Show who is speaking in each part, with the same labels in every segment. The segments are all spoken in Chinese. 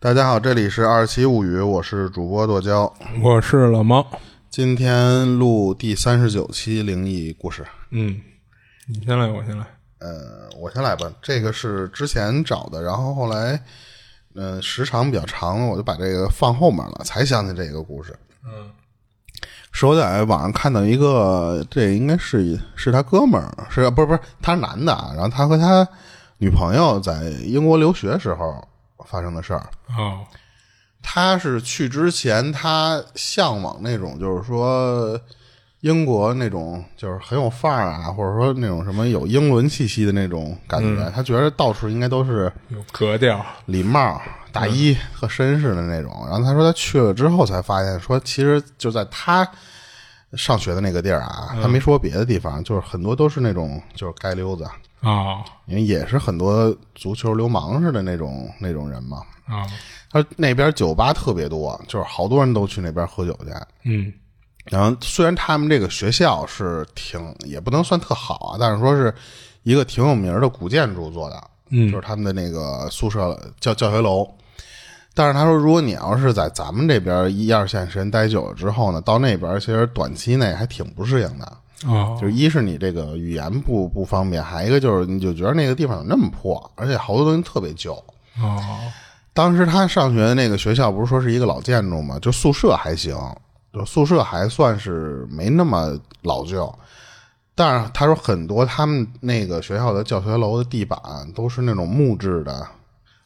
Speaker 1: 大家好，这里是二七物语，我是主播剁椒，
Speaker 2: 我是老猫，
Speaker 1: 今天录第三十九期灵异故事。
Speaker 2: 嗯，你先来，我先来，
Speaker 1: 呃，我先来吧，这个是之前找的，然后后来，呃，时长比较长，我就把这个放后面了，才想起这个故事。嗯，是我在网上看到一个，这应该是是他哥们儿，是不是不是他是男的啊？然后他和他女朋友在英国留学时候发生的事儿。
Speaker 2: 哦，
Speaker 1: 他是去之前，他向往那种就是说英国那种就是很有范儿啊，或者说那种什么有英伦气息的那种感觉。他觉得到处应该都是
Speaker 2: 有格调，
Speaker 1: 礼帽、大衣和绅士的那种。然后他说他去了之后才发现，说其实就在他上学的那个地儿啊，他没说别的地方，就是很多都是那种就是街溜子，
Speaker 2: 哦，
Speaker 1: 因为也是很多足球流氓似的那种那种人嘛。
Speaker 2: 哦，
Speaker 1: 他说那边酒吧特别多，就是好多人都去那边喝酒去。
Speaker 2: 嗯，
Speaker 1: 然后虽然他们这个学校是挺也不能算特好啊，但是说是一个挺有名的古建筑做的，
Speaker 2: 嗯
Speaker 1: 就是他们的那个宿舍教教学楼。但是他说，如果你要是在咱们这边一二线时间待久了之后呢，到那边其实短期内还挺不适应的。
Speaker 2: 哦，
Speaker 1: 就是一是你这个语言不不方便，还一个就是你就觉得那个地方有那么破，而且好多东西特别旧。
Speaker 2: 哦，
Speaker 1: 当时他上学的那个学校不是说是一个老建筑嘛，就宿舍还行，就宿舍还算是没那么老旧。但是他说很多他们那个学校的教学楼的地板都是那种木质的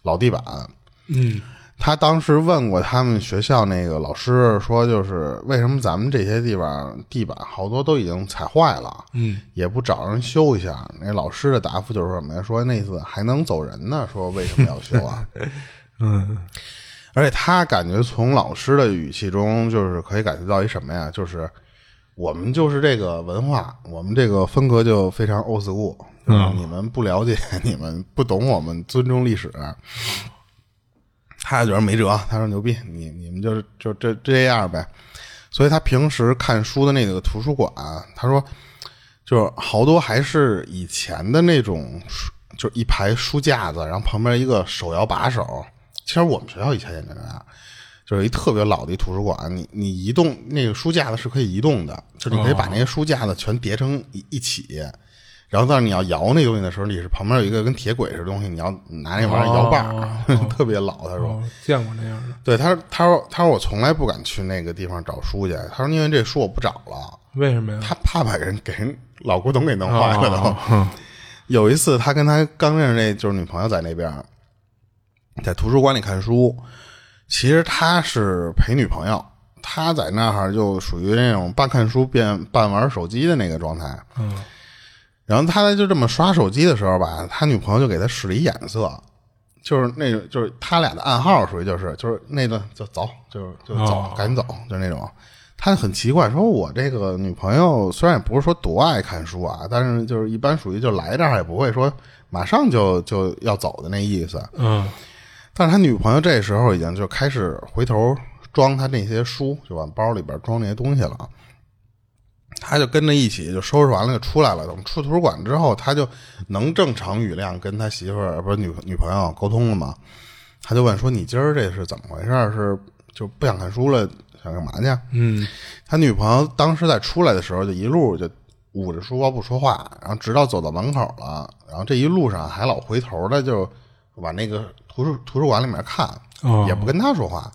Speaker 1: 老地板。
Speaker 2: 嗯，
Speaker 1: 他当时问过他们学校那个老师，说就是为什么咱们这些地方地板好多都已经踩坏了，
Speaker 2: 嗯，
Speaker 1: 也不找人修一下。那老师的答复就是什么呀？说那意思还能走人呢，说为什么要修啊？
Speaker 2: 嗯，
Speaker 1: 而且他感觉从老师的语气中，就是可以感觉到一什么呀？就是我们就是这个文化，我们这个风格就非常 old school，就是你们不了解，你们不懂我们尊重历史。他觉得没辙，他说牛逼，你你们就是就这这样呗。所以他平时看书的那个图书馆，他说就是好多还是以前的那种书，就是一排书架子，然后旁边一个手摇把手。其实我们学校以前也那样，就是一特别老的一图书馆，你你移动那个书架子是可以移动的，就是你可以把那些书架子全叠成一一起。然后，但是你要摇那东西的时候，你是旁边有一个跟铁轨似的东西，你要拿那玩意儿摇把儿， 特别老。他说，
Speaker 2: 哦，见过那样的，
Speaker 1: 对，他说他说他说我从来不敢去那个地方找书去，他说因为这书我不找了，
Speaker 2: 为什么呀？
Speaker 1: 他怕把人给人老古董给弄坏了都。
Speaker 2: 嗯哦，
Speaker 1: 有一次他跟他刚认识那就是女朋友在那边，在图书馆里看书，其实他是陪女朋友，他在那儿就属于那种半看书变半玩手机的那个状态。
Speaker 2: 嗯，
Speaker 1: 然后他就这么刷手机的时候吧，他女朋友就给他使了一眼色，就是那种就是他俩的暗号属于就是就是那个就走，就是就走，
Speaker 2: 哦
Speaker 1: 赶紧走，就那种。他很奇怪，说我这个女朋友虽然也不是说多爱看书啊，但是就是一般属于就来这儿也不会说马上就就要走的那意思。
Speaker 2: 嗯，
Speaker 1: 但是他女朋友这时候已经就开始回头装他那些书，就往包里边装那些东西了。啊他就跟着一起就收拾完了就出来了。等出图书馆之后，他就能正常语量跟他媳妇儿不是女女朋友沟通了嘛？他就问说：“你今儿这是怎么回事儿？是就不想看书了，想干嘛去？”啊
Speaker 2: 嗯，
Speaker 1: 他女朋友当时在出来的时候，就一路就捂着书包不说话，然后直到走到门口了，然后这一路上还老回头的就往那个图书图书馆里面看，
Speaker 2: 哦
Speaker 1: 也不跟他说话。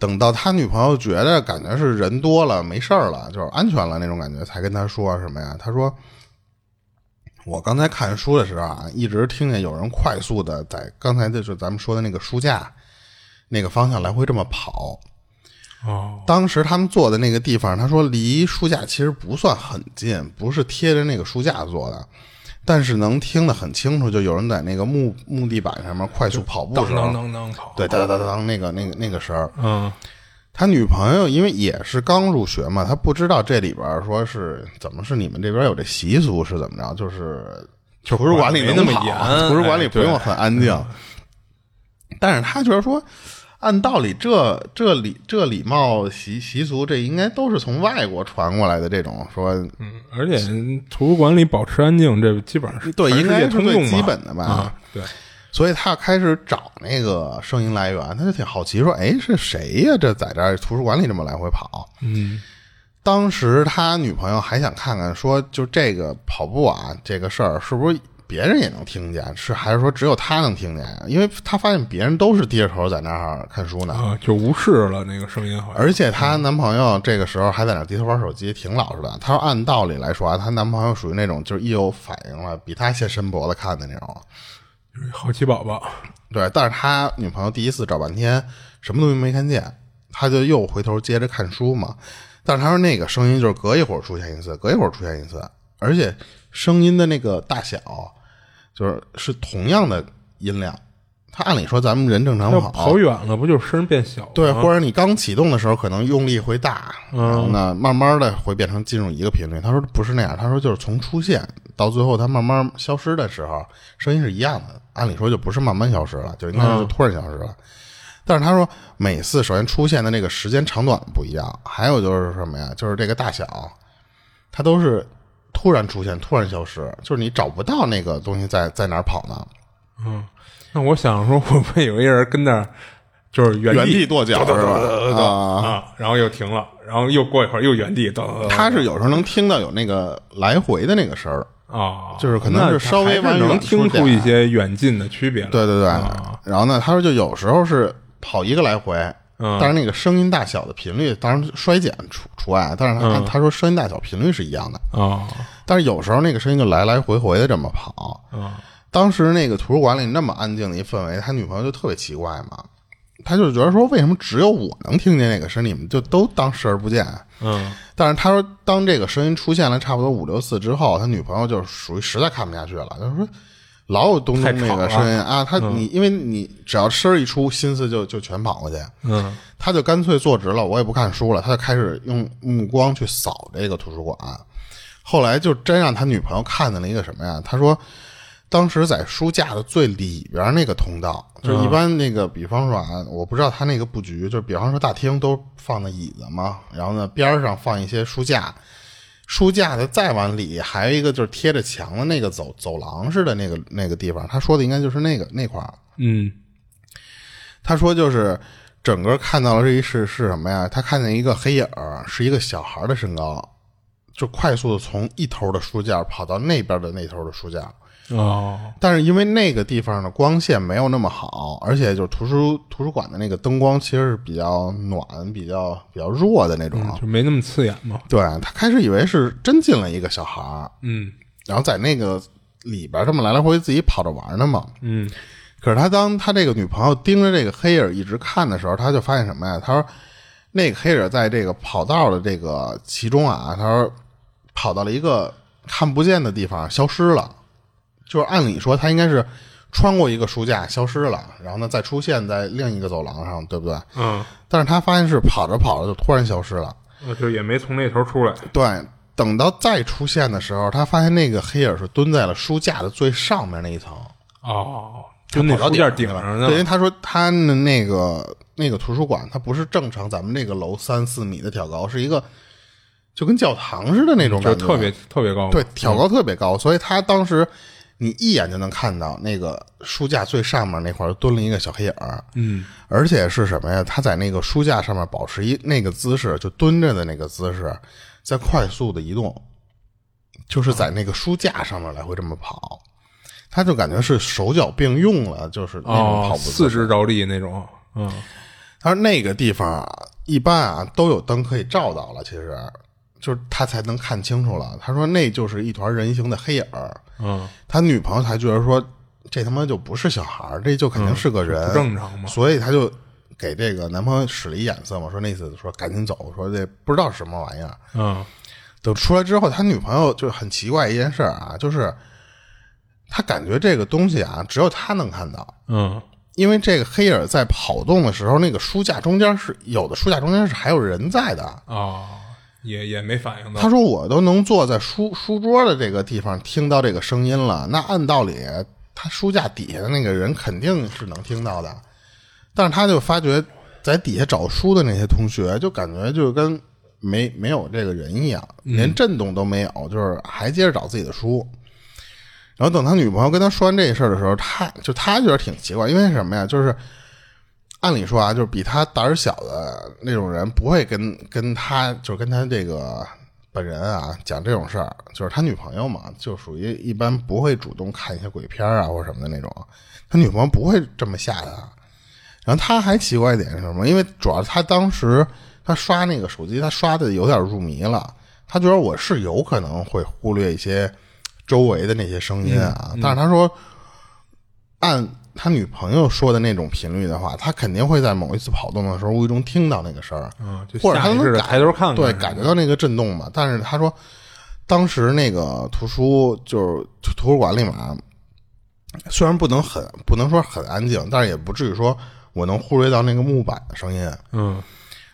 Speaker 1: 等到他女朋友觉得感觉是人多了没事儿了，就是安全了那种感觉，才跟他说什么呀？他说：“我刚才看书的时候啊，一直听见有人快速的在刚才就是咱们说的那个书架那个方向来回这么跑。”
Speaker 2: 哦，
Speaker 1: 当时他们坐的那个地方，他说离书架其实不算很近，不是贴着那个书架坐的，但是能听得很清楚，就有人在那个木木地板上面快速跑步的
Speaker 2: 当
Speaker 1: 时
Speaker 2: 当
Speaker 1: 候，
Speaker 2: 当当跑，
Speaker 1: 对，当当当当那个那个那个声儿。
Speaker 2: 嗯，
Speaker 1: 他女朋友因为也是刚入学嘛，他不知道这里边儿说是怎么是你们这边有这习俗是怎么着，就是图书馆里
Speaker 2: 没
Speaker 1: 能
Speaker 2: 那么
Speaker 1: 跑
Speaker 2: 严
Speaker 1: 图书馆里
Speaker 2: 哎
Speaker 1: 不用很安静。但是他觉得说，按道理这这礼这礼貌习习俗，这应该都是从外国传过来的这种说，
Speaker 2: 嗯，而且图书馆里保持安静，这基本上是
Speaker 1: 对，
Speaker 2: 全世
Speaker 1: 应
Speaker 2: 界
Speaker 1: 该是
Speaker 2: 通用
Speaker 1: 最
Speaker 2: 嘛
Speaker 1: 基本的吧。
Speaker 2: 啊，对，
Speaker 1: 所以他开始找那个声音来源，他就挺好奇，说：“哎，是谁呀、这在这儿图书馆里这么来回跑？”
Speaker 2: 嗯
Speaker 1: 当时他女朋友还想看看，说就这个跑步啊这个事儿，是不是别人也能听见？是还是说只有他能听见呀？因为他发现别人都是低着头在那儿看书呢。
Speaker 2: 啊，就无视了那个声音，好像
Speaker 1: 而且她男朋友这个时候还在那儿低头玩手机，挺老实的。她说按道理来说啊，她男朋友属于那种就是一有反应了，比她先伸脖子看的那种。
Speaker 2: 就是好奇宝宝。
Speaker 1: 对，但是他女朋友第一次找半天，什么东西没看见，他就又回头接着看书嘛。但是他说那个声音就是隔一会儿出现一次，隔一会儿出现一次，而且声音的那个大小就是是同样的音量。他按理说咱们人正常
Speaker 2: 要
Speaker 1: 跑，
Speaker 2: 跑远了，不就声变小了？
Speaker 1: 对，或者你刚启动的时候可能用力会大，然后呢，慢慢的会变成进入一个频率。他说不是那样，他说就是从出现到最后它慢慢消失的时候，声音是一样的。按理说就不是慢慢消失了，就应该是突然消失了。但是他说每次首先出现的那个时间长短不一样，还有就是什么呀，就是这个大小，它都是突然出现、突然消失，就是你找不到那个东西在在哪儿跑呢。
Speaker 2: 嗯，那我想说， 会不会有一人跟那儿就是原
Speaker 1: 原地跺脚是吧？啊，啊
Speaker 2: 啊，然后又停了，然后又过一会儿又原地等
Speaker 1: 他是有时候能听到有那个来回的那个声儿，
Speaker 2: 啊，
Speaker 1: 就是可能是稍微
Speaker 2: 那还
Speaker 1: 往
Speaker 2: 是
Speaker 1: 远
Speaker 2: 能听
Speaker 1: 出点啊
Speaker 2: 出一些远近的区别来。
Speaker 1: 对对对。
Speaker 2: 啊
Speaker 1: 然后呢，他说就有时候是跑一个来回，
Speaker 2: 嗯
Speaker 1: 但是那个声音大小的频率当然衰减除除外，啊但是他、
Speaker 2: 嗯
Speaker 1: 他说声音大小频率是一样的，
Speaker 2: 啊
Speaker 1: 但是有时候那个声音就来来回回的这么跑。
Speaker 2: 啊
Speaker 1: 当时那个图书馆里那么安静的一氛围，他女朋友就特别奇怪嘛，他就觉得说为什么只有我能听见那个声，你们就都当视而不见。啊
Speaker 2: 嗯
Speaker 1: 但是他说，当这个声音出现了差不多五六次之后，他女朋友就是属于实在看不下去了，就是说老有咚咚那个声音啊，他你因为你只要声儿一出，心思就就全跑过去，
Speaker 2: 嗯
Speaker 1: 他就干脆坐直了，我也不看书了，他就开始用目光去扫这个图书馆。后来就真让他女朋友看见了一个什么呀？他说，当时在书架的最里边那个通道，就是一般那个，比方说啊，我不知道他那个布局，就是比方说大厅都放的椅子嘛，然后呢边儿上放一些书架，书架的再往里还有一个就是贴着墙的那个走走廊似的那个那个地方，他说的应该就是那个那块儿。
Speaker 2: 嗯
Speaker 1: 他说就是整个看到了这一是是什么呀？他看见一个黑影儿，是一个小孩的身高，就快速的从一头的书架跑到那边的那头的书架。
Speaker 2: 哦
Speaker 1: 但是因为那个地方的光线没有那么好，而且就是图书图书馆的那个灯光其实是比较暖、比较比较弱的那种。
Speaker 2: 嗯就没那么刺眼嘛。
Speaker 1: 对啊他开始以为是真进了一个小孩儿，
Speaker 2: 嗯
Speaker 1: 然后在那个里边儿这么来来回回自己跑着玩呢嘛。
Speaker 2: 嗯
Speaker 1: 可是他当他这个女朋友盯着这个黑影一直看的时候，他就发现什么呀？他说，那个黑影在这个跑道的这个其中啊，他说跑到了一个看不见的地方消失了。就是按理说他应该是穿过一个书架消失了，然后呢再出现在另一个走廊上，对不对？
Speaker 2: 嗯，
Speaker 1: 但是他发现是跑着跑着就突然消失了。
Speaker 2: 呃就也没从那头出来。
Speaker 1: 对，等到再出现的时候，他发现那个黑影是蹲在了书架的最上面那一层。
Speaker 2: 哦，就那书架顶上
Speaker 1: 对，因
Speaker 2: 呢。
Speaker 1: 为他说他的那个那个图书馆，它不是正常咱们这个楼三四米的挑高，是一个就跟教堂似的那种
Speaker 2: 嗯就
Speaker 1: 感觉，
Speaker 2: 是
Speaker 1: 啊
Speaker 2: 特别特别高，
Speaker 1: 对，挑高特别高，所以他当时你一眼就能看到那个书架最上面那块儿蹲了一个小黑影儿，
Speaker 2: 嗯，
Speaker 1: 而且是什么呀？他在那个书架上面保持一那个姿势，就蹲着的那个姿势，在快速的移动，就是在那个书架上面来回这么跑。他就感觉是手脚并用了，就是那种跑
Speaker 2: 哦，
Speaker 1: 步姿势、
Speaker 2: 四肢着地那种，嗯
Speaker 1: 他说那个地方啊，一般啊都有灯可以照到了，其实就是他才能看清楚了。他说那就是一团人形的黑影儿，
Speaker 2: 嗯，
Speaker 1: 他女朋友才觉得说这他妈就不是小孩儿，这就肯定是个人，
Speaker 2: 嗯不正常嘛。
Speaker 1: 所以他就给这个男朋友使了一眼色嘛，说那意思说赶紧走，说这不知道什么玩意儿。
Speaker 2: 嗯
Speaker 1: 等出来之后，他女朋友就很奇怪一件事儿啊，就是他感觉这个东西啊，只有他能看到。
Speaker 2: 嗯
Speaker 1: 因为这个黑影儿在跑动的时候，那个书架中间是有的，书架中间是还有人在的。
Speaker 2: 哦，也也没反应到
Speaker 1: 他说我都能坐在书书桌的这个地方听到这个声音了，那按道理他书架底下的那个人肯定是能听到的，但是他就发觉在底下找书的那些同学就感觉就跟没没有这个人一样，连震动都没有，就是还接着找自己的书。然后等他女朋友跟他说完这事儿的时候，他就他觉得挺奇怪，因为什么呀？就是按理说啊，就是比他胆儿小的那种人，不会跟跟他就是跟他这个本人啊讲这种事儿。就是他女朋友嘛，就属于一般不会主动看一些鬼片儿啊或者什么的那种，他女朋友不会这么吓他。然后他还奇怪一点是什么？因为主要他当时他刷那个手机，他刷的有点入迷了，他觉得我是有可能会忽略一些周围的那些声音啊，但是他说按他女朋友说的那种频率的话，他肯定会在某一次跑动的时候无意中听到那个声儿，
Speaker 2: 嗯，就
Speaker 1: 或者他
Speaker 2: 下意
Speaker 1: 能
Speaker 2: 识的
Speaker 1: 感
Speaker 2: 抬头看看，
Speaker 1: 对，感觉到那个震动嘛。但是他说，当时那个图书就是图图书馆里面啊，虽然不能很不能说很安静，但是也不至于说我能忽略到那个木板的声音。
Speaker 2: 嗯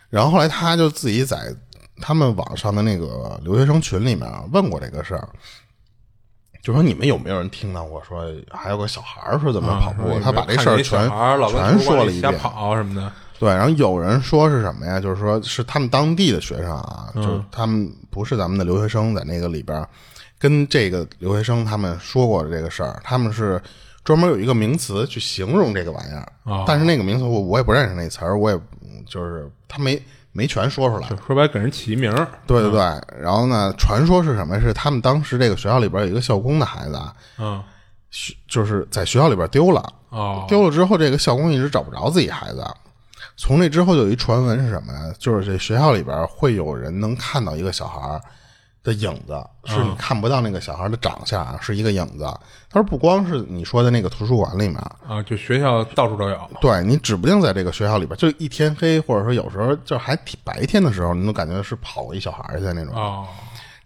Speaker 1: 然后后来他就自己在他们网上的那个留学生群里面啊问过这个事儿，就说你们有没有人听到过说还有个小孩儿说怎么
Speaker 2: 啊
Speaker 1: 跑步？
Speaker 2: 说
Speaker 1: 他把这事儿
Speaker 2: 看见一小
Speaker 1: 全
Speaker 2: 孩儿老跟
Speaker 1: 全
Speaker 2: 图书
Speaker 1: 说
Speaker 2: 馆
Speaker 1: 了
Speaker 2: 里
Speaker 1: 一
Speaker 2: 瞎
Speaker 1: 遍。
Speaker 2: 跑什么的，
Speaker 1: 对，然后有人说是什么呀？就是说是他们当地的学生啊，就是他们不是咱们的留学生，在那个里边儿跟这个留学生他们说过这个事儿，他们是专门有一个名词去形容这个玩意儿，
Speaker 2: 哦
Speaker 1: 但是那个名词我我也不认识那词儿，我也嗯就是他没没全说出来
Speaker 2: 就。说白了给人起一名儿，
Speaker 1: 对对对，然后呢，传说是什么？是他们当时这个学校里边有一个校工的孩子，啊，
Speaker 2: 嗯
Speaker 1: 学就是在学校里边丢了，
Speaker 2: 哦，
Speaker 1: 丢了之后，这个校工一直找不着自己孩子。啊从那之后，有一传闻是什么呀？就是这学校里边会有人能看到一个小孩的影子，是
Speaker 2: 嗯
Speaker 1: 你看不到那个小孩的长相啊，是一个影子。他说不光是你说的那个图书馆里面，
Speaker 2: 啊，就学校到处都有，
Speaker 1: 对你指不定在这个学校里边，就一天黑，或者说有时候就还挺白天的时候，你都感觉是跑一小孩去那种。
Speaker 2: 哦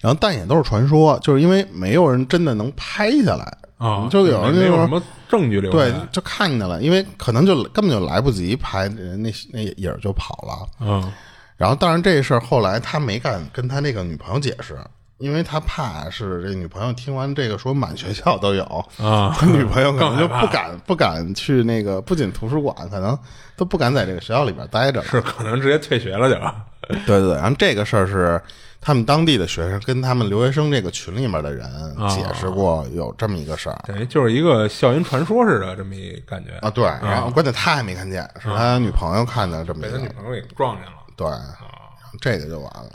Speaker 1: 然后但也都是传说，就是因为没有人真的能拍下来
Speaker 2: 啊，
Speaker 1: 嗯就有人
Speaker 2: 没
Speaker 1: 就
Speaker 2: 有
Speaker 1: 说
Speaker 2: 什么证据留下
Speaker 1: 对
Speaker 2: 来，，
Speaker 1: 就看见了，因为可能就根本就来不及拍，人那那影儿就跑了。
Speaker 2: 嗯
Speaker 1: 然后，当然这事儿后来他没敢跟他那个女朋友解释，因为他怕是这女朋友听完这个说满学校都有，
Speaker 2: 啊，
Speaker 1: 他女朋友可能就
Speaker 2: 更害怕
Speaker 1: 不敢不敢去那个，不仅图书馆，可能都不敢在这个学校里边待 着了。
Speaker 2: 是可能直接退学了就，
Speaker 1: 对对对，然后这个事儿是他们当地的学生跟他们留学生这个群里面的人
Speaker 2: 啊
Speaker 1: 解释过有这么一个事儿。
Speaker 2: 等于就是一个校园传说似的这么一感觉
Speaker 1: 啊，，对，然后关键他还没看见，是他女朋友看的这么一
Speaker 2: 啊被
Speaker 1: 个
Speaker 2: 他女朋友给撞见了。
Speaker 1: 对，这个就完了。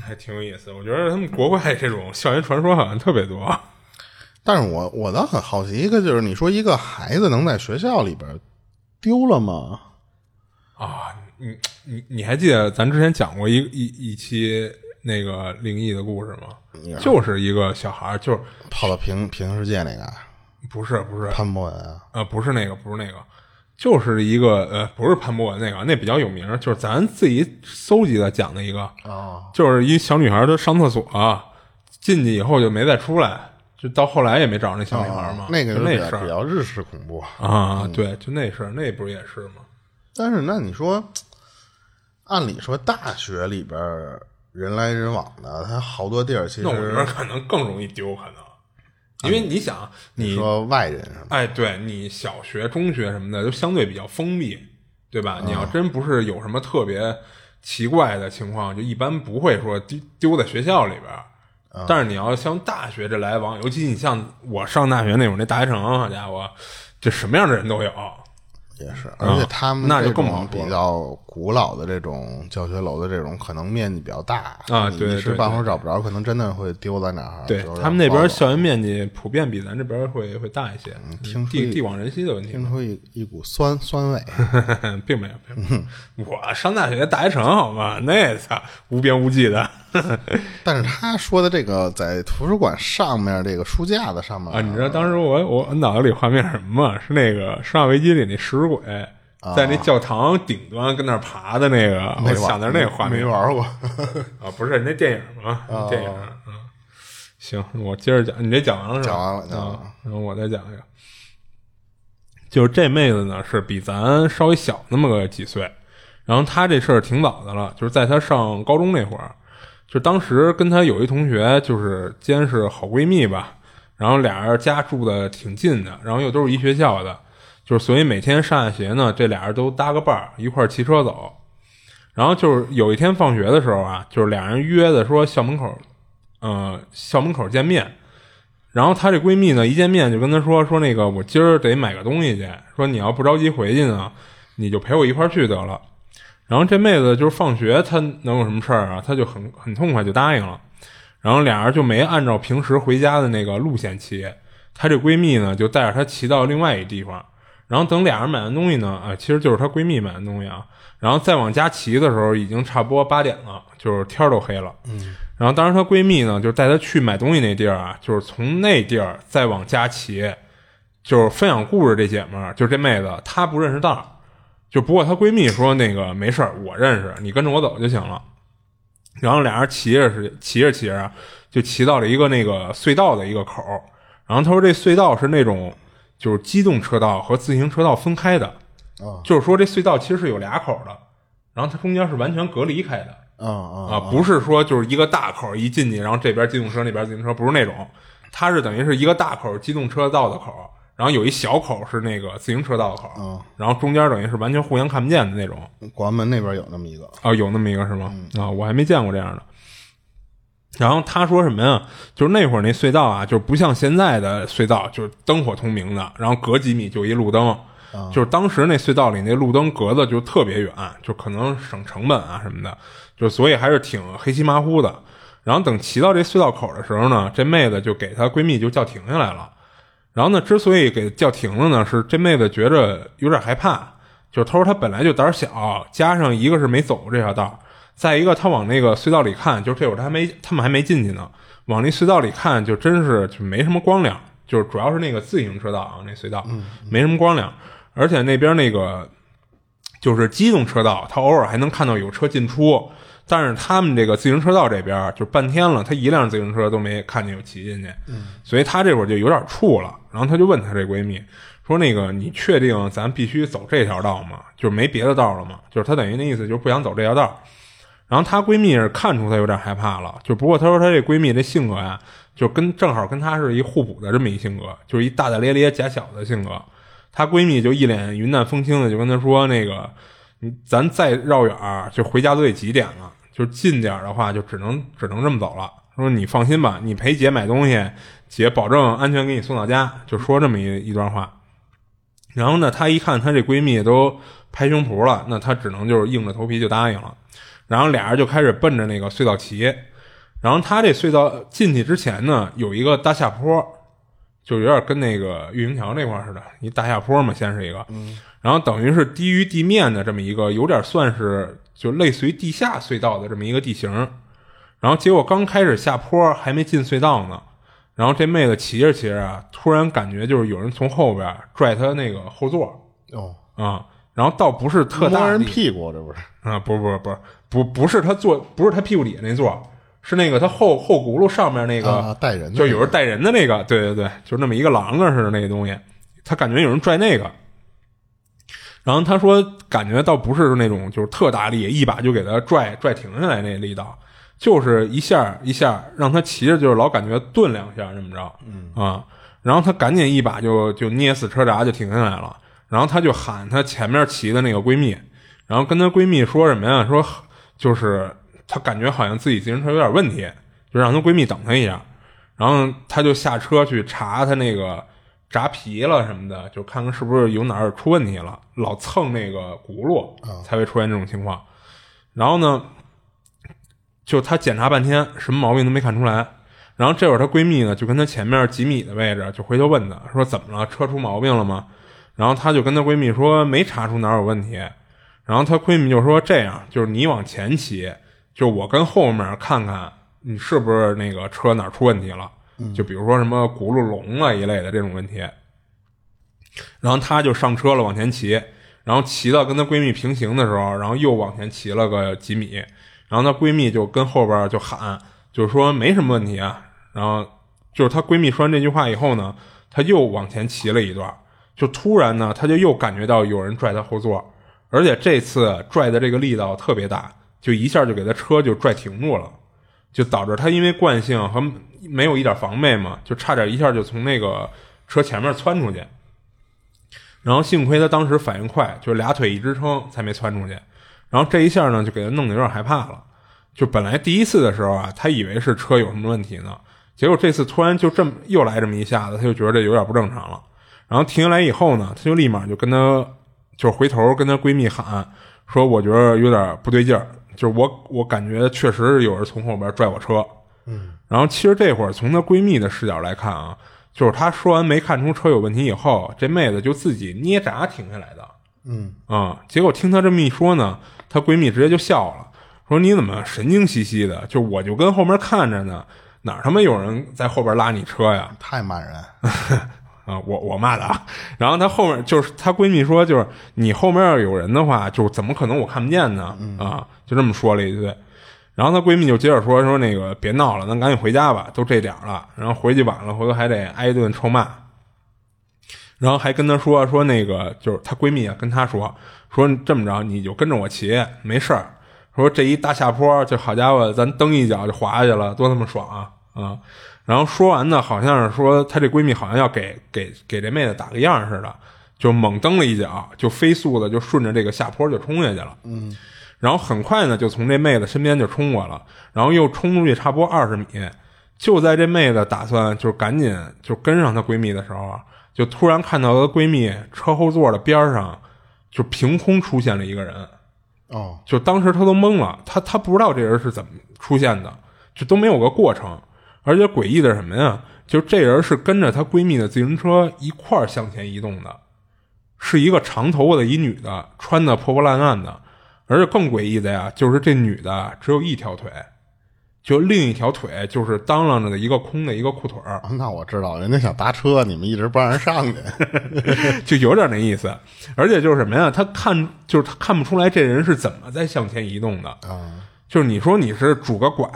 Speaker 2: 还挺有意思，我觉得他们国外这种校园传说好像特别多。
Speaker 1: 但是我我倒很好奇，一个就是你说一个孩子能在学校里边丢了吗？
Speaker 2: 啊，你你你还记得咱之前讲过一一一期那个灵异的故事吗？
Speaker 1: 嗯
Speaker 2: 就是一个小孩儿，就是
Speaker 1: 跑到平平行世界那个
Speaker 2: 不是不是
Speaker 1: 潘博文啊，
Speaker 2: 呃不是那个不是那个，就是一个呃不是潘博文那个，那比较有名儿，就是咱自己搜集的讲的一个，
Speaker 1: 哦，
Speaker 2: 就是一小女孩儿她上厕所、啊进去以后就没再出来，就到后来也没找着那小女孩儿
Speaker 1: 啊
Speaker 2: 嘛，
Speaker 1: 哦那个
Speaker 2: 就
Speaker 1: 就
Speaker 2: 那
Speaker 1: 比较
Speaker 2: 事
Speaker 1: 比嗯
Speaker 2: 儿
Speaker 1: 较日式恐怖。
Speaker 2: 啊，对，就那事儿，那不是也是吗？
Speaker 1: 但是那你说，按理说大学里边人来人往的，它好多地儿其
Speaker 2: 那我觉得
Speaker 1: 实嗯
Speaker 2: 可能更容易丢，可能，因为你想，你
Speaker 1: 说外人什么
Speaker 2: 哎，对你小学、中学什么的都相对比较封闭，对吧？你
Speaker 1: 啊
Speaker 2: 要真不是有什么特别奇怪的情况，就一般不会说丢丢在学校里边儿。
Speaker 1: 啊
Speaker 2: 但是你要像大学这来往，尤其你像我上大学那会儿，那大学城，好家伙，这什么样的人都有。
Speaker 1: 啊也是，而且他们
Speaker 2: 那就
Speaker 1: 这种
Speaker 2: 更好说
Speaker 1: 比较古老的这种教学楼的这种，可能面积比较大
Speaker 2: 啊
Speaker 1: 你
Speaker 2: 对
Speaker 1: 一时
Speaker 2: 对
Speaker 1: 半会儿找不着，可能真的会丢在哪儿。
Speaker 2: 对
Speaker 1: 就是
Speaker 2: 他们那边
Speaker 1: 包
Speaker 2: 儿
Speaker 1: 了
Speaker 2: 校园面积普遍比咱这边儿会会大一些，
Speaker 1: 嗯听说
Speaker 2: 地地广人稀的问题
Speaker 1: 听出一一股酸酸味，
Speaker 2: 并没有，并没
Speaker 1: 嗯
Speaker 2: 有。我上大学大学城好吗？那操无边无际的
Speaker 1: 但是他说的这个在图书馆上面这个书架子上面
Speaker 2: 啊！你知道当时我我脑子里画面是什么吗？是那个《生化危机》里那食尸鬼
Speaker 1: 啊
Speaker 2: 在那教堂顶端跟那儿爬的那个，我
Speaker 1: 没玩
Speaker 2: 想的是那个画
Speaker 1: 没
Speaker 2: 面
Speaker 1: 玩过，
Speaker 2: 啊，不是那电影嘛，
Speaker 1: 哦
Speaker 2: 电影。嗯，行，我接着讲，你这讲完了是吧？
Speaker 1: 讲完了讲完了
Speaker 2: 啊，然后我再讲一个。就是这妹子呢，是比咱稍微小那么个几岁，然后她这事儿挺早的了，就是在她上高中那会儿，就当时跟她有一同学，就是兼是好闺蜜吧，然后俩人家住的挺近的，然后又都是一学校的，就是所以每天上下学呢，这俩人都搭个伴儿，一块儿骑车走。然后就是有一天放学的时候啊，就是俩人约的说校门口，呃，校门口见面，然后她这闺蜜呢，一见面就跟她说说那个我今儿得买个东西去，说你要不着急回去呢，你就陪我一块儿去得了。然后这妹子就是放学，她能有什么事儿啊？她就很很痛快就答应了。然后俩人就没按照平时回家的那个路线骑，她这闺蜜呢就带着她骑到另外一地方。然后等俩人买完东西呢，啊、其实就是她闺蜜买的东西啊。然后再往家骑的时候，已经差不多八点了，就是天儿都黑了。嗯。然后当时她闺蜜呢，就是带她去买东西那地儿啊，就是从那地儿再往家骑，就是分享故事这姐们儿，就是这妹子，她不认识道儿，就不过她闺蜜说那个没事儿，我认识，你跟着我走就行了。然后俩人骑着是骑着骑着，就骑到了一个那个隧道的一个口儿。然后她说这隧道是那种就是机动车道和自行车道分开的，
Speaker 1: 啊
Speaker 2: 就是说这隧道其实是有俩口儿的，然后它中间是完全隔离开的。
Speaker 1: 啊啊
Speaker 2: 啊，不是说就是一个大口儿一进去，然后这边机动车那边自行车，不是那种，它是等于是一个大口儿机动车道的口儿，然后有一小口儿是那个自行车道的口儿，
Speaker 1: 嗯
Speaker 2: 然后中间等于是完全互相看不见的那种。
Speaker 1: 广安门那边有那么一个，
Speaker 2: 啊，有那么一个是吗？啊，我还没见过这样的。然后他说什么呀？就是那会儿那隧道啊，就是不像现在的隧道，就是灯火通明的，然后隔几米就一路灯。就是当时那隧道里那路灯隔的就特别远，就可能省成本啊什么的，就所以还是挺黑漆麻糊的。然后等骑到这隧道口的时候呢，这妹子就给她闺蜜就叫停下来了。然后呢，之所以给叫停了呢，是这妹子觉着有点害怕，就是她说她本来就胆儿小，加上一个是没走过这条道儿，再一个她往那个隧道里看，就是这会儿她还没他们还没进去呢，往那隧道里看就真是就没什么光亮，就是主要是那个自行车道啊那隧道没什么光亮，而且那边那个就是机动车道，它偶尔还能看到有车进出，但是他们这个自行车道这边儿就半天了，他一辆自行车都没看见有骑进去，所以他这会儿就有点怵了。然后他就问她这闺蜜说：“那个你确定咱必须走这条道吗？就是没别的道了吗？就是她等于那意思就是不想走这条道。”然后她闺蜜是看出她有点害怕了，就不过她说她这闺蜜这性格呀，就跟正好跟她是一互补的这么一性格，就是一大大咧咧假小的性格。她闺蜜就一脸云淡风轻的就跟她说：“那个，你咱再绕远儿，就回家都得几点了？就近点儿的话，就只能只能这么走了。”说你放心吧，你陪姐买东西，姐保证安全给你送到家。就说这么一一段话。然后呢，她一看她这闺蜜都拍胸脯了，那她只能就是硬着头皮就答应了。然后俩人就开始奔着那个隧道骑。然后她这隧道进去之前呢，有一个大下坡，就有点跟那个玉屏桥那块儿似的，一大下坡嘛，先是一个，然后等于是低于地面的这么一个，有点算是就类似于地下隧道的这么一个地形。然后结果刚开始下坡还没进隧道呢，然后这妹子骑着骑着啊，突然感觉就是有人从后边拽她那个后座
Speaker 1: 哦，
Speaker 2: 啊，然后倒不是特大
Speaker 1: 摸人
Speaker 2: 力
Speaker 1: 屁股这不是？
Speaker 2: 啊，不是不是不是不不是她坐，不是她屁股底下那座，是那个她后后轱辘上面那个、
Speaker 1: 啊，带人的
Speaker 2: 就有人带人的那个，对对对，就是那么一个啷个似的那个东西，他感觉有人拽那个，然后他说感觉倒不是那种就是特大力，一把就给他拽拽停下来那力道，就是一下一下让他骑着就是老感觉顿两下这么着，嗯啊，然后他赶紧一把就就捏死车闸就停下来了，然后他就喊他前面骑的那个闺蜜，然后跟她闺蜜说什么呀？说就是她感觉好像自己自行车有点问题，就让她闺蜜等她一下。然后她就下车去查她那个闸皮了什么的，就看看是不是有哪儿出问题了，老蹭那个轱辘才会出现这种情况。然后呢，就她检查半天，什么毛病都没看出来。然后这会儿她闺蜜呢，就跟她前面几米的位置，就回头问她说：“怎么了？车出毛病了吗？”然后她就跟她闺蜜说：“没查出哪儿有问题。”然后她闺蜜就说：“这样，就是你往前骑，就是我跟后面看看你是不是那个车哪儿出问题了，就比如说什么轱辘聋了一类的这种问题。”然后她就上车了，往前骑，然后骑到跟她闺蜜平行的时候，然后又往前骑了个几米，然后她闺蜜就跟后边就喊，就是说没什么问题啊。然后就是她闺蜜说完这句话以后呢，她又往前骑了一段，就突然呢，她就又感觉到有人拽她后座，而且这次拽的这个力道特别大，就一下就给她车就拽停住了。就导致他因为惯性和没有一点防备嘛，就差点一下就从那个车前面窜出去。然后幸亏他当时反应快，就是俩腿一支撑才没窜出去。然后这一下呢，就给他弄得有点害怕了。就本来第一次的时候啊，他以为是车有什么问题呢，结果这次突然就这么又来这么一下子，他就觉得这有点不正常了。然后停下来以后呢，他就立马就跟她，就是回头跟她闺蜜喊说：“我觉得有点不对劲儿，就是我我感觉确实是有人从后边拽我车。”嗯。然后其实这会儿从她闺蜜的视角来看啊，就是她说完没看出车有问题以后，这妹子就自己捏闸停下来的。
Speaker 1: 嗯
Speaker 2: 啊、结果听她这么一说呢，她闺蜜直接就笑了，说你怎么神经兮兮的？就我就跟后面看着呢，哪儿他妈有人在后边拉你车呀？
Speaker 1: 太骂人，
Speaker 2: 啊、我我骂的啊。然后她后面就是她闺蜜说，就是你后面要有人的话，就是怎么可能我看不见呢？啊，就这么说了一句。然后她闺蜜就接着说说那个别闹了，咱赶紧回家吧，都这点儿了，然后回去晚了，回头还得挨一顿臭骂。然后还跟她说啊说那个就是她闺蜜啊，跟她说说这么着，你就跟着我骑，没事儿。说这一大下坡，就好家伙，咱蹬一脚就滑下去了，多他妈爽啊！啊，然后说完呢，好像是说她这闺蜜好像要给给给这妹子打个样儿似的，就猛蹬了一脚，就飞速的就顺着这个下坡就冲下去了。嗯，然后很快呢，就从这妹子身边就冲过了，然后又冲出去差不多二十米。就在这妹子打算就是赶紧就跟上她闺蜜的时候啊，就突然看到她闺蜜车后座的边儿上就凭空出现了一个人。
Speaker 1: 哦，
Speaker 2: 就当时他都懵了，他他不知道这人是怎么出现的，就都没有个过程。而且诡异的是什么呀？就这人是跟着她闺蜜的自行车一块儿向前移动的，是一个长头发的一女的，穿的破破烂烂的。而且更诡异的呀，就是这女的只有一条腿，就另一条腿就是当啷着的一个空的一个裤腿儿。
Speaker 1: 那我知道，人家想搭车，你们一直不让人上去。
Speaker 2: 就有点那意思。而且就是什么呀，他看就是他看不出来这人是怎么在向前移动的就是你说你是拄个拐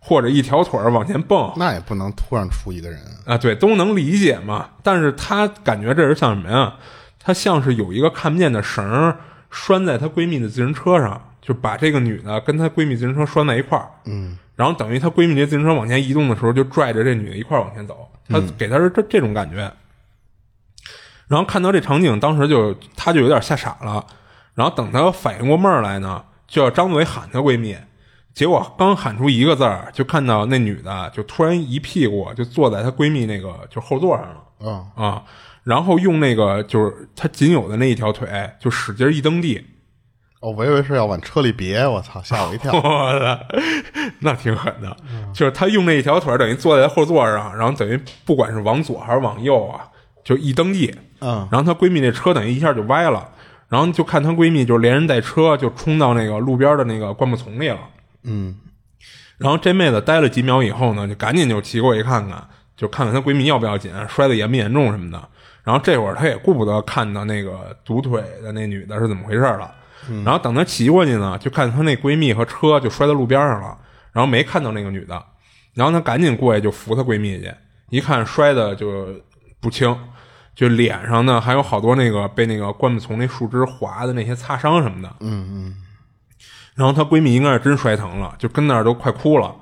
Speaker 2: 或者一条腿儿往前蹦
Speaker 1: 那也不能突然出一个人，
Speaker 2: 啊，对，都能理解嘛。但是他感觉这人像什么呀？他像是有一个看不见的绳儿拴在她闺蜜的自行车上，就把这个女的跟她闺蜜自行车拴在一块儿。嗯，然后等于她闺蜜这自行车往前移动的时候，就拽着这女的一块儿往前走。他给她是这这种感觉。然后看到这场景，当时就她就有点吓傻了。然后等她反应过味儿来呢，就要张嘴喊她闺蜜，结果刚喊出一个字儿，就看到那女的就突然一屁股就坐在她闺蜜那个就后座上了。
Speaker 1: 嗯，
Speaker 2: 啊，然后用那个就是她仅有的那一条腿，就使劲一蹬地，
Speaker 1: 哦，我以为是要往车里别，我操，吓我一跳
Speaker 2: 我。操，那挺狠的。就是她用那一条腿，等于坐在后座上，然后等于不管是往左还是往右啊，就一蹬地，
Speaker 1: 嗯，
Speaker 2: 然后她闺蜜那车等于一下就歪了，然后就看她闺蜜就连人带车就冲到那个路边的那个灌木丛里了。
Speaker 1: 嗯，
Speaker 2: 然后这妹子待了几秒以后呢，就赶紧就骑过去看看，就看看她闺蜜要不要紧，摔得严不严重什么的。然后这会儿她也顾不得看到那个堵腿的那女的是怎么回事了。然后等她骑过去呢，就看她那闺蜜和车就摔到路边上了，然后没看到那个女的。然后她赶紧过去就扶她闺蜜去，一看摔的就不轻，就脸上呢还有好多那个被那个灌木丛那树枝划的那些擦伤什么的。然后她闺蜜应该是真摔疼了，就跟那儿都快哭了，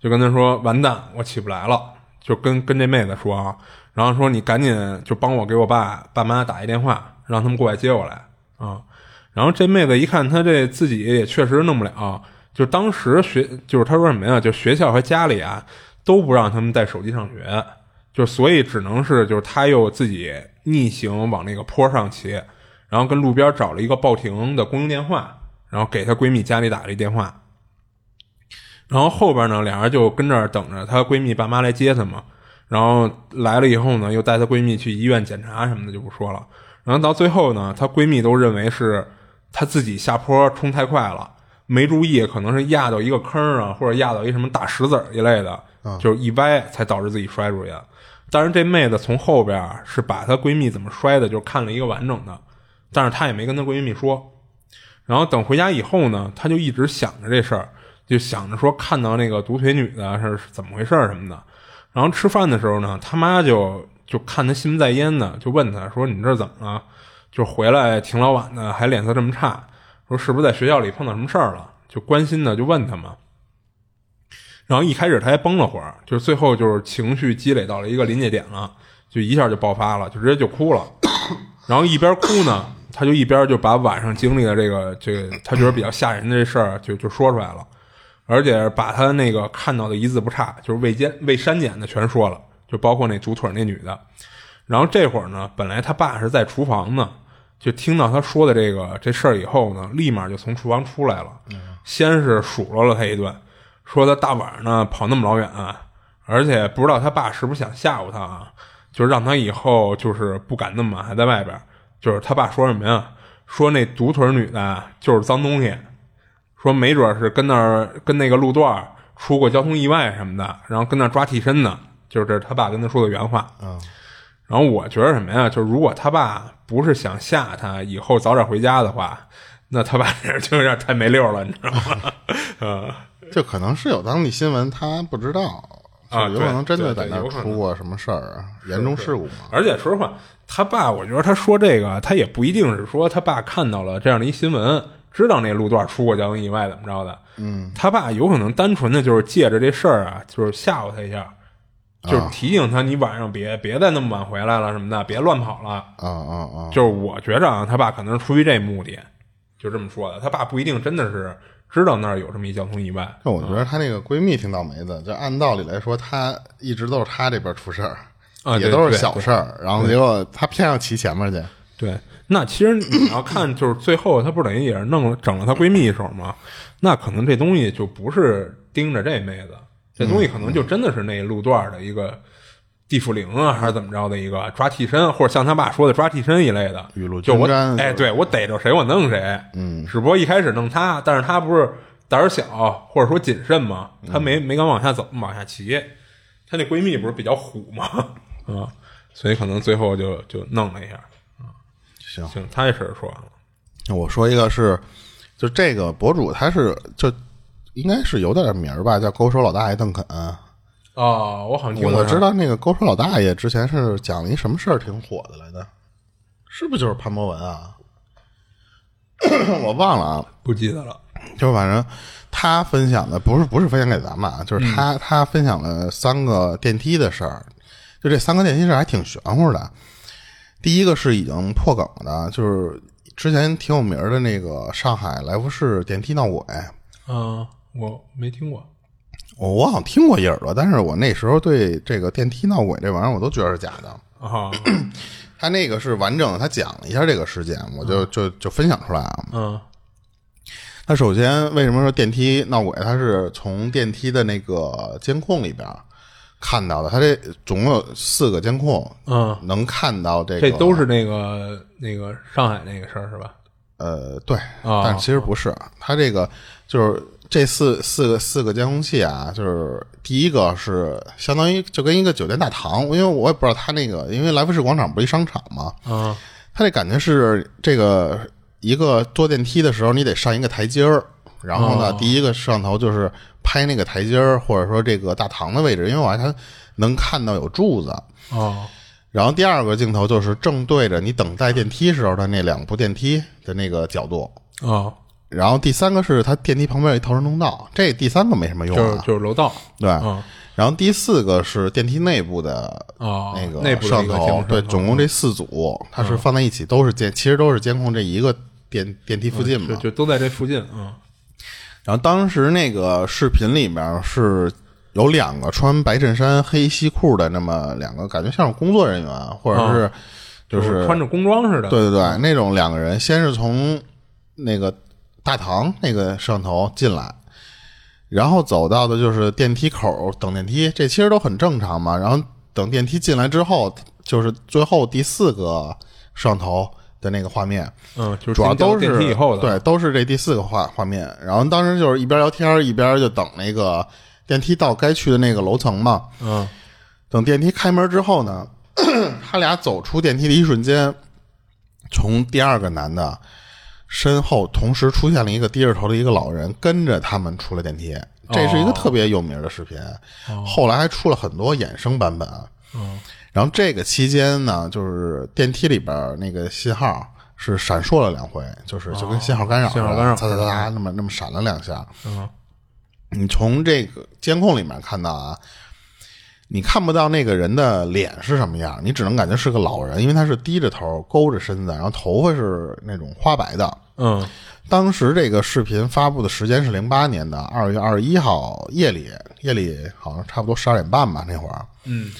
Speaker 2: 就跟她说：“完蛋，我起不来了。”就跟跟这妹子说啊，然后说你赶紧就帮我给我爸爸妈打一电话，让他们过来接我来啊。然后这妹子一看她这自己也确实弄不了，就当时学就是她说什么呀，就学校和家里啊都不让他们带手机上学，就所以只能是就是她又自己逆行往那个坡上骑，然后跟路边找了一个报亭的公用电话，然后给她闺蜜家里打了一电话。然后后边呢，俩人就跟这儿等着她闺蜜爸妈来接她嘛。然后来了以后呢，又带她闺蜜去医院检查什么的就不说了。然后到最后呢，她闺蜜都认为是她自己下坡冲太快了，没注意，可能是压到一个坑儿啊，或者压到一什么大石子儿一类的，就是一歪才导致自己摔出去的。但是这妹子从后边儿是把她闺蜜怎么摔的，就看了一个完整的，但是她也没跟她闺蜜说。然后等回家以后呢，她就一直想着这事儿，就想着说看到那个独腿女的是是怎么回事儿什么的。然后吃饭的时候呢，他妈就就看她心不在焉的，就问她说：“你这怎么了？就回来挺老晚的，还脸色这么差，说是不是在学校里碰到什么事儿了？”就关心的就问她嘛。然后一开始她还崩了会儿，就是最后就是情绪积累到了一个临界点了，就一下就爆发了，就直接就哭了。 然后一边哭呢，她啊就一边就把晚上经历的这个这个，她觉得比较吓人的这事儿就就说出来了。而且把他那个看到的一字不差，就是未奸未删减的全说了，就包括那煮腿儿那女的。然后这会儿呢，本来他爸是在厨房呢，就听到他说的这个这事儿以后呢，立马就从厨房出来了，先是数落了他一顿，说他大晚上呢跑那么老远、啊而且不知道他爸是不是想吓唬他啊，就是让他以后就是不敢那么晚还在外边儿。就是他爸说什么呀？说那独腿儿女的就是脏东西，说没准儿是跟那儿跟那个路段儿出过交通意外什么的，然后跟那儿抓替身呢。就是这是他爸跟他说的原话。
Speaker 1: 嗯，
Speaker 2: 然后我觉得什么呀？就是如果他爸不是想吓他以后早点回家的话，那他爸这就有点太没溜了，你知道吗？嗯，
Speaker 1: 这可能是有当地新闻，他不知道，
Speaker 2: 啊
Speaker 1: 就有可能真的
Speaker 2: 对
Speaker 1: 在
Speaker 2: 对
Speaker 1: 那儿
Speaker 2: 有可能
Speaker 1: 出过什么事儿啊，严重事故嘛。
Speaker 2: 而且说实话，他爸，我觉得他说这个，他也不一定是说他爸看到了这样的一新闻，知道那路段出过交通意外怎么着的。嗯，他爸有可能单纯的就是借着这事儿啊，就是吓唬他一下，就是提醒他你晚上别别再那么晚回来了什么的，别乱跑了。
Speaker 1: 啊啊啊！
Speaker 2: 就是我觉着啊，他爸可能是出于这目的，就这么说的。他爸不一定真的是知道那儿有这么一交通意外。
Speaker 1: 那我觉
Speaker 2: 嗯
Speaker 1: 得她那个闺蜜挺倒霉的，就按道理来说，她一直都是她这边出事儿，
Speaker 2: 啊
Speaker 1: 也
Speaker 2: 对
Speaker 1: 都是
Speaker 2: 对
Speaker 1: 小事儿，然后结果她偏要骑前面去。
Speaker 2: 对，那其实你要看，就是最后她不是等于也是弄了整了她闺蜜一手吗？那可能这东西就不是盯着这妹子，这东西可能就真的是那路段的一个地府灵啊，还是怎么着的一个抓替身，或者像他爸说的抓替身一类的
Speaker 1: 雨露均
Speaker 2: 就我
Speaker 1: 沾
Speaker 2: 哎，对我逮着谁我弄谁，
Speaker 1: 嗯，
Speaker 2: 只不过一开始弄他，但是他不是胆儿小或者说谨慎嘛，
Speaker 1: 嗯
Speaker 2: 他没没敢往下走，往下骑。她那闺蜜不是比较虎嘛， 啊，所以可能最后就就弄了一下。
Speaker 1: 行，
Speaker 2: 行，他这事儿说完了。
Speaker 1: 那我说一个是，就这个博主他是就应该是有点名儿吧，叫勾手老大爷邓肯。啊
Speaker 2: 哦，我好像听过。
Speaker 1: 我知，道那个勾手老大爷之前是讲了一什么事儿挺火的来的，是不是就是潘博文啊？ 我忘了啊。
Speaker 2: 不记得了。
Speaker 1: 就反正他分享的不是不是分享给咱们啊，就是
Speaker 2: 嗯
Speaker 1: 他、他分享了三个电梯的事儿，就这三个电梯事儿还挺玄乎的。第一个是已经破梗的，就是之前挺有名儿的那个上海来福士电梯闹鬼，
Speaker 2: 嗯，我没听过。
Speaker 1: 我我好像听过一耳朵，但是我那时候对这个电梯闹鬼这玩意儿我都觉得是假的。
Speaker 2: 啊，
Speaker 1: 他那个是完整的，他讲了一下这个事件，我就就就分享出来啊。
Speaker 2: 嗯
Speaker 1: 它首先为什么说电梯闹鬼？它是从电梯的那个监控里边看到的。它这总共有四个监控
Speaker 2: 嗯，
Speaker 1: 能看到这个，
Speaker 2: 这都是那个那个上海那个事儿是吧？
Speaker 1: 呃对，
Speaker 2: 啊
Speaker 1: 但其实不是。它这个就是这四四个四个监控器啊，就是第一个是相当于就跟一个酒店大堂，因为我也不知道它那个，因为来福士广场不是一商场嘛，
Speaker 2: 啊
Speaker 1: 它这感觉是这个一个坐电梯的时候，你得上一个台阶儿，然后呢，
Speaker 2: 哦
Speaker 1: 第一个摄像头就是拍那个台阶儿，或者说这个大堂的位置，因为我还能看到有柱子。
Speaker 2: 哦
Speaker 1: 然后第二个镜头就是正对着你等待电梯时候的那两部电梯的那个角度。
Speaker 2: 哦，
Speaker 1: 然后第三个是它电梯旁边有一逃生通道，这第三个没什么用
Speaker 2: 就是
Speaker 1: 啊，
Speaker 2: 就是楼道
Speaker 1: 对。
Speaker 2: 啊
Speaker 1: 然后第四个是电梯内部的
Speaker 2: 啊，
Speaker 1: 那个
Speaker 2: 内部
Speaker 1: 摄
Speaker 2: 的
Speaker 1: 像
Speaker 2: 一个监
Speaker 1: 头
Speaker 2: 控，
Speaker 1: 对，总
Speaker 2: 嗯
Speaker 1: 共这四组，它是放在一起，都是监，其实都是监控这一个电电梯附近
Speaker 2: 就
Speaker 1: 嘛。
Speaker 2: 嗯就都在这附近啊。
Speaker 1: 然后当时那个视频里面是有两个穿白衬衫、黑西裤的那么两个，感觉像是工作人员，啊或者
Speaker 2: 哦
Speaker 1: 是就是
Speaker 2: 穿着工装似的。
Speaker 1: 对对对，那种两个人先是从那个大堂那个摄像头进来，然后走到的就是电梯口等电梯，这其实都很正常嘛。然后等电梯进来之后，就是最后第四个摄像头的那个画面，
Speaker 2: 嗯，就是
Speaker 1: 主要都
Speaker 2: 进
Speaker 1: 是
Speaker 2: 电梯以后的。
Speaker 1: 对，都是这第四个画画面。然后当时就是一边聊天一边就等那个电梯到该去的那个楼层嘛。
Speaker 2: 嗯
Speaker 1: 等电梯开门之后呢，他俩走出电梯的一瞬间，从第二个男的身后同时出现了一个低着头的一个老人，跟着他们出了电梯。这是一个特别有名的视频，后来还出了很多衍生版本。啊
Speaker 2: 嗯
Speaker 1: 然后这个期间呢，就是电梯里边那个信号是闪烁了两回，就是就跟信号干扰似的、
Speaker 2: 哦信号干扰
Speaker 1: 擦擦擦擦那么那么闪了两下。
Speaker 2: 嗯
Speaker 1: 你从这个监控里面看到啊，你看不到那个人的脸是什么样，你只能感觉是个老人，因为他是低着头、勾着身子，然后头发是那种花白的。
Speaker 2: 嗯
Speaker 1: 当时这个视频发布的时间是零八年的二月二十一号夜里，夜里好像差不多十二点半吧，那会儿。
Speaker 2: 嗯，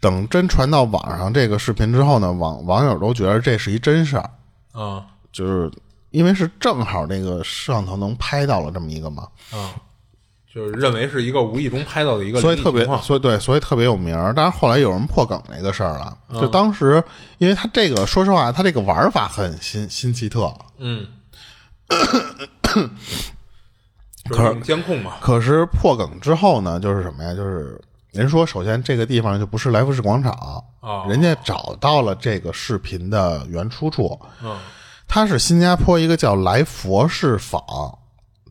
Speaker 1: 等真传到网上这个视频之后呢，网网友都觉得这是一真事儿，
Speaker 2: 啊
Speaker 1: 就是因为是正好这个摄像头能拍到了这么一个嘛，
Speaker 2: 啊，就是认为是一个无意中拍到的一个
Speaker 1: 所以
Speaker 2: 灵异
Speaker 1: 特别
Speaker 2: 情，况
Speaker 1: 所以对，所以特别有名儿。但是后来有人破梗这个事儿了，就当时因为他这个，说实话，他这个玩法很新新奇特，
Speaker 2: 嗯，
Speaker 1: 可
Speaker 2: 就是监控嘛，
Speaker 1: 可是破梗之后呢，就是什么呀？就是人说，首先这个地方就不是来福士广场，
Speaker 2: 哦
Speaker 1: 人家找到了这个视频的原出处，
Speaker 2: 嗯
Speaker 1: 它是新加坡一个叫来佛士坊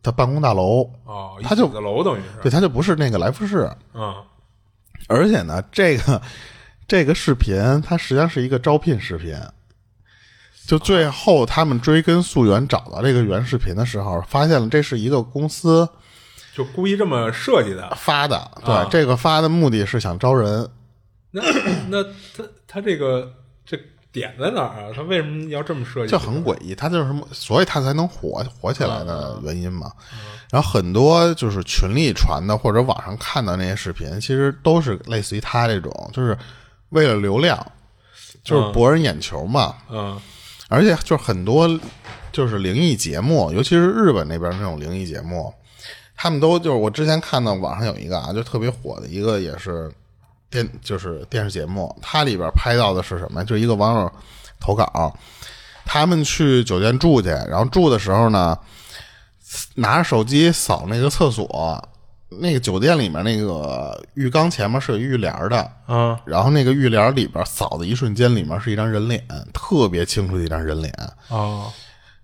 Speaker 1: 的办公大楼，
Speaker 2: 哦，
Speaker 1: 他就
Speaker 2: 一起的楼等于是，
Speaker 1: 对，它就不是那个来福士。
Speaker 2: 嗯
Speaker 1: 而且呢，这个 这个视频它实际上是一个招聘视频。就最后他们追根溯源找到这个原视频的时候，发现了这是一个公司
Speaker 2: 就故意这么设计的。
Speaker 1: 发的，对，
Speaker 2: 啊
Speaker 1: 这个发的目的是想招人。
Speaker 2: 那那他他这个这点在哪儿啊？他为什么要这么设计？
Speaker 1: 就很诡异，他就是什么，所以他才能火火起来
Speaker 2: 嗯
Speaker 1: 的原因嘛。然后很多就是群里传的或者网上看到那些视频，其实都是类似于他这种，就是为了流量，就是博人眼球嘛。
Speaker 2: 嗯
Speaker 1: 而且就是很多就是灵异节目，尤其是日本那边那种灵异节目，他们都就是我之前看到网上有一个啊，就特别火的一个也是电就是电视节目，它里边拍到的是什么呀？就是一个网友投稿，他们去酒店住去，然后住的时候呢，拿着手机扫那个厕所。那个酒店里面那个浴缸前面是有浴帘儿的，
Speaker 2: 啊
Speaker 1: 然后那个浴帘里边扫的一瞬间，里面是一张人脸，特别清楚的一张人脸。
Speaker 2: 哦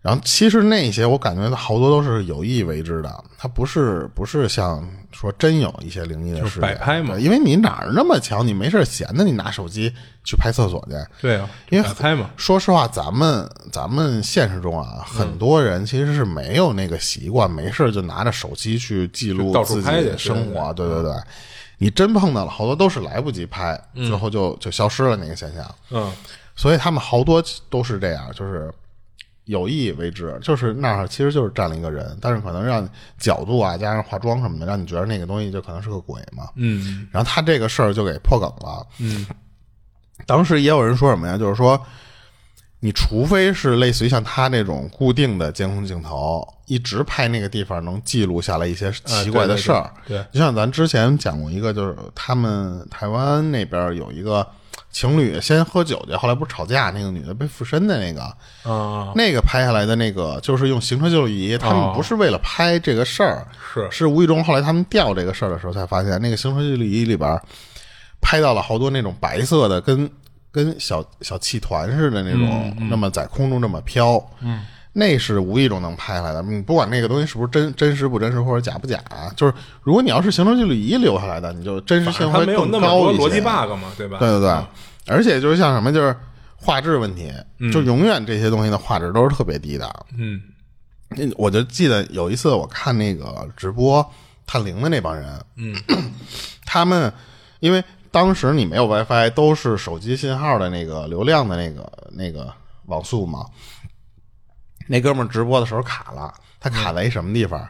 Speaker 1: 然后其实那些我感觉好多都是有意为之的，它不是不是像说真有一些灵异的
Speaker 2: 就
Speaker 1: 事
Speaker 2: 摆
Speaker 1: 件
Speaker 2: 拍嘛
Speaker 1: 对因为你哪儿那么巧，你没事闲的，你拿手机去拍厕所去。
Speaker 2: 对啊，
Speaker 1: 因为
Speaker 2: 就摆拍嘛，
Speaker 1: 说实话，咱们咱们现实中
Speaker 2: 嗯
Speaker 1: 啊，很多人其实是没有那个习惯，没事就拿着手机去记录
Speaker 2: 就到处
Speaker 1: 自己
Speaker 2: 拍去
Speaker 1: 的生活。对对对，你真碰到了，好多都是来不及拍，最后就就消失了那个现象。
Speaker 2: 嗯
Speaker 1: 所以他们好多都是这样，就是有意为之，就是那儿其实就是站了一个人，但是可能让角度啊，加上化妆什么的，让你觉得那个东西就可能是个鬼嘛。
Speaker 2: 嗯
Speaker 1: 然后他这个事儿就给破梗了。嗯，当时也有人说什么呀？就是说，你除非是类似于像他那种固定的监控镜头，一直拍那个地方，能记录下来一些奇怪的事儿。
Speaker 2: 呃啊对对对对
Speaker 1: 就像咱之前讲过一个，就是他们台湾那边有一个情侣先喝酒去，后来不是吵架，那个女的被附身的那个，
Speaker 2: 啊
Speaker 1: 那个拍下来的那个就是用行车记录仪，他们
Speaker 2: 哦
Speaker 1: 不是为了拍这个事儿，
Speaker 2: 是
Speaker 1: 是无意中后来他们调这个事儿的时候才发现，那个行车记录仪里边儿拍到了好多那种白色的跟跟小小气团似的那
Speaker 2: 嗯
Speaker 1: 种，那么在空中这么飘，嗯，那是无意中能拍下来的。你不管那个东西是不是真真实不真实或者假不假啊、就是如果你要是行车记录仪留下来的，你就真实性
Speaker 2: 他
Speaker 1: 会
Speaker 2: 没有
Speaker 1: 更
Speaker 2: 那么
Speaker 1: 高
Speaker 2: 多
Speaker 1: 一些。
Speaker 2: 逻辑 bug 嘛，对吧？
Speaker 1: 对对对，而且就是像什么，就是画质问题，就永远这些东西的画质都是特别低的。
Speaker 2: 嗯
Speaker 1: 那我就记得有一次我看那个直播探灵的那帮人，嗯，他们因为当时你没有 WiFi，都是手机信号的那个流量的那个那个网速嘛。那哥们儿直播的时候卡了，他卡在一什么地方？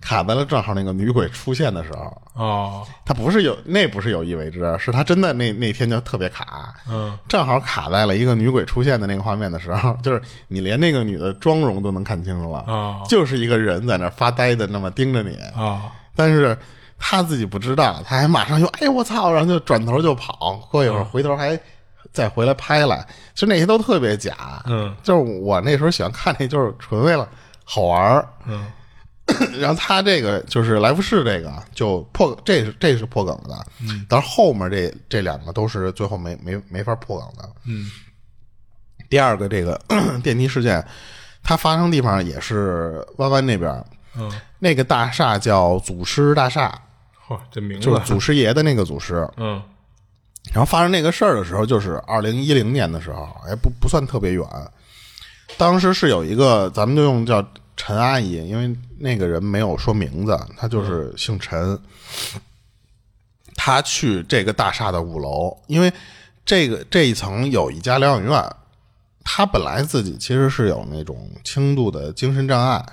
Speaker 1: 卡在了正好那个女鬼出现的时候。
Speaker 2: 哦
Speaker 1: 他不是有那不是有意为之，是他真的那那天就特别卡，
Speaker 2: 嗯
Speaker 1: 正好卡在了一个女鬼出现的那个画面的时候，就是你连那个女的妆容都能看清楚了，
Speaker 2: 哦
Speaker 1: 就是一个人在那儿发呆的那么盯着你，
Speaker 2: 哦
Speaker 1: 但是他自己不知道，他还马上又哎呦我操，然后就转头就跑，过一会儿回头还再回来拍来，其实那些都特别 假，
Speaker 2: 嗯
Speaker 1: 就是我那时候喜欢看那，就是纯为了 好玩儿。
Speaker 2: 嗯
Speaker 1: 然后他这个就是来福士这个就破，这是这是破梗的，但是后面这这两个都是最后没没没法破梗的。
Speaker 2: 嗯
Speaker 1: 第二个这个 电梯事件，它发生地方也是湾湾那边，
Speaker 2: 嗯，
Speaker 1: 那个大厦叫祖师大厦，
Speaker 2: 嚯，这名字
Speaker 1: 就是祖师爷的那个祖师。
Speaker 2: 嗯
Speaker 1: 然后发生那个事儿的时候，就是二零一零年的时候，哎，不不算特别远。当时是有一个，咱们就用叫陈阿姨，因为那个人没有说名字，她就是姓陈。她去这个大厦的五楼，因为这个这一层有一家疗养院，他本来自己其实是有那种轻度的精神障碍，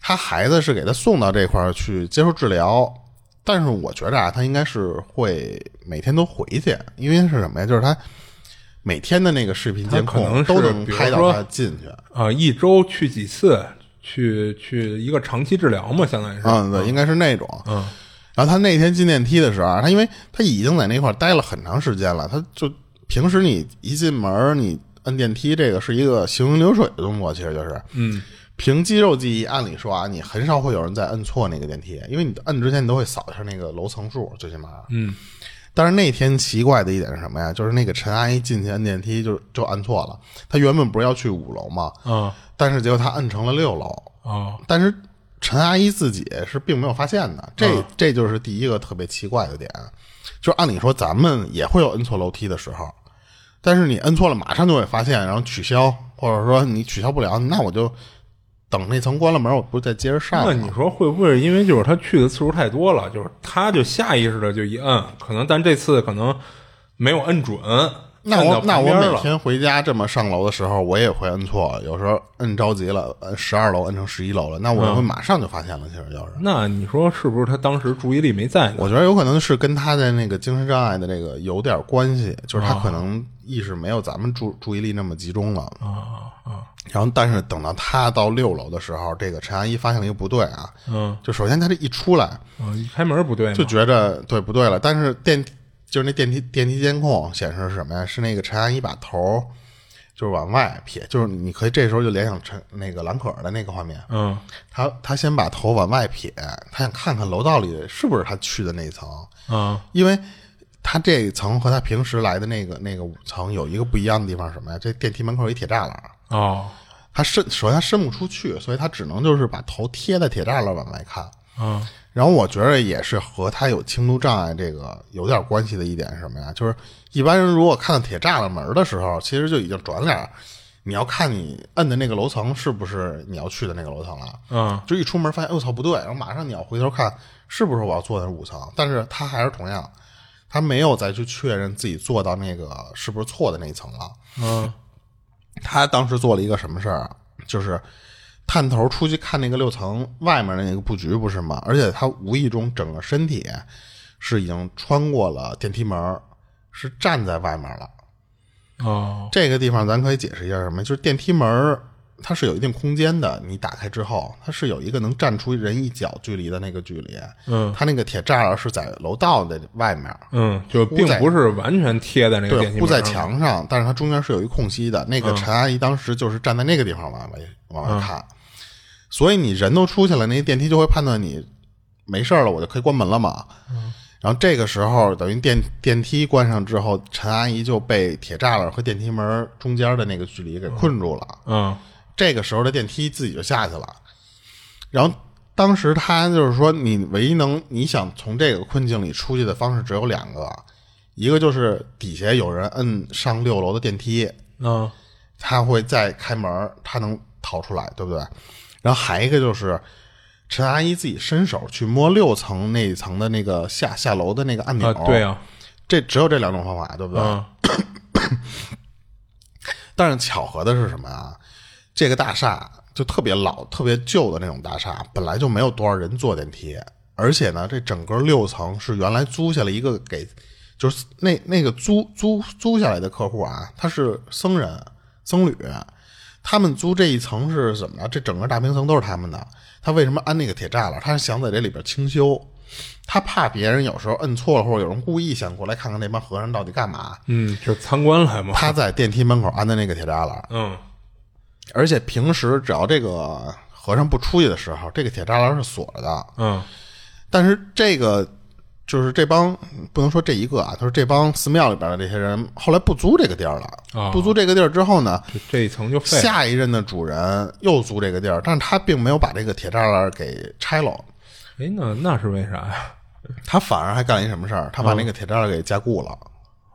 Speaker 1: 他孩子是给他送到这块儿去接受治疗，但是我觉着啊，他应该是会每天都回去，因为是什么呀？就是他每天的那个视频监
Speaker 2: 他可能
Speaker 1: 控
Speaker 2: 是
Speaker 1: 都能
Speaker 2: 比如
Speaker 1: 拍到
Speaker 2: 说
Speaker 1: 他进去。
Speaker 2: 啊，一周去几次，去去一个长期治疗嘛，相当于是。
Speaker 1: 嗯，对，应该是那种。
Speaker 2: 嗯，
Speaker 1: 然后他那天进电梯的时候啊，他因为他已经在那块儿待了很长时间了，他就平时你一进门儿你按电梯，这个是一个行云流水的动作，其实就是，嗯，凭肌肉记忆，按理说啊，你很少会有人再摁错那个电梯，因为你摁之前你都会扫一下那个楼层数，最起码，嗯。但是那天奇怪的一点是什么呀？就是那个陈阿姨进去按电梯就就按错了，她原本不是要去五楼嘛，
Speaker 2: 啊
Speaker 1: 但是结果她摁成了六楼，
Speaker 2: 啊
Speaker 1: 但是陈阿姨自己是并没有发现的，这
Speaker 2: 嗯
Speaker 1: 这就是第一个特别奇怪的点，啊就是按理说咱们也会有摁错楼梯的时候，但是你摁错了马上就会发现，然后取消，或者说你取消不了，那我就等那层关了门，我不是再接着上吗？
Speaker 2: 那你说会不会因为就是他去的次数太多了，就是他就下意识的就一摁，可能但这次可能没有摁准，
Speaker 1: 那
Speaker 2: 摁
Speaker 1: 我
Speaker 2: 到
Speaker 1: 那
Speaker 2: 旁
Speaker 1: 我
Speaker 2: 边
Speaker 1: 每
Speaker 2: 了
Speaker 1: 天回家这么上楼的时候，我也会摁错，有时候摁着急了，摁十二楼摁成十一楼了，那
Speaker 2: 嗯
Speaker 1: 我也会马上就发现了，其实就是。
Speaker 2: 那你说是不是他当时注意力没在呢？
Speaker 1: 我觉得有可能是跟他的那个精神障碍的这个有点关系，就是他可能意识没有咱们注注意力那么集中了
Speaker 2: 啊啊
Speaker 1: 然后，但是等到他到六楼的时候，这个陈阿姨发现了一个不对啊，
Speaker 2: 嗯
Speaker 1: 就首先他这一出来
Speaker 2: 啊！一开门不对吗？
Speaker 1: 就觉
Speaker 2: 嗯
Speaker 1: 着对不对了，但是电就是那电梯电梯监控显示是什么呀？是那个陈阿姨把头就是往外撇，就是你可以这时候就联想陈那个蓝可儿的那个画面，
Speaker 2: 嗯
Speaker 1: 她她先把头往外撇，她想看看楼道里是不是她去的那一层，
Speaker 2: 啊
Speaker 1: 因为他这一层和他平时来的那个那个五层有一个不一样的地方是什么呀？这电梯门口有一铁栅栏，
Speaker 2: 哦
Speaker 1: 他伸首先他伸不出去，所以他只能就是把头贴在铁栅栏往外看。
Speaker 2: 啊
Speaker 1: 然后我觉得也是和他有轻度障碍这个有点关系的一点是什么呀？就是一般人如果看到铁栅栏门的时候，其实就已经转脸儿，你要看你摁的那个楼层是不是你要去的那个楼层了。
Speaker 2: 啊
Speaker 1: 就一出门发现，哎我操不对，然后马上你要回头看是不是我要坐的是五层，但是他还是同样，他没有再去确认自己坐到那个是不是错的那一层了。
Speaker 2: 啊
Speaker 1: 他当时做了一个什么事儿啊？就是探头出去看那个六层外面的那个布局，不是吗？而且他无意中整个身体是已经穿过了电梯门儿，是站在外面了。
Speaker 2: 啊
Speaker 1: 这个地方咱可以解释一下什么，就是电梯门儿它是有一定空间的，你打开之后，它是有一个能站出人一脚距离的那个距离。
Speaker 2: 嗯
Speaker 1: 它那个铁栅栏是在楼道的外面，
Speaker 2: 嗯，就并不是完全贴在那个
Speaker 1: 对
Speaker 2: 电，梯
Speaker 1: 不
Speaker 2: 门
Speaker 1: 在
Speaker 2: 上嗯
Speaker 1: 墙上，但是它中间是有一空隙的。那个陈阿姨当时就是站在那个地方往外往外看，所以你人都出去了，那电梯就会判断你没事儿了，我就可以关门了嘛。
Speaker 2: 嗯
Speaker 1: 然后这个时候，等于电电梯关上之后，陈阿姨就被铁栅栏和电梯门中间的那个距
Speaker 2: 嗯
Speaker 1: 离给困住了。
Speaker 2: 啊
Speaker 1: 这个时候的电梯自己就下去了。然后当时他就是说，你唯一能你想从这个困境里出去的方式只有两个，一个就是底下有人摁上六楼的电梯，
Speaker 2: 啊
Speaker 1: 他会再开门，他能逃出来，对不对？然后还一个就是陈阿姨自己伸手去摸六层那一层的那个下下楼的那个按钮，
Speaker 2: 啊！对啊，
Speaker 1: 这只有这两种方法，对不对？
Speaker 2: 啊
Speaker 1: 但是巧合的是什么啊？这个大厦就特别老、特别旧的那种大厦，本来就没有多少人坐电梯，而且呢，这整个六层是原来租下了一个给，就是那那个租租租下来的客户啊，他是僧人僧侣，他们租这一层是怎么着？这整个大平层都是他们的。他为什么安那个铁栅栏？他是想在这里边清修，他怕别人有时候摁错了，或者有人故意想过来看看那帮和尚到底干嘛。
Speaker 2: 嗯，就是参观来嘛。
Speaker 1: 他在电梯门口安的那个铁栅栏，
Speaker 2: 嗯
Speaker 1: 而且平时只要这个和尚不出去的时候，这个铁栅栏是锁着的。
Speaker 2: 嗯
Speaker 1: 但是这个就是这帮不能说这一个啊，就是这帮寺庙里边的这些人，后来不租这个地儿了。
Speaker 2: 啊
Speaker 1: 不租这个地儿之后呢，
Speaker 2: 就这一层就废了。
Speaker 1: 下一任的主人又租这个地儿，但是他并没有把这个铁栅栏给拆喽，
Speaker 2: 哎，那那是为啥呀？
Speaker 1: 他反而还干了一什么事儿？他把那个铁栅栏给加固了。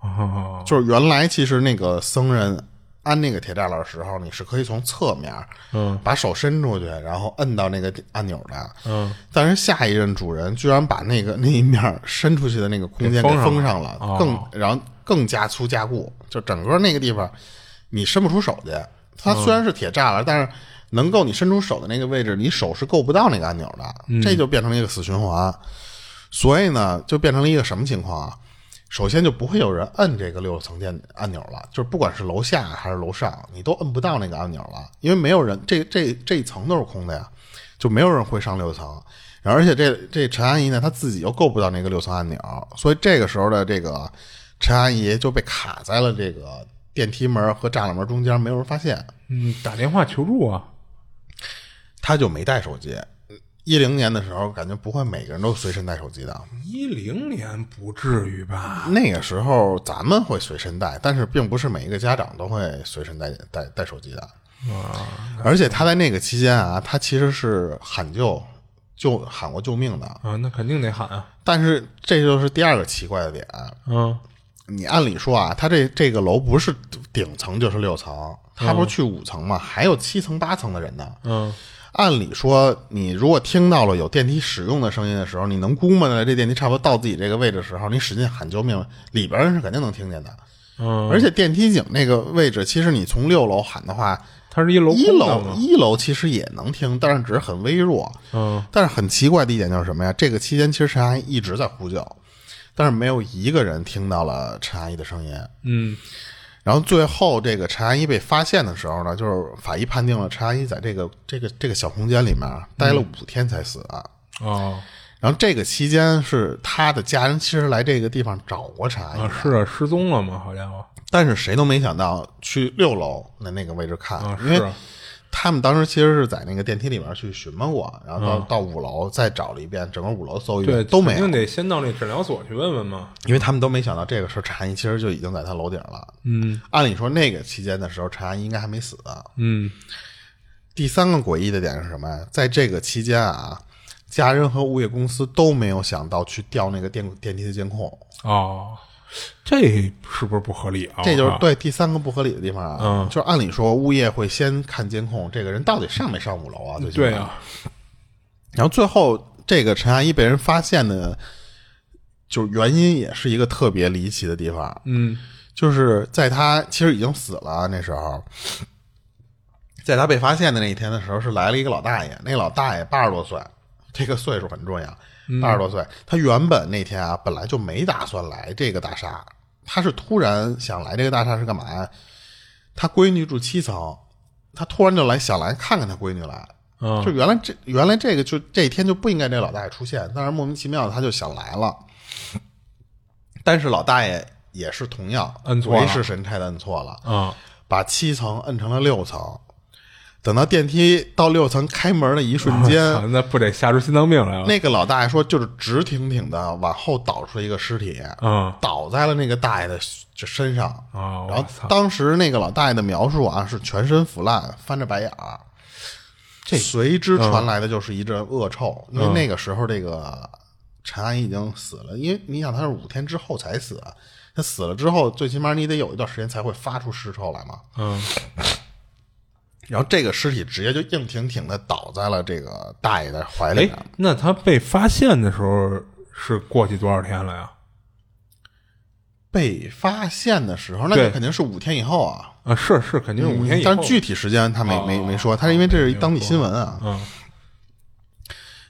Speaker 2: 哦
Speaker 1: 就是原来其实那个僧人安那个铁栅栏的时候，你是可以从侧面，
Speaker 2: 嗯，
Speaker 1: 把手伸出去，然后摁到那个按钮的，
Speaker 2: 嗯，
Speaker 1: 但是下一任主人居然把那个那 一面儿伸出去的那个空间给
Speaker 2: 给封上
Speaker 1: 封
Speaker 2: 了
Speaker 1: 上了，
Speaker 2: 哦
Speaker 1: 更然后更加粗加固，就整个那个地方你伸不出手去。它虽然是铁栅栏，但是能够你伸出手的那个位置，你手是够不到那个按钮
Speaker 2: 嗯
Speaker 1: 的，这就变成了一个死循环。所以呢，就变成了一个什么情况啊？首先就不会有人摁这个六层键按钮了，就是不管是楼下还是楼上，你都摁不到那个按钮了，因为没有人，这这这一层都是空的呀，就没有人会上六层。然后而且这这陈阿姨呢，她自己又够不到那个六层按钮，所以这个时候的这个陈阿姨就被卡在了这个电梯门和栅栏门中间，没有人发现，
Speaker 2: 嗯，打电话求助啊，
Speaker 1: 她就没带手机。一零年的时候，感觉不会每个人都随身带手机的，
Speaker 2: 一零年不至于吧？
Speaker 1: 那个时候咱们会随身带，但是并不是每一个家长都会随身带带带手机的。而且他在那个期间啊，他其实是喊救，救喊过救命的。
Speaker 2: 啊，那肯定得喊啊，
Speaker 1: 但是这就是第二个奇怪的点，
Speaker 2: 嗯，
Speaker 1: 你按理说啊，他这这个楼不是顶层就是六层，他不是去五层嘛，还有七层八层的人呢。
Speaker 2: 嗯，
Speaker 1: 按理说，你如果听到了有电梯使用的声音的时候，你能估摸着这电梯差不多到自己这个位置的时候，你使劲喊救命，里边人是肯定能听见的。
Speaker 2: 嗯，
Speaker 1: 而且电梯井那个位置，其实你从六楼喊的话，
Speaker 2: 它是一楼
Speaker 1: 一
Speaker 2: 空的
Speaker 1: 楼
Speaker 2: 嘛
Speaker 1: 一楼其实也能听，但是只是很微弱。
Speaker 2: 嗯，
Speaker 1: 但是很奇怪的一点就是什么呀？这个期间其实陈阿姨一直在呼救，但是没有一个人听到了陈阿姨的声音。
Speaker 2: 嗯，
Speaker 1: 然后最后这个陈阿姨被发现的时候呢，就是法医判定了陈阿姨在这个这个这个小空间里面待了五天才死啊。
Speaker 2: 哦，
Speaker 1: 然后这个期间是她的家人其实来这个地方找过陈阿姨的，
Speaker 2: 啊，是啊，失踪了嘛，好家伙，
Speaker 1: 但是谁都没想到去六楼的那个位置看，
Speaker 2: 啊，
Speaker 1: 因
Speaker 2: 是
Speaker 1: 为
Speaker 2: 啊，
Speaker 1: 他们当时其实是在那个电梯里面去询问过，然后到、到五楼再找了一遍，整个五楼搜一
Speaker 2: 啊对，
Speaker 1: 遍都没
Speaker 2: 肯
Speaker 1: 有
Speaker 2: 定，得先到那诊疗所去问问嘛，
Speaker 1: 因为他们都没想到这个事儿，陈阿姨其实就已经在他楼顶了。
Speaker 2: 嗯
Speaker 1: 按理说那个期间的时候，陈阿姨应该还没死。啊
Speaker 2: 嗯，
Speaker 1: 第三个诡异的点是什么呀？在这个期间啊，家人和物业公司都没有想到去调那个电电梯的监控，
Speaker 2: 哦，这是不是不合理啊？
Speaker 1: 这就
Speaker 2: 我
Speaker 1: 是
Speaker 2: 靠，
Speaker 1: 对第三个不合理的地方啊。
Speaker 2: 嗯
Speaker 1: 就是按理说物业会先看监控，这个人到底上没上五楼啊？最起码
Speaker 2: 对啊，
Speaker 1: 然后最后这个陈阿姨被人发现的，就是原因也是一个特别离奇的地方，
Speaker 2: 嗯
Speaker 1: 就是在她其实已经死了啊那时候，在她被发现的那一天的时候，是来了一个老大爷，那老大爷八十多岁，这个岁数很重要，八十多岁，他原本那天啊本来就没打算来这个大厦，他是突然想来这个大厦是干嘛呀？他闺女住七层，他突然就来想来看看他闺女来，
Speaker 2: 嗯
Speaker 1: 就原来这原来这个就这一天就不应该这老大爷出现，但是莫名其妙的他就想来了，但是老大爷也是同样
Speaker 2: 摁错了
Speaker 1: 鬼使神差的摁错了，
Speaker 2: 啊，
Speaker 1: 把七层摁成了六层，等到电梯到六层开门的一瞬间，
Speaker 2: 啊那不得吓出心脏病来了？
Speaker 1: 那个老大爷说就是直挺挺的往后倒出一个尸体，
Speaker 2: 啊
Speaker 1: 倒在了那个大爷的这身上，
Speaker 2: 啊，
Speaker 1: 然
Speaker 2: 我
Speaker 1: 后
Speaker 2: 操，
Speaker 1: 当时那个老大爷的描述啊，是全身腐烂，翻着白眼儿。这随之传来的就是一阵恶臭，因
Speaker 2: 嗯
Speaker 1: 为那个时候这个陈安已经死了，因为你想他是五天之后才死，啊他死了之后，最起码你得有一段时间才会发出尸臭来嘛。
Speaker 2: 嗯
Speaker 1: 然后这个尸体直接就硬挺挺的倒在了这个大爷的怀里啊
Speaker 2: 哎
Speaker 1: 面，，
Speaker 2: 那他被发现的时候是过去多少天了呀？
Speaker 1: 被发现的时候，那
Speaker 2: 对
Speaker 1: 就肯定是五天以后啊。
Speaker 2: 啊，是是，肯定是五天以后。
Speaker 1: 嗯
Speaker 2: 啊
Speaker 1: 但是具体时间他没没没说，他是因为这是一当地新闻啊。
Speaker 2: 嗯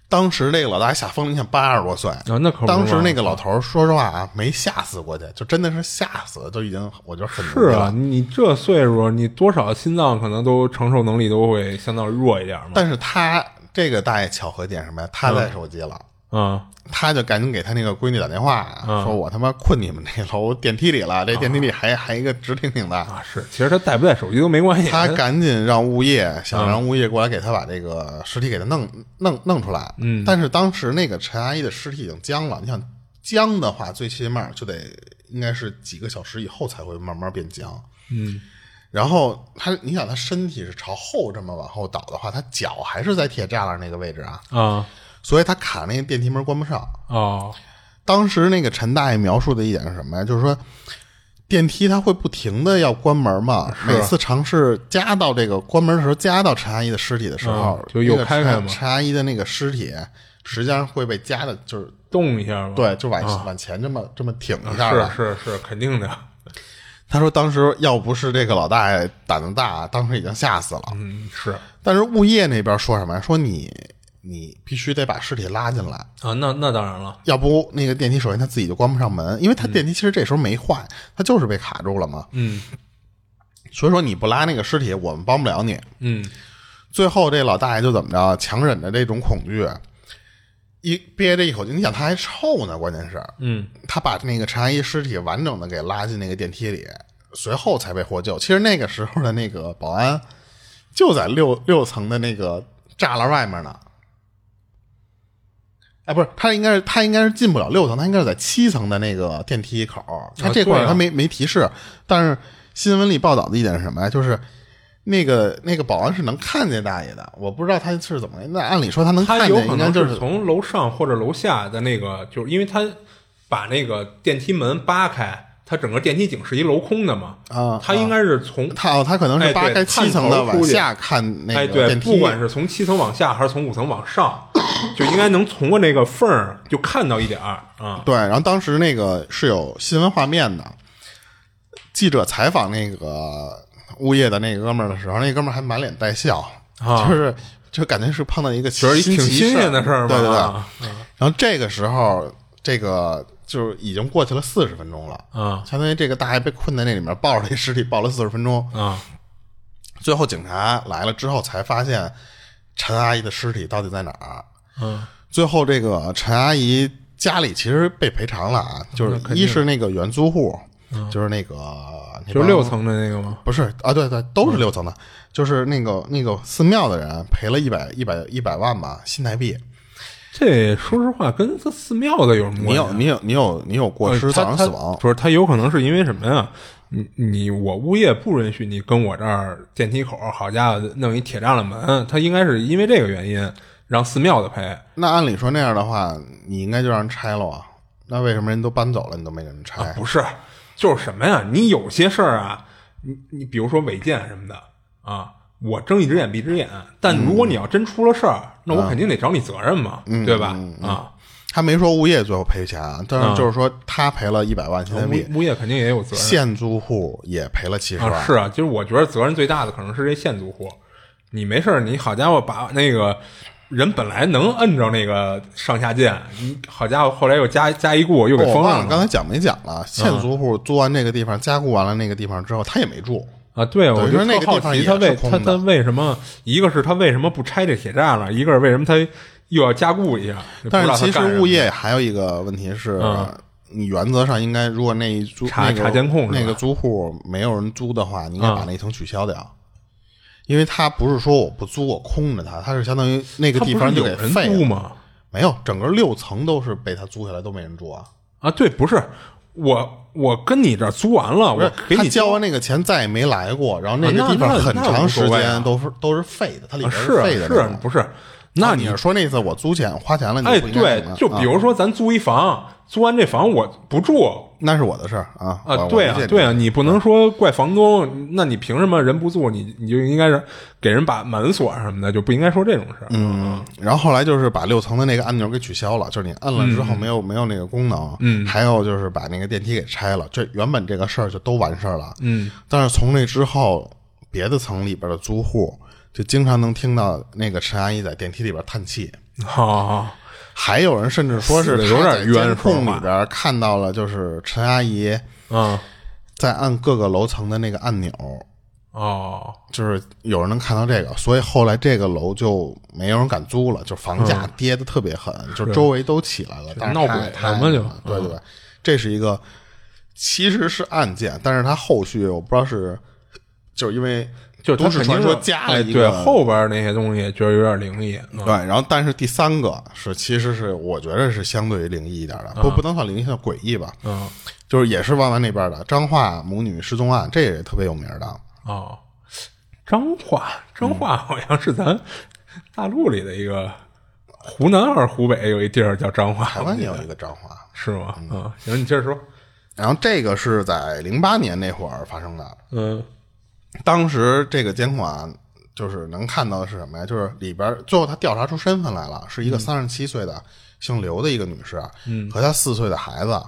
Speaker 1: 当时这个老大爷吓疯了，你想八十多岁，
Speaker 2: 啊，那可不
Speaker 1: 当
Speaker 2: 是
Speaker 1: 时
Speaker 2: 嘛
Speaker 1: 那个老头儿说实话啊，没吓死过去，就真的是吓死，都已经我觉得很
Speaker 2: 是啊，
Speaker 1: 啊。
Speaker 2: 你这岁数，你多少心脏可能都承受能力都会相当弱一点嘛。
Speaker 1: 但是他这个大爷巧合点是什么呀？他
Speaker 2: 嗯
Speaker 1: 带手机了，
Speaker 2: 啊
Speaker 1: 他就赶紧给他那个闺女打电话啊，
Speaker 2: 嗯
Speaker 1: 说我他妈困你们那楼电梯里了，这电梯里还、还一个直挺挺的。
Speaker 2: 啊，是，其实他带不带手机都没关系。
Speaker 1: 他赶紧让物业，想让物业过来给他把这个尸体给他弄弄弄出来。嗯，但是当时那个陈阿姨的尸体已经僵了，你想僵的话，最起码就得应该是几个小时以后才会慢慢变僵。
Speaker 2: 嗯
Speaker 1: 然后他，你想他身体是朝后这么往后倒的话，他脚还是在铁栅栏那个位置啊，
Speaker 2: 啊
Speaker 1: 所以他卡那个电梯门关不上。
Speaker 2: 哦
Speaker 1: 当时那个陈大爷描述的一点是什么呀？就是说电梯它会不停的要关门嘛，每次尝试夹到这个关门的时候，夹到陈阿姨的尸体的时候，
Speaker 2: 嗯就又
Speaker 1: 那个
Speaker 2: 开开嘛
Speaker 1: 陈陈阿姨的那个尸体实际上会被夹的，就是
Speaker 2: 动一下嘛。啊
Speaker 1: 对，就往、往前这么这么挺一下
Speaker 2: 嗯是
Speaker 1: 的。
Speaker 2: 是是，肯定的。
Speaker 1: 他说当时要不是这个老大爷胆子大，当时已经吓死了。
Speaker 2: 嗯，是
Speaker 1: 但是物业那边说什么呀？说你你必须得把尸体拉进来，
Speaker 2: 啊，那那当然了，
Speaker 1: 要不那个电梯首先它自己就关不上门，因为它电梯其实这时候没坏，它就是被卡住了嘛。
Speaker 2: 嗯
Speaker 1: 所以说你不拉那个尸体，我们帮不了你。
Speaker 2: 嗯
Speaker 1: 最后这老大爷就怎么着，强忍着这种恐惧，一憋着一口气，你想他还臭呢，关键是
Speaker 2: 嗯
Speaker 1: 他把那个陈阿姨尸体完整的给拉进那个电梯里，随后才被获救。其实那个时候的那个保安就在六六层的那个栅栏外面呢。哎，不是，他应该是他应该是进不了六层，他应该是在七层的那个电梯口。他这块
Speaker 2: 对
Speaker 1: 儿
Speaker 2: 啊
Speaker 1: 他没、没提示，但是新闻里报道的一点是什么呀？就是那个那个保安是能看见大爷的，我不知道他是怎么。那按理说他能
Speaker 2: 他
Speaker 1: 看
Speaker 2: 有
Speaker 1: 见，
Speaker 2: 可
Speaker 1: 应该
Speaker 2: 能
Speaker 1: 就是
Speaker 2: 从楼上或者楼下的那个，就是因为他把那个电梯门扒开，它整个电梯井是一镂空的嘛，
Speaker 1: 啊
Speaker 2: 他应该是从
Speaker 1: 他哦，他可能
Speaker 2: 哎
Speaker 1: 是
Speaker 2: 对
Speaker 1: 扒开七层的
Speaker 2: 探头出
Speaker 1: 往
Speaker 2: 去
Speaker 1: 下看那
Speaker 2: 哎，
Speaker 1: 个
Speaker 2: 对，
Speaker 1: 电梯，
Speaker 2: 不管是从七层往下还是从五层往上，就应该能从过那个缝儿就看到一点儿啊。
Speaker 1: 对，然后当时那个是有新闻画面的，记者采访那个物业的那哥们儿的时候，那哥们儿还满脸带笑，
Speaker 2: 啊
Speaker 1: 就是就感觉是碰到一个
Speaker 2: 觉得挺
Speaker 1: 奇
Speaker 2: 新鲜的事儿嘛，
Speaker 1: 对对对。
Speaker 2: 啊
Speaker 1: 然后这个时候，这个就是已经过去了四十分钟了，
Speaker 2: 啊
Speaker 1: 相当于这个大爷被困在那里面，抱着这尸体抱了四十分钟，
Speaker 2: 啊
Speaker 1: 最后警察来了之后才发现陈阿姨的尸体到底在哪儿。
Speaker 2: 啊！
Speaker 1: 最后这个陈阿姨家里其实被赔偿了啊，就是
Speaker 2: 肯定嗯
Speaker 1: 一是那个原租户，就是那个那帮
Speaker 2: 就是六层的嗯那个吗？
Speaker 1: 不是啊，对对，都是六层的，就是那个那个寺庙的人赔了一百一百一百万吧新台币。
Speaker 2: 这说实话跟这寺庙的有什么关系啊？
Speaker 1: 你有你有你有你有过
Speaker 2: 呃
Speaker 1: 失
Speaker 2: 他
Speaker 1: 造成
Speaker 2: 他
Speaker 1: 死亡，
Speaker 2: 不是他有可能是因为什么呀？你你我物业不允许你跟我这儿电梯口，好家伙，弄一铁栅栏门，他应该是因为这个原因让寺庙的赔。
Speaker 1: 那按理说那样的话，你应该就让人拆了啊。那为什么人都搬走了，你都没给人拆？
Speaker 2: 不是，就是什么呀？你有些事儿啊，你你比如说违建什么的啊，我睁一只眼闭一只眼。但如果你要真出了事儿，那
Speaker 1: 啊
Speaker 2: 我肯定得找你责任嘛，
Speaker 1: 嗯
Speaker 2: 对吧？啊，
Speaker 1: 他没说物业最后赔钱啊，但是就是说他赔了一百万新台币，
Speaker 2: 物物业肯定也有责任。
Speaker 1: 现租户也赔了七十万
Speaker 2: 啊，。是啊，就是我觉得责任最大的可能是这限租户，你没事儿，你好家伙把那个人本来能摁着那个上下键，你好家伙后来又加加一固又给
Speaker 1: 哦我
Speaker 2: 封
Speaker 1: 忘了
Speaker 2: 上了、嗯
Speaker 1: 刚才讲没讲了，现租户租完这个地方，加固完了那个地方之后，他也没住。
Speaker 2: 啊！对，我
Speaker 1: 于
Speaker 2: 就
Speaker 1: 说那
Speaker 2: 特
Speaker 1: 个
Speaker 2: 好
Speaker 1: 地方
Speaker 2: 奇
Speaker 1: 也
Speaker 2: 他
Speaker 1: 是
Speaker 2: 为
Speaker 1: 空
Speaker 2: 他他
Speaker 1: 的
Speaker 2: 为什么，一个是他为什么不拆这铁栅栏，一个是为什么他又要加固一下？就不
Speaker 1: 但
Speaker 2: 知道
Speaker 1: 是
Speaker 2: 他
Speaker 1: 其
Speaker 2: 干什
Speaker 1: 实
Speaker 2: 么
Speaker 1: 物业还有一个问题是，
Speaker 2: 嗯
Speaker 1: 你原则上应该，如果那一租
Speaker 2: 查
Speaker 1: 那个
Speaker 2: 查监控是吧
Speaker 1: 那个租户没有人租的话，你应该把
Speaker 2: 嗯
Speaker 1: 那一层取消掉。因为他不是说我不租，我空着它，他是相当于那个
Speaker 2: 他
Speaker 1: 地
Speaker 2: 不
Speaker 1: 方
Speaker 2: 是
Speaker 1: 就
Speaker 2: 有
Speaker 1: 给
Speaker 2: 人
Speaker 1: 废
Speaker 2: 租
Speaker 1: 了，
Speaker 2: 吗？
Speaker 1: 没有，整个六层都是被他租下来，都没人住啊。
Speaker 2: 啊，对，不是我我跟你这儿租完了，
Speaker 1: 不是
Speaker 2: 我给
Speaker 1: 他
Speaker 2: 你
Speaker 1: 交完那个钱再也没来过，然后那
Speaker 2: 啊
Speaker 1: 个
Speaker 2: 那
Speaker 1: 地方
Speaker 2: 那
Speaker 1: 很
Speaker 2: 那
Speaker 1: 长
Speaker 2: 无
Speaker 1: 时
Speaker 2: 所谓
Speaker 1: 间
Speaker 2: 啊
Speaker 1: 都是都是废的，它里
Speaker 2: 啊
Speaker 1: 边
Speaker 2: 是啊
Speaker 1: 废的
Speaker 2: 是
Speaker 1: 那
Speaker 2: 啊
Speaker 1: 种。
Speaker 2: 不是？那
Speaker 1: 啊
Speaker 2: 你
Speaker 1: 你是说那次我租钱花钱了，你
Speaker 2: 哎，
Speaker 1: 嗯不应该
Speaker 2: 对
Speaker 1: 怎么，
Speaker 2: 就比
Speaker 1: 啊
Speaker 2: 如说咱租一房，租完这房我不住
Speaker 1: 那是我的事儿啊我
Speaker 2: 啊，
Speaker 1: 我
Speaker 2: 对
Speaker 1: 理解
Speaker 2: 啊，
Speaker 1: 你
Speaker 2: 对啊，你不能说怪房东，那你凭什么人不住你你就应该是给人把门锁什么的，就不应该说这种事儿。
Speaker 1: 嗯，然后后来就是把六层的那个按钮给取消了，就是你摁了之
Speaker 2: 嗯
Speaker 1: 后没有、没有那个功能。嗯，还有就是把那个电梯给拆了，这原本这个事儿就都完事儿了。
Speaker 2: 嗯，
Speaker 1: 但是从那之后，别的层里边的租户就经常能听到那个陈阿姨在电梯里边叹气。
Speaker 2: 好好好，
Speaker 1: 还有人甚至说是
Speaker 2: 死得
Speaker 1: 他在
Speaker 2: 有点冤啊
Speaker 1: 监
Speaker 2: 说
Speaker 1: 控
Speaker 2: 话
Speaker 1: 里边看到了，就是陈阿姨
Speaker 2: 嗯，
Speaker 1: 在按各个楼层的那个按钮，
Speaker 2: 哦，
Speaker 1: 就是有人能看到这个，所以后来这个楼就没有人敢租了，就房价跌得特别狠，就周围都起来了，但是
Speaker 2: 嗯闹
Speaker 1: 他
Speaker 2: 鬼
Speaker 1: 他
Speaker 2: 嘛就嗯
Speaker 1: 对对对，这是一个其实是案件，但是他后续我不知道是就是因为
Speaker 2: 就
Speaker 1: 都
Speaker 2: 他
Speaker 1: 市
Speaker 2: 肯
Speaker 1: 传
Speaker 2: 定
Speaker 1: 说
Speaker 2: 是
Speaker 1: 加了
Speaker 2: 哎，
Speaker 1: 一个
Speaker 2: 对后边那些东西觉得有点灵异。嗯
Speaker 1: 对，然后但是第三个是其实是我觉得是相对于灵异一点的，不不能算灵异，算诡异吧，
Speaker 2: 嗯，
Speaker 1: 就是也是万万那边的彰化母女失踪案，这也特别有名的。
Speaker 2: 哦，彰化，彰
Speaker 1: 嗯
Speaker 2: 化好像是咱大陆里的一个，湖南还是湖北有一地儿叫彰化，
Speaker 1: 台湾也有一个彰化，
Speaker 2: 是吗？嗯，行，你接着说。
Speaker 1: 然后这个是在零八年那会儿发生的，
Speaker 2: 嗯
Speaker 1: 当时这个监控啊，就是能看到的是什么呀？就是里边儿最后他调查出身份啊来了，是一个三十七岁的姓刘的一个女士，嗯，和她四岁的孩子。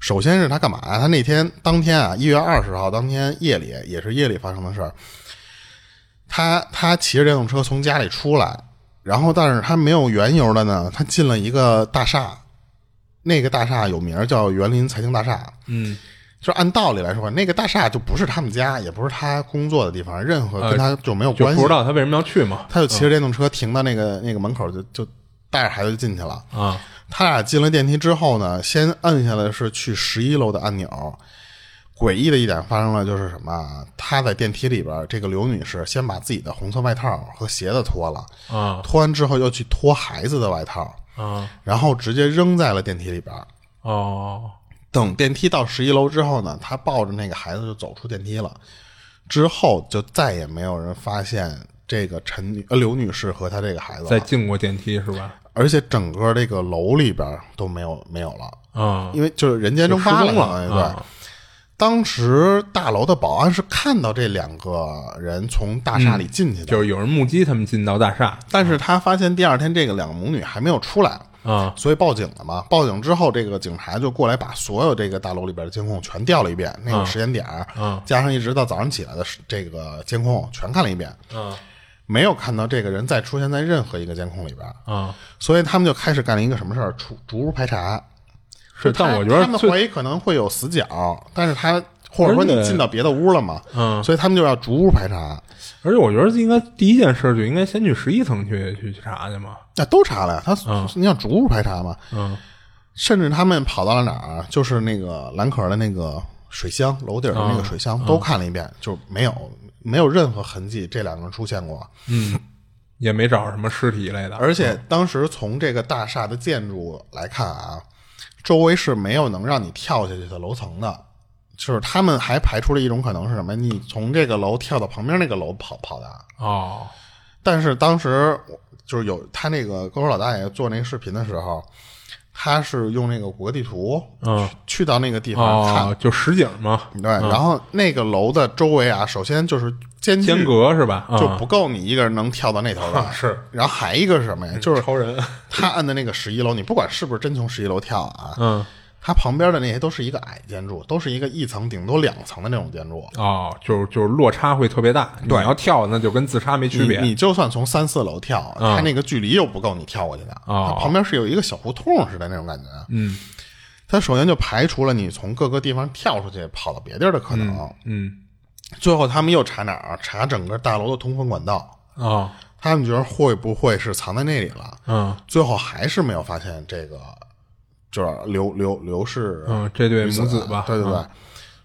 Speaker 1: 首先是他干嘛呀？他那天当天啊，一月二十号当天夜里，也是夜里发生的事儿。他他骑着电动车从家里出来，然后但是他没有缘由的呢，他进了一个大厦，那个大厦有名儿叫园林财经大厦。
Speaker 2: 嗯，
Speaker 1: 就按道理来说，那个大厦就不是他们家，也不是他工作的地方，任何跟他就没有
Speaker 2: 哎就
Speaker 1: 关系。
Speaker 2: 不知道嗯他为什么要去嘛。
Speaker 1: 他就骑着电动车停到那个、那个门口就，就带着孩子就进去了。
Speaker 2: 啊，
Speaker 1: 他俩进了电梯之后呢，先摁下来是去十一楼的按钮。诡异的一点发生了，就是什么啊？她在电梯里边，这个刘女士先把自己的红色外套和鞋子脱了，
Speaker 2: 啊
Speaker 1: 脱完之后又去脱孩子的外套，
Speaker 2: 啊
Speaker 1: 然后直接扔在了电梯里边。
Speaker 2: 哦
Speaker 1: 等电梯到十一楼之后呢，她抱着那个孩子就走出电梯了。之后就再也没有人发现这个陈女呃刘女士和她这个孩子了
Speaker 2: 再进过电梯是吧？
Speaker 1: 而且整个这个楼里边都没有没有了，
Speaker 2: 啊，
Speaker 1: 因为就是人间蒸
Speaker 2: 就
Speaker 1: 发
Speaker 2: 失踪
Speaker 1: 了
Speaker 2: 了
Speaker 1: 嘛，对。
Speaker 2: 啊
Speaker 1: 当时大楼的保安是看到这两个人从大厦里进去的，
Speaker 2: 嗯就是有人目击他们进到大厦
Speaker 1: 但是他发现第二天这个两个母女还没有出来，
Speaker 2: 啊
Speaker 1: 所以报警了嘛。报警之后，这个警察就过来把所有这个大楼里边的监控全调了一遍，
Speaker 2: 嗯
Speaker 1: 那个时间点儿，
Speaker 2: 啊
Speaker 1: 加上一直到早上起来的时这个监控全看了一遍，
Speaker 2: 啊
Speaker 1: 没有看到这个人再出现在任何一个监控里边。
Speaker 2: 啊！
Speaker 1: 所以他们就开始干了一个什么事儿，逐逐屋排查。
Speaker 2: 是，但
Speaker 1: 他
Speaker 2: 我觉得
Speaker 1: 他们
Speaker 2: 最
Speaker 1: 怀疑可能会有死角，但是他或者说你进到别的屋了嘛，
Speaker 2: 嗯
Speaker 1: 所以他们就要逐屋排查。
Speaker 2: 而且我觉得应该第一件事就应该先去十一层去去去查去嘛。
Speaker 1: 那都查了呀，他、你想逐屋排查嘛？
Speaker 2: 嗯
Speaker 1: 甚至他们跑到了哪儿啊，就是那个蓝可儿的那个水箱楼顶的那个水箱、都看了一遍，就没有没有任何痕迹，这两个人出现过。
Speaker 2: 嗯，也没找着什么尸体一类的。
Speaker 1: 而且当时从这个大厦的建筑来看啊，周围是没有能让你跳下去的楼层的。就是他们还排除了一种可能是什么？你从这个楼跳到旁边那个楼跑跑的。
Speaker 2: 哦，
Speaker 1: 但是当时我就是有他那个歌手老大爷做那个视频的时候，他是用那个谷歌地图
Speaker 2: 嗯
Speaker 1: 去去到那个地方看。
Speaker 2: 哦，就实景嘛，
Speaker 1: 对，然后那个楼的周围啊，首先就是间距
Speaker 2: 间隔是吧？啊
Speaker 1: 就不够你一个人能跳到那头的。
Speaker 2: 啊是，嗯
Speaker 1: 然后还一个是什么呀？就是
Speaker 2: 超人。
Speaker 1: 他按的那个十一楼，你不管是不是真从十一楼跳啊，
Speaker 2: 嗯，
Speaker 1: 它旁边的那些都是一个矮建筑，都是一个一层顶多两层的那种建筑。
Speaker 2: 哦，就是就是落差会特别大。你要跳那就跟自杀没区
Speaker 1: 你
Speaker 2: 别。
Speaker 1: 你就算从三四楼跳，
Speaker 2: 嗯
Speaker 1: 它那个距离又不够你跳过去的。
Speaker 2: 哦
Speaker 1: 它旁边是有一个小胡同似的那种感觉。
Speaker 2: 嗯
Speaker 1: 它首先就排除了你从各个地方跳出去跑到别地儿的可能。
Speaker 2: 嗯
Speaker 1: 最后他们又查哪儿？查整个大楼的通风管道。
Speaker 2: 哦
Speaker 1: 他们觉得会不会是藏在那里了？
Speaker 2: 嗯
Speaker 1: 最后还是没有发现这个，就是刘刘刘氏
Speaker 2: 嗯，这对
Speaker 1: 女
Speaker 2: 母子吧？
Speaker 1: 啊
Speaker 2: 嗯
Speaker 1: 对对对。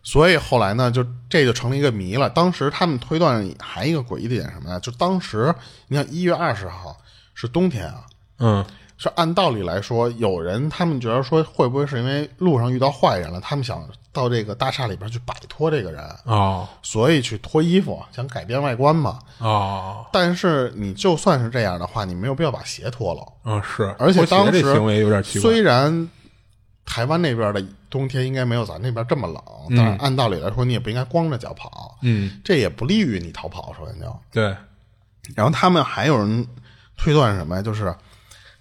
Speaker 1: 所以后来呢，就这就成了一个谜了。当时他们推断还一个诡异的点是什么呀？就当时你看一月二十号是冬天啊，
Speaker 2: 嗯
Speaker 1: 是按道理来说，有人他们觉得说会不会是因为路上遇到坏人了，他们想到这个大厦里边去摆脱这个人，
Speaker 2: 哦
Speaker 1: 所以去脱衣服，想改变外观嘛。
Speaker 2: 哦
Speaker 1: 但是你就算是这样的话，你没有必要把鞋脱了。
Speaker 2: 嗯是，
Speaker 1: 而且
Speaker 2: 我觉
Speaker 1: 当
Speaker 2: 得
Speaker 1: 时
Speaker 2: 这行为有点奇怪。
Speaker 1: 虽然台湾那边的冬天应该没有咱那边这么冷，但是按道理来说，你也不应该光着脚跑，
Speaker 2: 嗯，
Speaker 1: 这也不利于你逃跑。首先就，
Speaker 2: 对，
Speaker 1: 然后他们还有人推断是什么呀？就是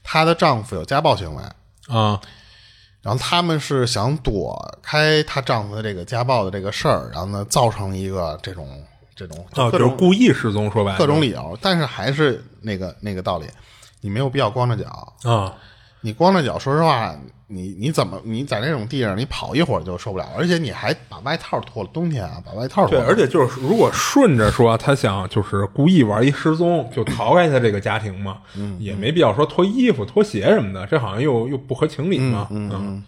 Speaker 1: 她的丈夫有家暴行为，
Speaker 2: 啊
Speaker 1: 然后他们是想躲开她丈夫的这个家暴的这个事儿，然后呢，造成一个这种这种
Speaker 2: 哦，
Speaker 1: 各
Speaker 2: 就是
Speaker 1: 种、
Speaker 2: 故意失踪，说白了，
Speaker 1: 各种理由，但是还是那个那个道理，你没有必要光着脚。
Speaker 2: 啊
Speaker 1: 你光着脚，说实话，你你怎么你在那种地上，你跑一会儿就受不了，而且你还把外套脱了，冬天啊，把外套脱
Speaker 2: 对，
Speaker 1: 了，
Speaker 2: 而且就是如果顺着说，他想就是故意玩一失踪，就逃开他这个家庭嘛，
Speaker 1: 嗯
Speaker 2: 也没必要说脱衣服、脱鞋什么的，这好像又又不合情理嘛。嗯嗯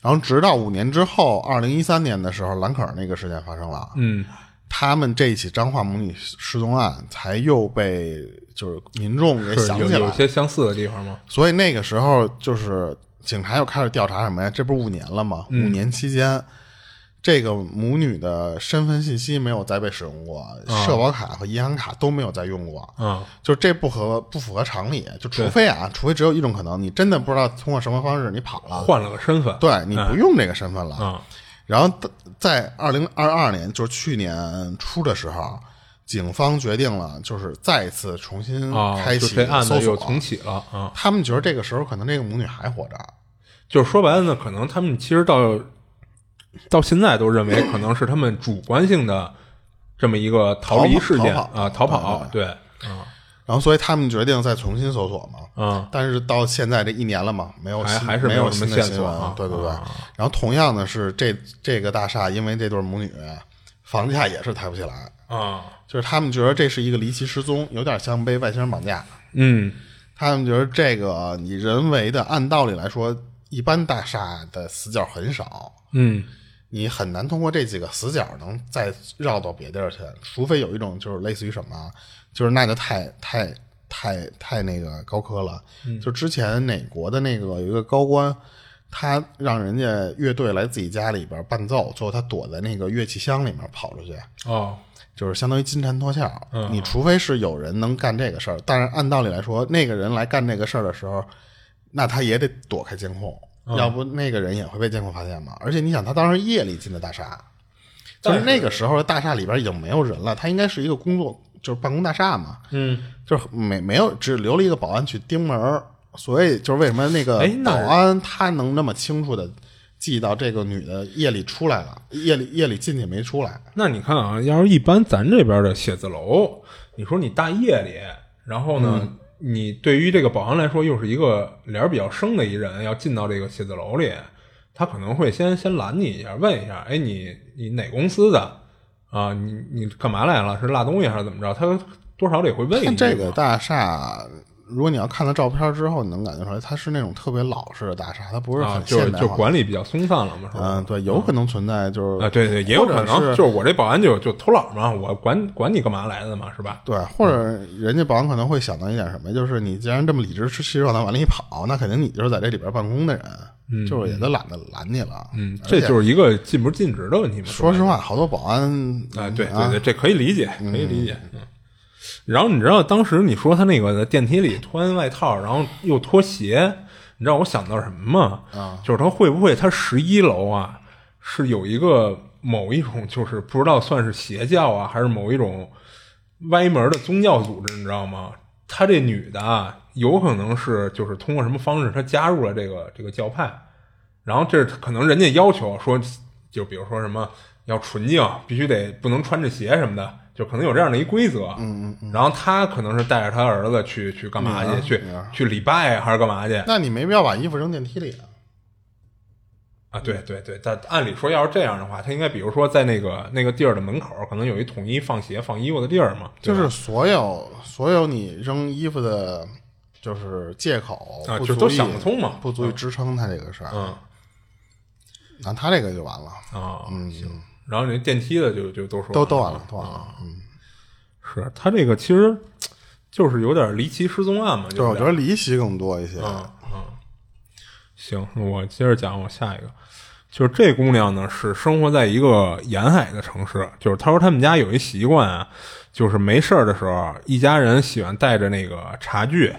Speaker 1: 然后直到五年之后，二零一三年的时候，兰可儿那个事件发生
Speaker 2: 嗯
Speaker 1: 了，他们这起彰化母女失踪案才又被就是民众给
Speaker 2: 是
Speaker 1: 想
Speaker 2: 有
Speaker 1: 起
Speaker 2: 有
Speaker 1: 来，
Speaker 2: 些相似的地方嘛。
Speaker 1: 所以那个时候就是警察又开始调查什么呀？这不是五年了吗？
Speaker 2: 嗯
Speaker 1: 五年期间。这个母女的身份信息没有再被使用过，
Speaker 2: 啊
Speaker 1: 社保卡和银行卡都没有再用过。
Speaker 2: 嗯，
Speaker 1: 就是这不合不符合常理，就除非啊，除非只有一种可能，你真的不知道通过什么方式你跑了，
Speaker 2: 换了个身份。
Speaker 1: 对你不用这个身份了。
Speaker 2: 嗯
Speaker 1: 然后在在二零二二年，就是去年初的时候，警方决定了，就是再次重新
Speaker 2: 啊，
Speaker 1: 开
Speaker 2: 就
Speaker 1: 启
Speaker 2: 这案
Speaker 1: 搜
Speaker 2: 子
Speaker 1: 索。
Speaker 2: 又重启了啊。
Speaker 1: 他们觉得这个时候可能这个母女还活着，
Speaker 2: 就是说白了呢，可能他们其实到到现在都认为可能是他们主观性的这么一个逃离
Speaker 1: 逃跑
Speaker 2: 事件
Speaker 1: 逃跑
Speaker 2: 啊，逃跑，对，
Speaker 1: 然后所以他们决定再重新搜索嘛。
Speaker 2: 嗯，
Speaker 1: 但是到现在这一年了嘛，没有
Speaker 2: 还
Speaker 1: 新
Speaker 2: 还是
Speaker 1: 没
Speaker 2: 没有什
Speaker 1: 新
Speaker 2: 么
Speaker 1: 的
Speaker 2: 线
Speaker 1: 新
Speaker 2: 索
Speaker 1: 闻，
Speaker 2: 啊
Speaker 1: 对对对。
Speaker 2: 啊
Speaker 1: 然后同样的是，这这个大厦因为这对母女，房价也是抬不起来，
Speaker 2: 啊，
Speaker 1: 就是他们觉得这是一个离奇失踪，有点像被外星人绑架。
Speaker 2: 嗯，
Speaker 1: 他们觉得这个你人为的，按道理来说，一般大厦的死角很少，
Speaker 2: 嗯，
Speaker 1: 你很难通过这几个死角能再绕到别地儿去，除非有一种就是类似于什么啊，就是那就太太太太那个高科了。就之前哪国的那个有一个高官，他让人家乐队来自己家里边伴奏，最后他躲在那个乐器箱里面跑出去，
Speaker 2: 哦，
Speaker 1: 就是相当于金蝉脱壳。
Speaker 2: 嗯
Speaker 1: 你除非是有人能干这个事儿，但是按道理来说，那个人来干这个事儿的时候，那他也得躲开监控，
Speaker 2: 嗯
Speaker 1: 要不那个人也会被监控发现嘛。而且你想，他当时夜里进的大厦，就
Speaker 2: 但
Speaker 1: 是
Speaker 2: 是
Speaker 1: 那个时候大厦里边已经没有人了，他应该是一个工作就是办公大厦嘛，
Speaker 2: 嗯，
Speaker 1: 就是没没有只留了一个保安去盯门儿，所以就是为什么那个
Speaker 2: 哎那
Speaker 1: 保安他能那么清楚的记到这个女的夜里出来了，夜里夜里进去没出来。
Speaker 2: 那你看啊，要是一般咱这边的写字楼，你说你大夜里，然后呢，
Speaker 1: 嗯
Speaker 2: 你对于这个保安来说又是一个脸儿比较生的一人，要进到这个写字楼里，他可能会先先拦你一下，问一下，哎，你你哪公司的啊？你你干嘛来了？是落东西还是怎么着？他多少得会问一下。
Speaker 1: 看这个大厦，如果你要看了照片之后，你能感觉出来，它是那种特别老式的大厦，它不是
Speaker 2: 啊，
Speaker 1: 很
Speaker 2: 就是
Speaker 1: 现代
Speaker 2: 就
Speaker 1: 化的。
Speaker 2: 管理比较松散了嘛，是吧？
Speaker 1: 嗯，对，有可能存在就是
Speaker 2: 啊，对对，也有可
Speaker 1: 或者
Speaker 2: 能，
Speaker 1: 是
Speaker 2: 就是我这保安就就偷懒嘛，我管管你干嘛来的嘛，是吧？
Speaker 1: 对，或者人家保安可能会想到一点什么，就是你既然这么理直气壮的往里跑，那肯定你就是在这里边办公的人，就是也都懒得拦你了。
Speaker 2: 嗯，
Speaker 1: 而
Speaker 2: 这
Speaker 1: 且
Speaker 2: 就是一个禁不禁止的问题嘛。
Speaker 1: 说实话，好多保安
Speaker 2: 啊，对对对，这可以理解，可以理解。嗯。然后你知道当时你说他那个在电梯里脱完外套，然后又脱鞋，你知道我想到什么吗？啊，就是他会不会他十一楼啊是有一个某一种就是不知道算是邪教啊，还是某一种歪门的宗教组织，你知道吗？他这女的啊，有可能是就是通过什么方式，她加入了这个这个教派，然后这是可能人家要求说，就比如说什么要纯净，必须得不能穿着鞋什么的，就可能有这样的一规则。嗯嗯。然后他可能是带着他儿子去去干嘛去？
Speaker 1: 嗯
Speaker 2: 去去礼拜还是干嘛去？
Speaker 1: 那你没必要把衣服扔电梯里啊。
Speaker 2: 啊，对对对，但按理说要是这样的话，他应该比如说在那个那个地儿的门口，可能有一统一放鞋放衣服的地儿嘛。对
Speaker 1: 就
Speaker 2: 啊吧
Speaker 1: 是所有所有你扔衣服的，就是借口
Speaker 2: 啊
Speaker 1: 不
Speaker 2: 就
Speaker 1: 足
Speaker 2: 都
Speaker 1: 以
Speaker 2: 想不通嘛啊
Speaker 1: 不足以支撑他这个事儿。
Speaker 2: 嗯
Speaker 1: 那他这个就完了，嗯
Speaker 2: 啊，行。然后那电梯的就就都说
Speaker 1: 都
Speaker 2: 了
Speaker 1: 都完了，都完了。嗯，
Speaker 2: 是他这个其实就是有点离奇失踪案嘛，
Speaker 1: 对，
Speaker 2: 就是
Speaker 1: 我觉得离奇更多一些。
Speaker 2: 嗯嗯，行，那我接着讲我下一个，就是这姑娘呢是生活在一个沿海的城市，就是她说他们家有一习惯啊，就是没事儿的时候，啊一家人喜欢带着那个茶具，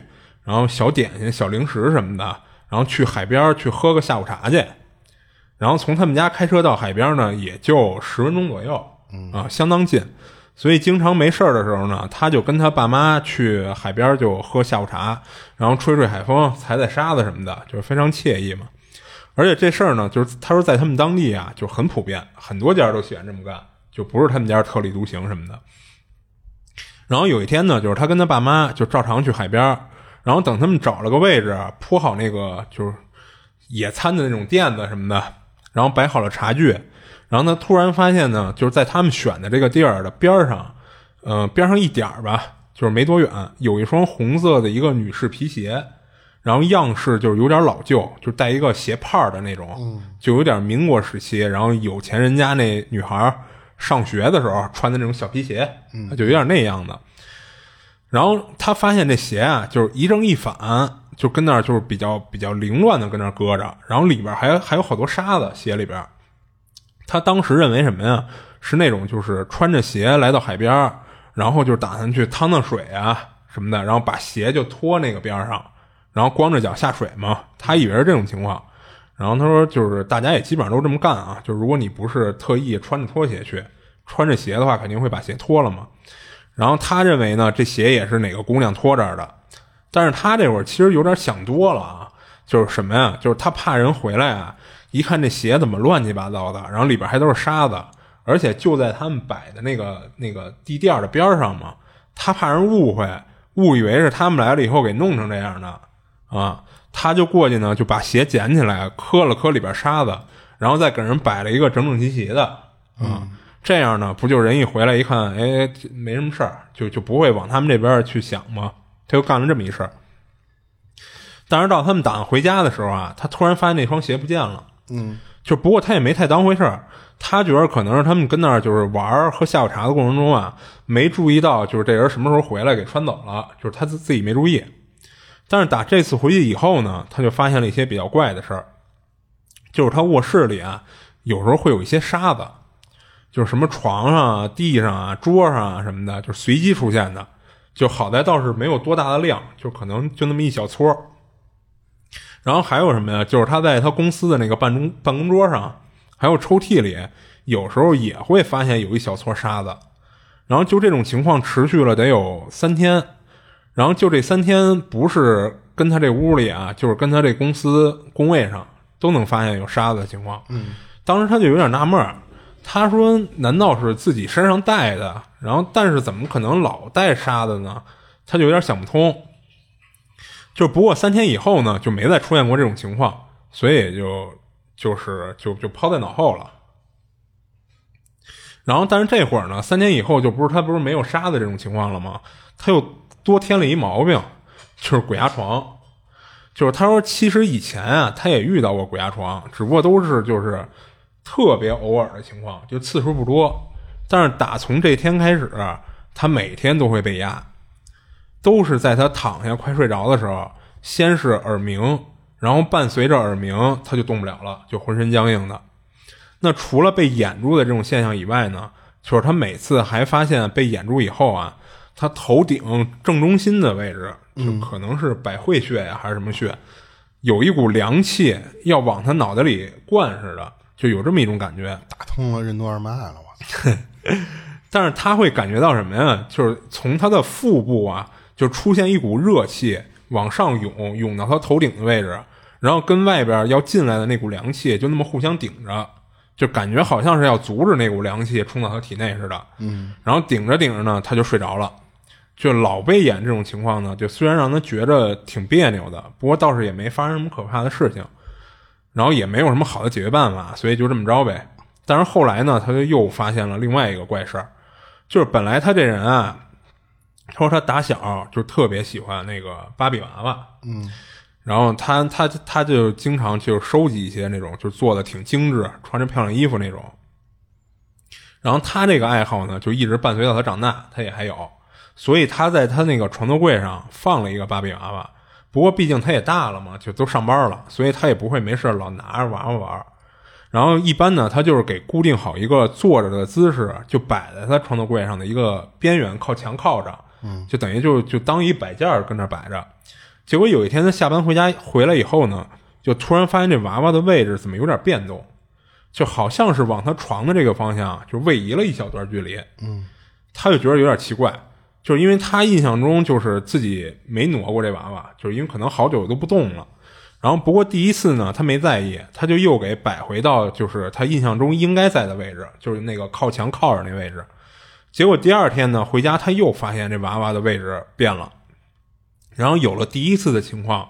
Speaker 2: 然后小点心、小零食什么的，然后去海边儿去喝个下午茶去。然后从他们家开车到海边呢，也就十分钟左右，啊，相当近。所以经常没事儿的时候呢，他就跟他爸妈去海边就喝下午茶，然后吹吹海风、踩踩沙子什么的，就是非常惬意嘛。而且这事儿呢，就是他说在他们当地啊，就很普遍，很多家都喜欢这么干，就不是他们家特立独行什么的。然后有一天呢，就是他跟他爸妈就照常去海边儿，然后等他们找了个位置，铺好那个就是野餐的那种垫子什么的，然后摆好了茶具，然后呢，突然发现呢，就是在他们选的这个地儿的边儿上，呃，边上一点儿吧，就是没多远，有一双红色的一个女士皮鞋，然后样式就是有点老旧，就带一个鞋帕儿的那种，就有点民国时期，然后有钱人家那女孩儿上学的时候穿的那种小皮鞋，就有点那样的。然后他发现这鞋啊，就是一正一反，就跟那儿就是比较比较凌乱的跟那儿搁着，然后里边还还有好多沙子，鞋里边。他当时认为什么呀？是那种就是穿着鞋来到海边儿，然后就打算去趟趟水啊什么的，然后把鞋就拖那个边儿上，然后光着脚下水嘛。他以为是这种情况，然后他说就是大家也基本上都这么干啊，就如果你不是特意穿着拖鞋去，穿着鞋的话肯定会把鞋脱了嘛。然后他认为呢，这鞋也是哪个姑娘脱这儿的，但是他这会儿其实有点想多了啊，就是什么呀？就是他怕人回来啊，一看这鞋怎么乱七八糟的，然后里边还都是沙子，而且就在他们摆的那个那个地垫儿的边儿上嘛，他怕人误会，误以为是他们来了以后给弄成这样的啊，他就过去呢就把鞋捡起来，磕了磕里边沙子，然后再给人摆了一个整整齐齐的啊。这样呢，不就人一回来一看，哎，这没什么事儿，就就不会往他们这边儿去想吗？他就干了这么一事儿。但是到他们打算回家的时候啊，他突然发现那双鞋不见了。
Speaker 1: 嗯，
Speaker 2: 就不过他也没太当回事儿，他觉得可能是他们跟那儿就是玩儿喝下午茶的过程中啊，没注意到就是这人什么时候回来给穿走了，就是他自自己没注意。但是打这次回去以后呢，他就发现了一些比较怪的事儿，就是他卧室里啊，有时候会有一些沙子，就是什么床上啊、地上啊、桌上啊什么的，就是随机出现的。就好在倒是没有多大的量，就可能就那么一小撮儿。然后还有什么呀？就是他在他公司的那个办公办公桌上，还有抽屉里，有时候也会发现有一小撮沙子。然后就这种情况持续了得有三天，然后就这三天不是跟他这屋里啊，就是跟他这公司工位上都能发现有沙子的情况。嗯，当时他就有点纳闷儿，他说：“难道是自己身上带的？然后但是怎么可能老带沙子呢？”他就有点想不通。就不过三天以后呢，就没再出现过这种情况，所以也就就是就就抛在脑后了。然后，但是这会儿呢，三天以后就不是他不是没有沙子这种情况了吗？他又多添了一毛病，就是鬼压床。就是他说，其实以前啊，他也遇到过鬼压床，只不过都是就是特别偶尔的情况，就次数不多。但是打从这天开始，啊他每天都会被压。都是在他躺下快睡着的时候，先是耳鸣，然后伴随着耳鸣，他就动不了了，就浑身僵硬的。那除了被掩住的这种现象以外呢，就是他每次还发现被掩住以后啊，他头顶正中心的位置，就可能是百会穴呀、还是什么穴，有一股凉气要往他脑袋里灌似的，就有这么一种感觉。
Speaker 1: 打通了任督二脉了，我操！
Speaker 2: 但是他会感觉到什么呀？就是从他的腹部啊，就出现一股热气往上涌，涌到他头顶的位置，然后跟外边要进来的那股凉气就那么互相顶着，就感觉好像是要阻止那股凉气冲到他体内似的。嗯，然后顶着顶着呢，他就睡着了。就老被演这种情况呢，就虽然让他觉着挺别扭的，不过倒是也没发生什么可怕的事情。然后也没有什么好的解决办法，所以就这么着呗。但是后来呢，他就又发现了另外一个怪事儿，就是本来他这人啊，他说他打小就特别喜欢那个芭比娃娃，
Speaker 1: 嗯，
Speaker 2: 然后他他他就经常就收集一些那种就做的挺精致、穿着漂亮衣服那种。然后他这个爱好呢，就一直伴随到他长大，他也还有，所以他在他那个床头柜上放了一个芭比娃娃。不过毕竟他也大了嘛，就都上班了，所以他也不会没事儿老拿着娃娃玩儿。然后一般呢，他就是给固定好一个坐着的姿势，就摆在他床头柜上的一个边缘，靠墙靠着，嗯，就等于就就当一摆件儿跟那儿摆着。结果有一天他下班回家回来以后呢，就突然发现这娃娃的位置怎么有点变动，就好像是往他床的这个方向就位移了一小段距离，嗯，他就觉得有点奇怪，就是因为他印象中就是自己没挪过这娃娃，就是因为可能好久都不动了。然后不过第一次呢，他没在意，他就又给摆回到就是他印象中应该在的位置，就是那个靠墙靠着那位置。结果第二天呢，回家他又发现这娃娃的位置变了，然后有了第一次的情况，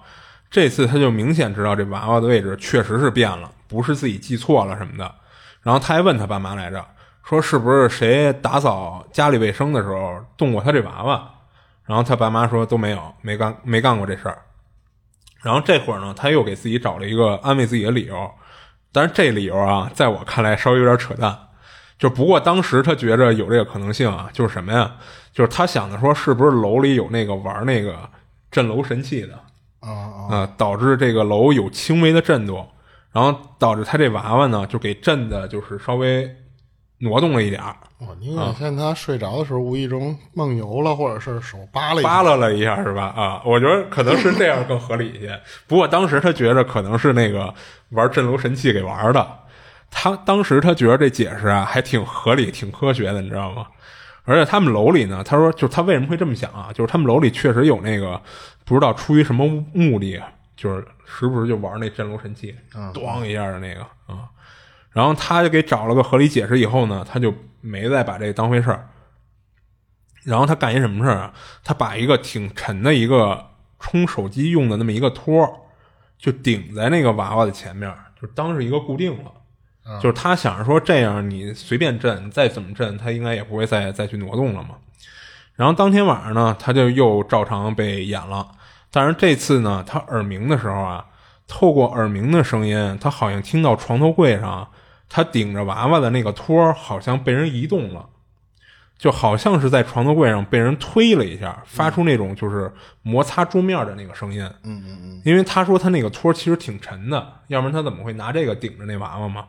Speaker 2: 这次他就明显知道这娃娃的位置确实是变了，不是自己记错了什么的。然后他还问他爸妈来着，说是不是谁打扫家里卫生的时候动过他这娃娃？然后他爸妈说都没有，没干没干过这事儿。然后这会儿呢，他又给自己找了一个安慰自己的理由，但是这理由啊，在我看来稍微有点扯淡。就不过当时他觉着有这个可能性啊，就是什么呀？就是他想的说，是不是楼里有那个玩那个震楼神器的？
Speaker 1: 啊啊，
Speaker 2: 啊、导致这个楼有轻微的震动，然后导致他这娃娃呢就给震的，就是稍微挪动了一点儿，
Speaker 1: 我宁愿现他睡着的时候无意中梦游了，或者是手扒了一下
Speaker 2: 扒拉了一下是吧？啊，我觉得可能是这样更合理一些。 不过当时他觉着可能是那个玩镇楼神器给玩的，他当时他觉得这解释啊还挺合理、挺科学的，你知道吗？而且他们楼里呢，他说就是他为什么会这么想啊？就是他们楼里确实有那个不知道出于什么目的，就是时不时就玩那战龙神器，
Speaker 1: 嗯
Speaker 2: 咣、一下的那个啊、然后他就给找了个合理解释以后呢，他就没再把这当回事儿。然后他干一什么事儿啊？他把一个挺沉的一个充手机用的那么一个托儿，就顶在那个娃娃的前面儿，就当是一个固定了。就是他想着说这样你随便震，你再怎么震，他应该也不会再再去挪动了嘛。然后当天晚上呢，他就又照常被演了。但是这次呢，他耳鸣的时候啊，透过耳鸣的声音，他好像听到床头柜上他顶着娃娃的那个托儿好像被人移动了。就好像是在床头柜上被人推了一下，发出那种就是摩擦桌面的那个声音。嗯嗯嗯。因为他说他那个托儿其实挺沉的，要不然他怎么会拿这个顶着那娃娃嘛？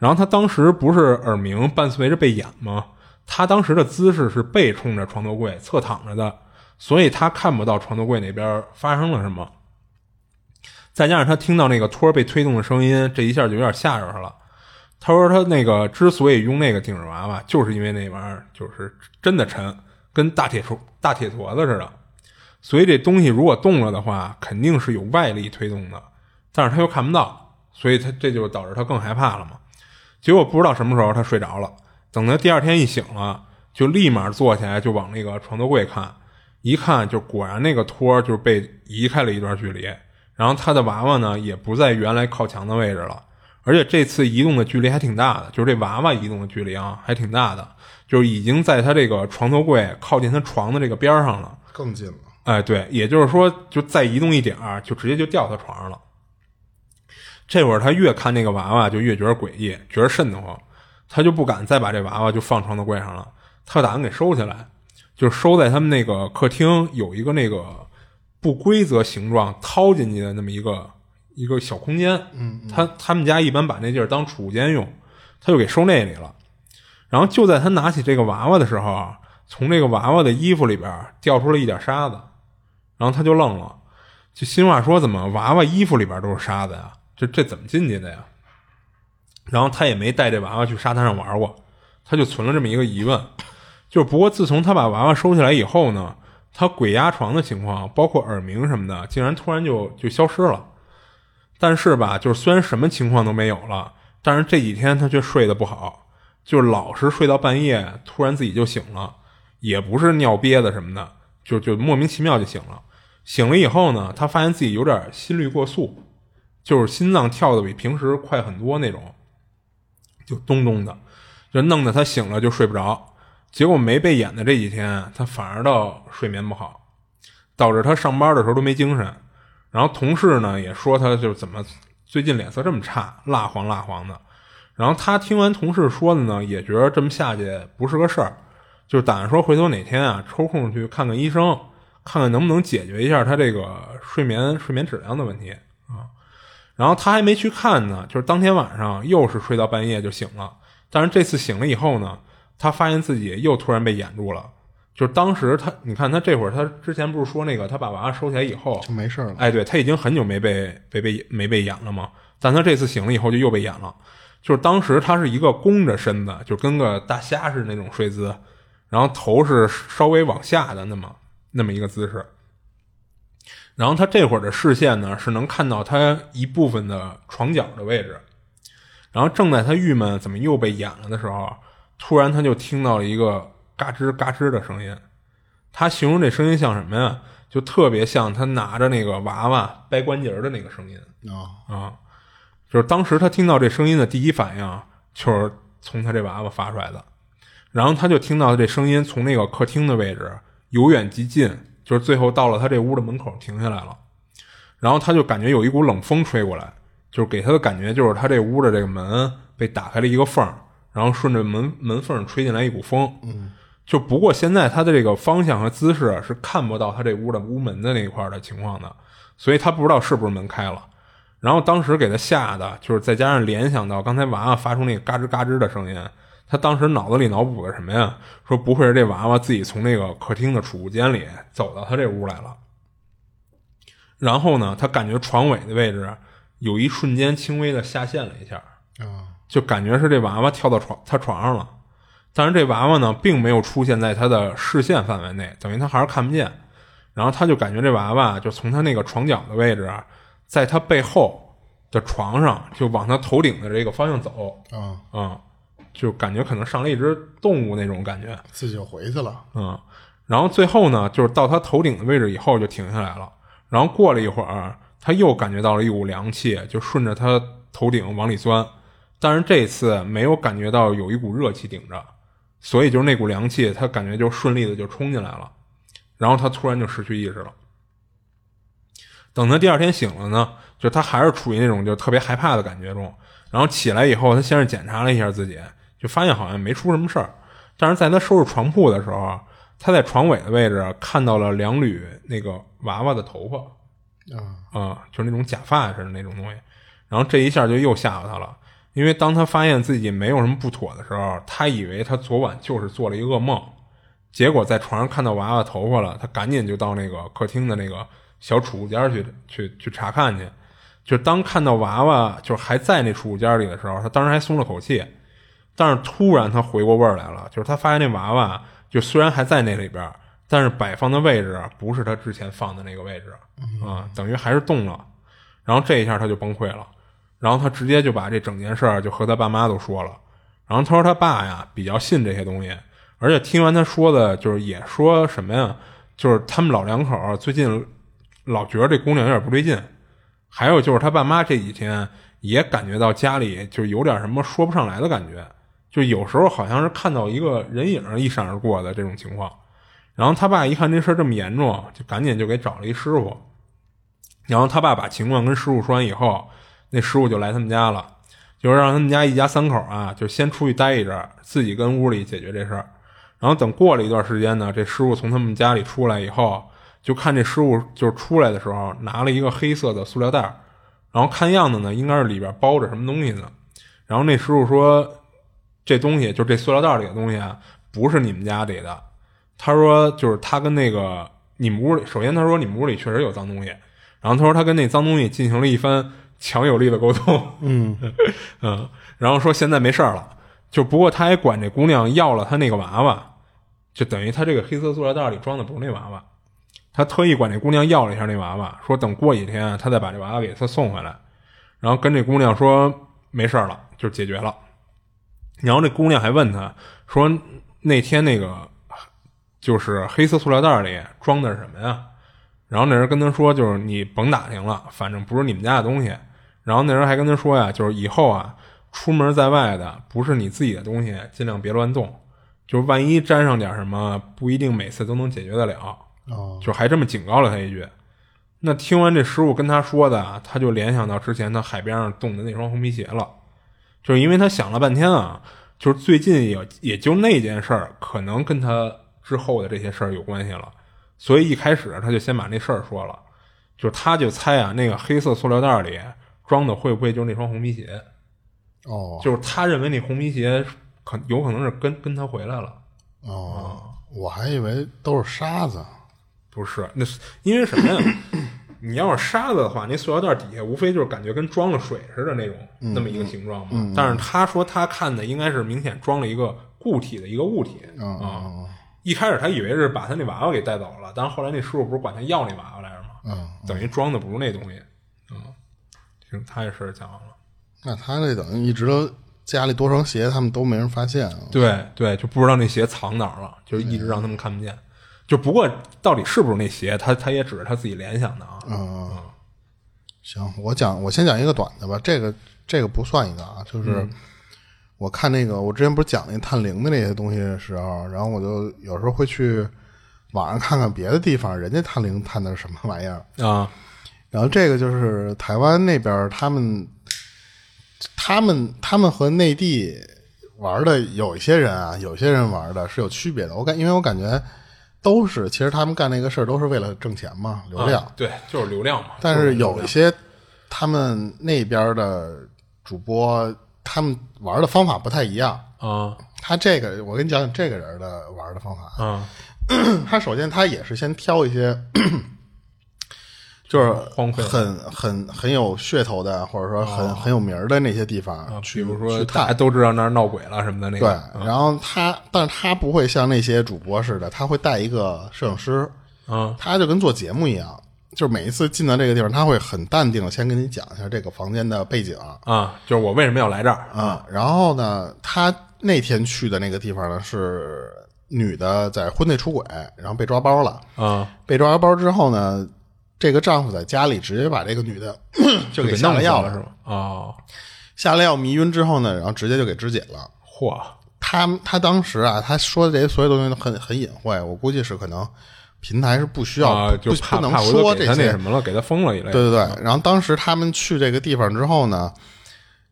Speaker 2: 然后他当时不是耳鸣伴随着被掩吗？他当时的姿势是背冲着床头柜，侧躺着的，所以他看不到床头柜那边发生了什么。再加上他听到那个托儿被推动的声音，这一下就有点吓着他了。他说他那个之所以用那个顶着娃娃，就是因为那玩意儿就是真的沉，跟大铁杵、大铁坨子似的。所以这东西如果动了的话，肯定是有外力推动的，但是他又看不到，所以他这就导致他更害怕了嘛。结果不知道什么时候他睡着了，等他第二天一醒了，就立马坐起来就往那个床头柜看，一看就果然那个托儿就被移开了一段距离，然后他的娃娃呢也不在原来靠墙的位置了，而且这次移动的距离还挺大的，就是这娃娃移动的距离啊还挺大的，就是已经在他这个床头柜靠近他床的这个边儿上了。
Speaker 1: 更近了。
Speaker 2: 哎，对，也就是说，就再移动一点儿，就直接就掉他床上了。这会儿他越看那个娃娃，就越觉得诡异，觉得瘆得慌，他就不敢再把这娃娃就放床头柜上了，他就打算给收起来，就收在他们那个客厅有一个那个不规则形状掏进去的那么一个一个小空间。嗯，他他们家一般把那地儿当储物间用，他就给收那里了。然后就在他拿起这个娃娃的时候啊，从这个娃娃的衣服里边儿掉出了一点沙子，然后他就愣了，就心话说怎么娃娃衣服里边都是沙子呀？这这怎么进去的呀？然后他也没带这娃娃去沙滩上玩过，他就存了这么一个疑问。就是不过自从他把娃娃收起来以后呢，他鬼压床的情况，包括耳鸣什么的，竟然突然就就消失了。但是吧，就是虽然什么情况都没有了，但是这几天他却睡得不好，就是老是睡到半夜，突然自己就醒了，也不是尿憋的什么的，就就莫名其妙就醒了。醒了以后呢，他发现自己有点心率过速，就是心脏跳的比平时快很多那种，就咚咚的，就弄得他醒了就睡不着。结果没被演的这几天，他反而倒睡眠不好，导致他上班的时候都没精神。然后同事呢也说他就是怎么最近脸色这么差，蜡黄蜡黄的。然后他听完同事说的呢，也觉得这么下去不是个事儿，就是打算说回头哪天啊抽空去看看医生，看看能不能解决一下他这个睡眠睡眠质量的问题啊。然后他还没去看呢，就是当天晚上又是睡到半夜就醒了，但是这次醒了以后呢，他发现自己又突然被掩住了。就是当时他，你看他这会儿，他之前不是说那个他把娃娃收起来以后
Speaker 1: 就没事儿了
Speaker 2: 哎，对他已经很久没被被被没被演了嘛，但他这次醒了以后就又被演了。就是当时他是一个弓着身子，就跟个大虾似的那种睡姿，然后头是稍微往下的那么那么一个姿势。然后他这会儿的视线呢是能看到他一部分的床角的位置。然后正在他郁闷怎么又被演了的时候，突然他就听到了一个嘎吱嘎吱的声音。他形容这声音像什么呀？就特别像他拿着那个娃娃掰关节儿的那个声音。
Speaker 1: 啊，
Speaker 2: 啊，就是当时他听到这声音的第一反应啊就是从他这娃娃发出来的，然后他就听到这声音从那个客厅的位置由远及近，就是最后到了他这屋的门口停下来了，然后他就感觉有一股冷风吹过来，就是给他的感觉就是他这屋的这个门被打开了一个缝儿，然后顺着门门缝儿吹进来一股风，嗯。就不过现在他的这个方向和姿势是看不到他这屋的屋门的那一块儿的情况的，所以他不知道是不是门开了。然后当时给他吓的，就是再加上联想到刚才娃娃发出那个嘎吱嘎吱的声音，他当时脑子里脑补的什么呀？说不会是这娃娃自己从那个客厅的储物间里走到他这屋来了。然后呢，他感觉床尾的位置有一瞬间轻微的下陷了一下，
Speaker 1: 啊，
Speaker 2: 就感觉是这娃娃跳到床他床上了，但是这娃娃呢，并没有出现在他的视线范围内，等于他还是看不见。然后他就感觉这娃娃就从他那个床角的位置啊，在他背后的床上，就往他头顶的这个方向走
Speaker 1: 啊，
Speaker 2: 啊、就感觉可能上了一只动物那种感觉，
Speaker 1: 自己就回去了。啊
Speaker 2: 嗯，然后最后呢，就是到他头顶的位置以后就停下来了。然后过了一会儿，他又感觉到了一股凉气，就顺着他头顶往里钻，但是这次没有感觉到有一股热气顶着，所以就是那股凉气，他感觉就顺利的就冲进来了。然后他突然就失去意识了。等他第二天醒了呢，就他还是处于那种就特别害怕的感觉中。然后起来以后，他先是检查了一下自己，就发现好像没出什么事儿。但是在他收拾床铺的时候，啊他在床尾的位置啊看到了两缕那个娃娃的头发，
Speaker 1: 啊，
Speaker 2: 啊、就是那种假发似的那种东西。然后这一下就又吓到他了，因为当他发现自己没有什么不妥的时候，他以为他昨晚就是做了一个噩梦，结果在床上看到娃娃头发了，他赶紧就到那个客厅的那个小储物间去去去查看去。就当看到娃娃就是还在那储物间里的时候，他当时还松了口气，但是突然他回过味儿来了，就是他发现那娃娃就虽然还在那里边儿，但是摆放的位置啊不是他之前放的那个位置啊，等于还是动了。然后这一下他就崩溃了，然后他直接就把这整件事儿就和他爸妈都说了。然后他说他爸呀比较信这些东西，而且听完他说的，就是也说什么呀，就是他们老两口儿啊最近老觉得这姑娘有点不对劲，还有就是他爸妈这几天也感觉到家里就有点什么说不上来的感觉，就有时候好像是看到一个人影儿一闪而过的这种情况。然后他爸一看这事儿这么严重，就赶紧就给找了一师傅。然后他爸把情况跟师傅说完以后，那师傅就来他们家了，就是让他们家一家三口啊，就先出去待一阵儿，自己跟屋里解决这事儿。然后等过了一段时间呢，这师傅从他们家里出来以后，就看这师傅就是出来的时候拿了一个黑色的塑料袋儿，然后看样子呢，应该是里边包着什么东西呢。然后那师傅说，这东西就这塑料袋里的东西啊，不是你们家里的。他说，就是他跟那个你们屋里，首先他说你们屋里确实有脏东西，然后他说他跟那脏东西进行了一番强有力的沟通，
Speaker 1: 嗯，
Speaker 2: 嗯，然后说现在没事儿了，就不过他还管这姑娘要了他那个娃娃，就等于他这个黑色塑料袋里装的不是那娃娃，他特意管这姑娘要了一下那娃娃，说等过几天他再把这娃娃给他送回来，然后跟这姑娘说没事儿了，就解决了。然后这姑娘还问他说那天那个就是黑色塑料袋里装的是什么呀？然后那人跟他说，就是你甭打听了，反正不是你们家的东西。然后那人还跟他说呀，就是以后啊，出门在外的不是你自己的东西，尽量别乱动，就是万一沾上点什么，不一定每次都能解决得了。
Speaker 1: 哦，
Speaker 2: 就还这么警告了他一句。那听完这师傅跟他说的啊，他就联想到之前他海边上冻的那双红皮鞋了，就是因为他想了半天啊，就是最近也也就那件事儿，可能跟他之后的这些事儿有关系了，所以一开始他就先把那事儿说了，就是他就猜啊，那个黑色塑料袋里装的会不会就是那双红皮鞋？
Speaker 1: 哦，
Speaker 2: 就是他认为那红皮鞋可有可能是跟跟他回来了。
Speaker 1: 哦，我还以为都是沙子。
Speaker 2: 不是，那是因为什么呀？ 你要是沙子的话，那塑料袋底下无非就是感觉跟装了水似的那种、
Speaker 1: 嗯
Speaker 2: 那么一个形状嘛。但是他说他看的应该是明显装了一个固体的一个物体啊、
Speaker 1: 嗯嗯
Speaker 2: 一开始他以为是把他那娃娃给带走了，但是后来那师傅不是管他要那娃娃来着吗？
Speaker 1: 嗯，
Speaker 2: 等于装的不是那东西。嗯，行，他也是讲完了。
Speaker 1: 那他这等于一直都家里多双鞋，他们都没人发现啊。
Speaker 2: 对对，就不知道那鞋藏哪儿了，就一直让
Speaker 1: 嗯
Speaker 2: 他们看不见。就不过到底是不是那鞋，他他也只是他自己联想的啊。
Speaker 1: 嗯，行，我讲，我先讲一个短的吧。这个这个不算一个啊，就是我看那个，我之前不是讲那探灵的那些东西的时候，然后我就有时候会去网上看看别的地方人家探灵探的是什么玩意儿。
Speaker 2: 啊，
Speaker 1: 然后这个就是台湾那边儿他们，他们他们和内地玩的有一些人啊，有些人玩的是有区别的。我感因为我感觉都是，其实他们干那个事儿都是为了挣钱嘛，流量。
Speaker 2: 啊对，就是流量嘛。
Speaker 1: 但是有一
Speaker 2: 就流量
Speaker 1: 些他们那边的主播，他们玩的方法不太一样。
Speaker 2: 啊
Speaker 1: 他这个，我跟你讲讲这个人的玩的方 法啊。
Speaker 2: 啊，
Speaker 1: 他首先他也是先挑一 些，就是
Speaker 2: 荒废
Speaker 1: 很很很有噱头的，或者说很、很有名儿的那些地方、
Speaker 2: 啊比
Speaker 1: 去
Speaker 2: 如说
Speaker 1: 去
Speaker 2: 大家
Speaker 1: 探。
Speaker 2: 都知道那儿闹鬼了什么的那
Speaker 1: 对
Speaker 2: 个，，啊
Speaker 1: 然后他，但是他不会像那些主播似的，他会带一个摄影师，
Speaker 2: 啊
Speaker 1: 他就跟做节目一样，就是每一次进到这个地方，他会很淡定的先跟你讲一下这个房间的背景
Speaker 2: 啊，就是我为什么要来这儿？
Speaker 1: 啊。然后呢，他那天去的那个地方呢是女的在婚内出轨，然后被抓包了。
Speaker 2: 啊，
Speaker 1: 被抓包之后呢，这个丈夫在家里直接把这个女 的就给
Speaker 2: 给
Speaker 1: 下
Speaker 2: 弄
Speaker 1: 了
Speaker 2: 死
Speaker 1: 药
Speaker 2: 了是？吗？啊，
Speaker 1: 下了药迷晕之后呢，然后直接就给肢解了。
Speaker 2: 嚯，
Speaker 1: 他他当时啊，他说的这些所有东西都很很隐晦，我估计是可能平台是不需要、
Speaker 2: 啊，就
Speaker 1: 不
Speaker 2: 怕
Speaker 1: 不能
Speaker 2: 怕回头
Speaker 1: 说这
Speaker 2: 给他那
Speaker 1: 些
Speaker 2: 什，么了，给他封了一类的。
Speaker 1: 对对对。然后当时他们去这个地方之后呢，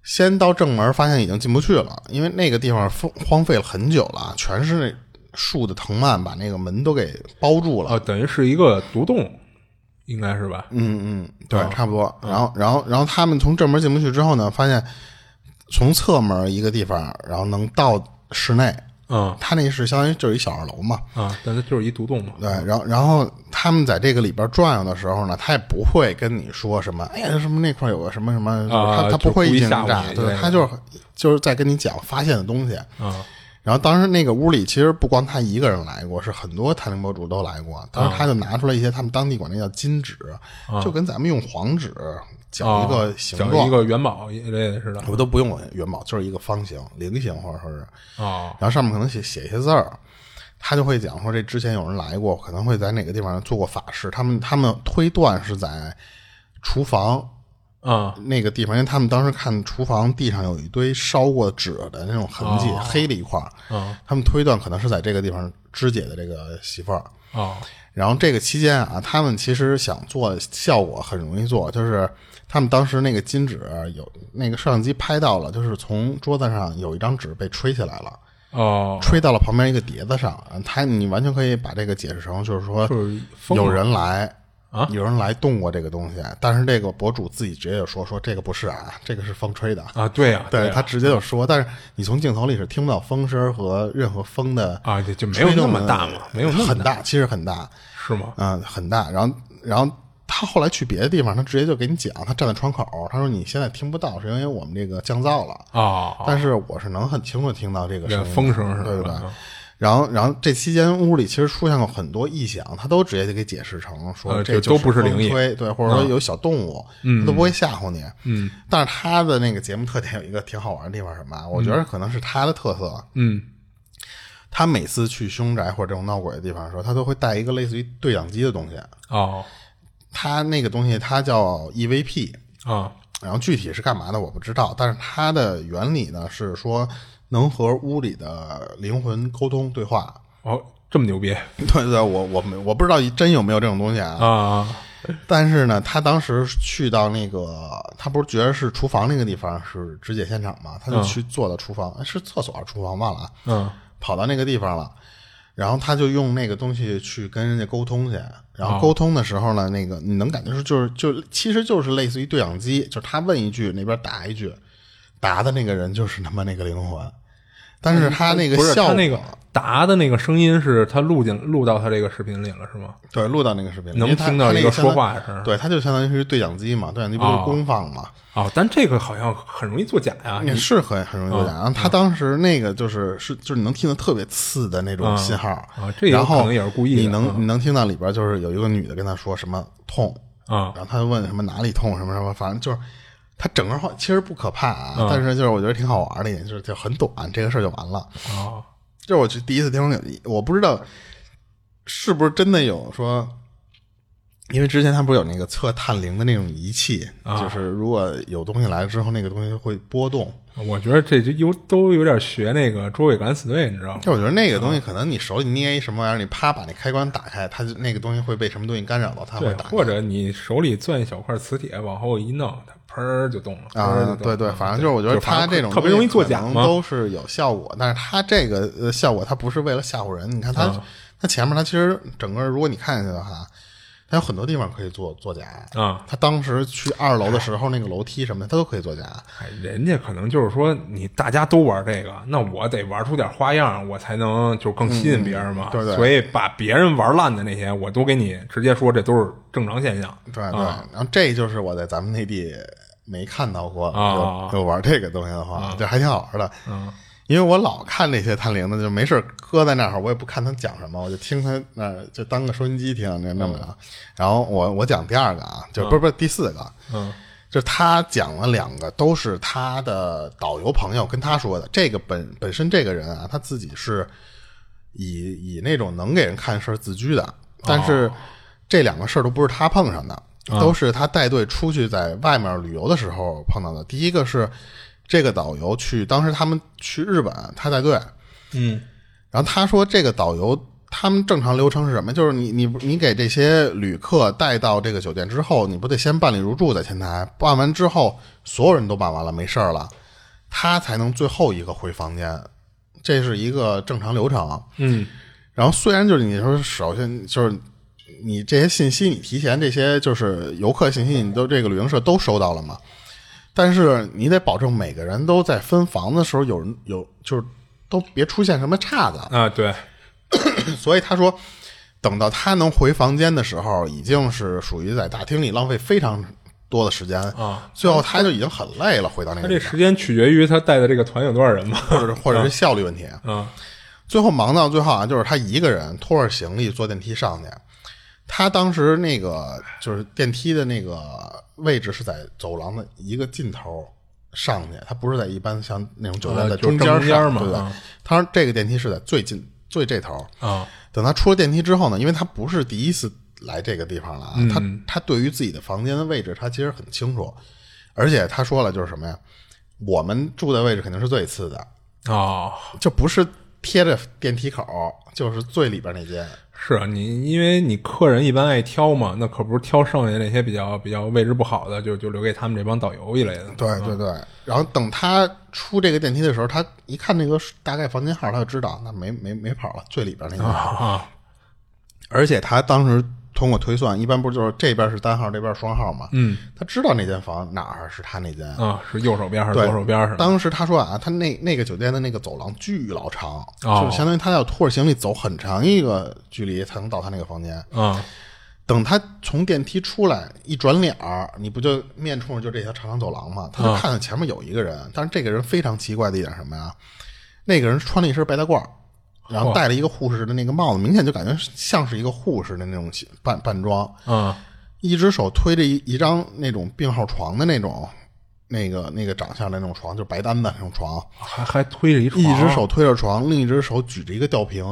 Speaker 1: 先到正门，发现已经进不去了，因为那个地方荒荒废了很久了，全是那树的藤蔓把那个门都给包住了。
Speaker 2: 哦，等于是一个独栋，应该是吧？
Speaker 1: 嗯嗯，对，差不多。然后然后然后他们从正门进不去之后呢，发现从侧门一个地方，然后能到室内。
Speaker 2: 嗯
Speaker 1: 他那是相当于就是一小二楼嘛，
Speaker 2: 啊，但它就是一独栋嘛。
Speaker 1: 对，然后然后他们在这个里边转悠的时候呢，他也不会跟你说什么，哎呀，什么那块有个什么什么，
Speaker 2: 啊
Speaker 1: 他他不
Speaker 2: 就故
Speaker 1: 会
Speaker 2: 意
Speaker 1: 一惊一
Speaker 2: 吓唬
Speaker 1: 乍
Speaker 2: 你，
Speaker 1: 对
Speaker 2: 对
Speaker 1: 他就是就是在跟你讲发现的东西。
Speaker 2: 啊
Speaker 1: 然后当时那个屋里其实不光他一个人来过，是很多探灵博主都来过。
Speaker 2: 啊
Speaker 1: 当时他就拿出来一些他们当地管那叫金纸，就跟咱们用黄纸搅一个形
Speaker 2: 啊讲
Speaker 1: 状，
Speaker 2: 啊一个元宝一类的似的。
Speaker 1: 我都不用元宝，就是一个方形、菱形或者说是，
Speaker 2: 哦
Speaker 1: 然后上面可能写写一些字儿，他就会讲说这之前有人来过，可能会在哪个地方做过法事。他们他们推断是在厨房
Speaker 2: 啊
Speaker 1: 那个地方，因为他们当时看厨房地上有一堆烧过纸的那种痕迹，黑的一块儿，
Speaker 2: 啊
Speaker 1: 他们推断可能是在这个地方肢解的这个媳妇儿。
Speaker 2: 啊
Speaker 1: 然后这个期间啊，他们其实想做效果很容易做，就是他们当时那个金纸有那个摄像机拍到了，就是从桌子上有一张纸被吹起来了，
Speaker 2: 哦，
Speaker 1: 吹到了旁边一个碟子上。他你完全可以把这个解释成就是说
Speaker 2: 就是疯了
Speaker 1: 有人来
Speaker 2: 啊，
Speaker 1: 有人来动过这个东西，但是这个博主自己直接就说说这个不是啊， 这个是风吹的。
Speaker 2: 啊，对呀，
Speaker 1: 对
Speaker 2: 呀
Speaker 1: 他直接就说，但是你从镜头里是听不到风声和任何风的
Speaker 2: 啊就就没有
Speaker 1: 吹
Speaker 2: 那
Speaker 1: 动
Speaker 2: 么
Speaker 1: 的
Speaker 2: 大 嘛没有那么
Speaker 1: 很大，其实很大。
Speaker 2: 是吗？
Speaker 1: 嗯，很大。然后，然后他后来去别的地方，他直接就给你讲，他站在窗口，他说你现在听不到，是因为我们这个降噪了。
Speaker 2: 哦，
Speaker 1: 但是我是能很清楚地听到这个声音的，
Speaker 2: 风声是吧
Speaker 1: 对对对
Speaker 2: 嗯。
Speaker 1: 然后，然后这期间屋里其实出现过很多异响，他都直接就给解释成说
Speaker 2: 呃
Speaker 1: 这
Speaker 2: 就都不是灵异嗯
Speaker 1: 风吹，对，或者说有小动物，他都不会吓唬你。嗯，但是他的那个节目特点有一个挺好玩的地方，什么啊？我觉得可能是他的特色，
Speaker 2: 嗯
Speaker 1: 他每次去凶宅或者这种闹鬼的地方的时候，他都会带一个类似于对讲机的东西。
Speaker 2: 哦
Speaker 1: 它那个东西它叫 E EVP，
Speaker 2: 啊
Speaker 1: 然后具体是干嘛的我不知道，但是它的原理呢是说能和屋里的灵魂沟通对话。
Speaker 2: 哦，这么牛逼
Speaker 1: 对对，对我我没我不知道真有没有这种东西啊。
Speaker 2: 啊
Speaker 1: 但是呢，他当时去到那个，他不是觉得是厨房那个地方是肢解现场嘛，他就去坐到厨房，哎是厕所还是厨房忘了啊，
Speaker 2: 嗯
Speaker 1: 跑到那个地方了。然后他就用那个东西去跟人家沟通去，
Speaker 2: 哦
Speaker 1: 然后沟通的时候呢，那个你能感觉是就是就其实就是类似于对讲机，就是他问一句那边答一句，答的那个人就是他妈那个灵魂，但是他那个
Speaker 2: 嗯不是
Speaker 1: 效
Speaker 2: 他
Speaker 1: 果
Speaker 2: 那个答的那个声音是他录进录到他这个视频里了是吗？
Speaker 1: 对录到那个视频里，
Speaker 2: 能
Speaker 1: 因为他
Speaker 2: 听到
Speaker 1: 他那
Speaker 2: 一个
Speaker 1: 相当
Speaker 2: 说话声
Speaker 1: 对，他就相当于是对讲机嘛，对讲机不就是公放嘛，
Speaker 2: 哦，但这个好像很容易作假呀。
Speaker 1: 也
Speaker 2: 你
Speaker 1: 是很很容易作
Speaker 2: 哦
Speaker 1: 假。然后他当时那个就是是就是你能听得特别刺的那种信号
Speaker 2: 啊这有
Speaker 1: 然后
Speaker 2: 可能也是故意的嗯
Speaker 1: 你能你能听到里边就是有一个女的跟他说什么痛，
Speaker 2: 啊
Speaker 1: 然后他就问什么哪里痛什么什么，反正就是他整个话其实不可怕啊，
Speaker 2: 嗯
Speaker 1: 但是就是我觉得挺好玩的一点，就是就很短，这个事儿就完了。
Speaker 2: 啊
Speaker 1: 这是我去第一次听说有，我不知道是不是真的有说，因为之前他不是有那个测探灵的那种仪器，
Speaker 2: 啊
Speaker 1: 就是如果有东西来了之后，那个东西会波动。
Speaker 2: 我觉得这就有都有点学那个捉鬼敢死队，你知道吗？
Speaker 1: 就我觉得那个东西，
Speaker 2: 嗯
Speaker 1: 可能你手里捏一什么玩意儿，你啪把那开关打开，它就那个东西会被什么东西干扰到，它会
Speaker 2: 对，
Speaker 1: 打开
Speaker 2: 或者你手里攥一小块磁铁，往后一弄，它砰儿就动了。砰儿
Speaker 1: 啊
Speaker 2: 就，动
Speaker 1: 对
Speaker 2: 了
Speaker 1: 对，反正就是我觉得
Speaker 2: 嗯就反
Speaker 1: 它
Speaker 2: 正
Speaker 1: 这种
Speaker 2: 特别容易作假
Speaker 1: 东西
Speaker 2: 嘛
Speaker 1: 可能都是有效果，但是它这个呃效果它不是为了吓唬人，你看它
Speaker 2: 啊
Speaker 1: 它前面它其实整个如果你看下去的话，它有很多地方可以做作假
Speaker 2: 啊。
Speaker 1: 他当时去二楼的时候，那个楼梯什么的，他都可以作假。
Speaker 2: 哎人家可能就是说，你大家都玩这个，那我得玩出点花样，我才能就更吸引别人嘛。
Speaker 1: 嗯对对
Speaker 2: 所以把别人玩烂的那些，我都给你直接说，这都是正常现象。
Speaker 1: 对对，然后这就是我在咱们内地没看到过
Speaker 2: 啊
Speaker 1: 有有玩这个东西的话，就还挺好玩的。
Speaker 2: 嗯
Speaker 1: 因为我老看那些探灵的，就没事儿搁在那儿，我也不看他讲什么，我就听他那儿就当个收音机听，就那么着。然后我我讲第二个啊，就不是不是第四个，
Speaker 2: 嗯
Speaker 1: 就他讲了两个，都是他的导游朋友跟他说的。这个本本身这个人啊，他自己是以以那种能给人看事儿自居的，但是这两个事儿都不是他碰上的，都是他带队出去在外面旅游的时候碰到的。第一个是这个导游去，当时他们去日本，他带队，
Speaker 2: 嗯
Speaker 1: 然后他说这个导游他们正常流程是什么？就是你你你给这些旅客带到这个酒店之后，你不得先办理入住在前台，办完之后所有人都办完了，没事儿了，他才能最后一个回房间，这是一个正常流程。
Speaker 2: 嗯
Speaker 1: 然后虽然就是你说首先就是你这些信息，你提前这些就是游客信息，你都这个旅行社都收到了嘛，但是你得保证每个人都在分房的时候有人有就是都别出现什么岔子。
Speaker 2: 啊，对，
Speaker 1: 所以他说，等到他能回房间的时候，已经是属于在大厅里浪费非常多的时间
Speaker 2: 啊。
Speaker 1: 最后他就已经很累了，回到那个
Speaker 2: 他这
Speaker 1: 地
Speaker 2: 时间取决于他带的这个嗯团有多少人嘛。
Speaker 1: 方，或者或者是效率问题。
Speaker 2: 啊，
Speaker 1: 最后忙到最后啊，就是他一个人拖着行李坐电梯上去。他当时那个就是电梯的那个位置是在走廊的一个尽头上去，他不是在一般像那种酒店
Speaker 2: 呃
Speaker 1: 在
Speaker 2: 就是
Speaker 1: 中间
Speaker 2: 中间
Speaker 1: 上
Speaker 2: 嘛
Speaker 1: 对不对
Speaker 2: 啊？
Speaker 1: 他说这个电梯是在最近最这头，
Speaker 2: 啊，
Speaker 1: 等他出了电梯之后呢，因为他不是第一次来这个地方了啊，他他对于自己的房间的位置他其实很清楚，而且他说了就是什么呀，我们住的位置肯定是最次的，
Speaker 2: 哦，
Speaker 1: 就不是贴着电梯口，就是最里边那间。
Speaker 2: 是啊，你因为你客人一般爱挑嘛，那可不是挑剩下那些比较比较位置不好的，就就留给他们这帮导游一类的。
Speaker 1: 对对对，嗯然后等他出这个电梯的时候，他一看那个大概房间号，他就知道那没没没跑了，最里边那个。
Speaker 2: 啊，
Speaker 1: 而且他当时通过推算，一般不就是这边是单号，这边是双号嘛？
Speaker 2: 嗯，
Speaker 1: 他知道那间房哪儿是他那间。
Speaker 2: 啊，是右手边还是
Speaker 1: 对
Speaker 2: 左手边是吧？
Speaker 1: 当时他说啊，他那那个酒店的那个走廊巨老长，
Speaker 2: 哦
Speaker 1: 就是相当于他要拖着行李走很长一个距离才能到他那个房间。
Speaker 2: 啊，
Speaker 1: 等他从电梯出来，一转脸儿，你不就面冲着就这条长长走廊吗？
Speaker 2: 嗯
Speaker 1: 他就看见前面有一个人，但是这个人非常奇怪的一点是什么呀？那个人穿了一身白大褂儿，然后戴了一个护士的那个帽子，明显就感觉像是一个护士的那种扮扮装，
Speaker 2: 啊，
Speaker 1: 一只手推着一一张那种病号床的那种。那个那个长相的那种床，就是白单的那种床，
Speaker 2: 还还推着一床
Speaker 1: 一只手推着床，另一只手举着一个吊瓶。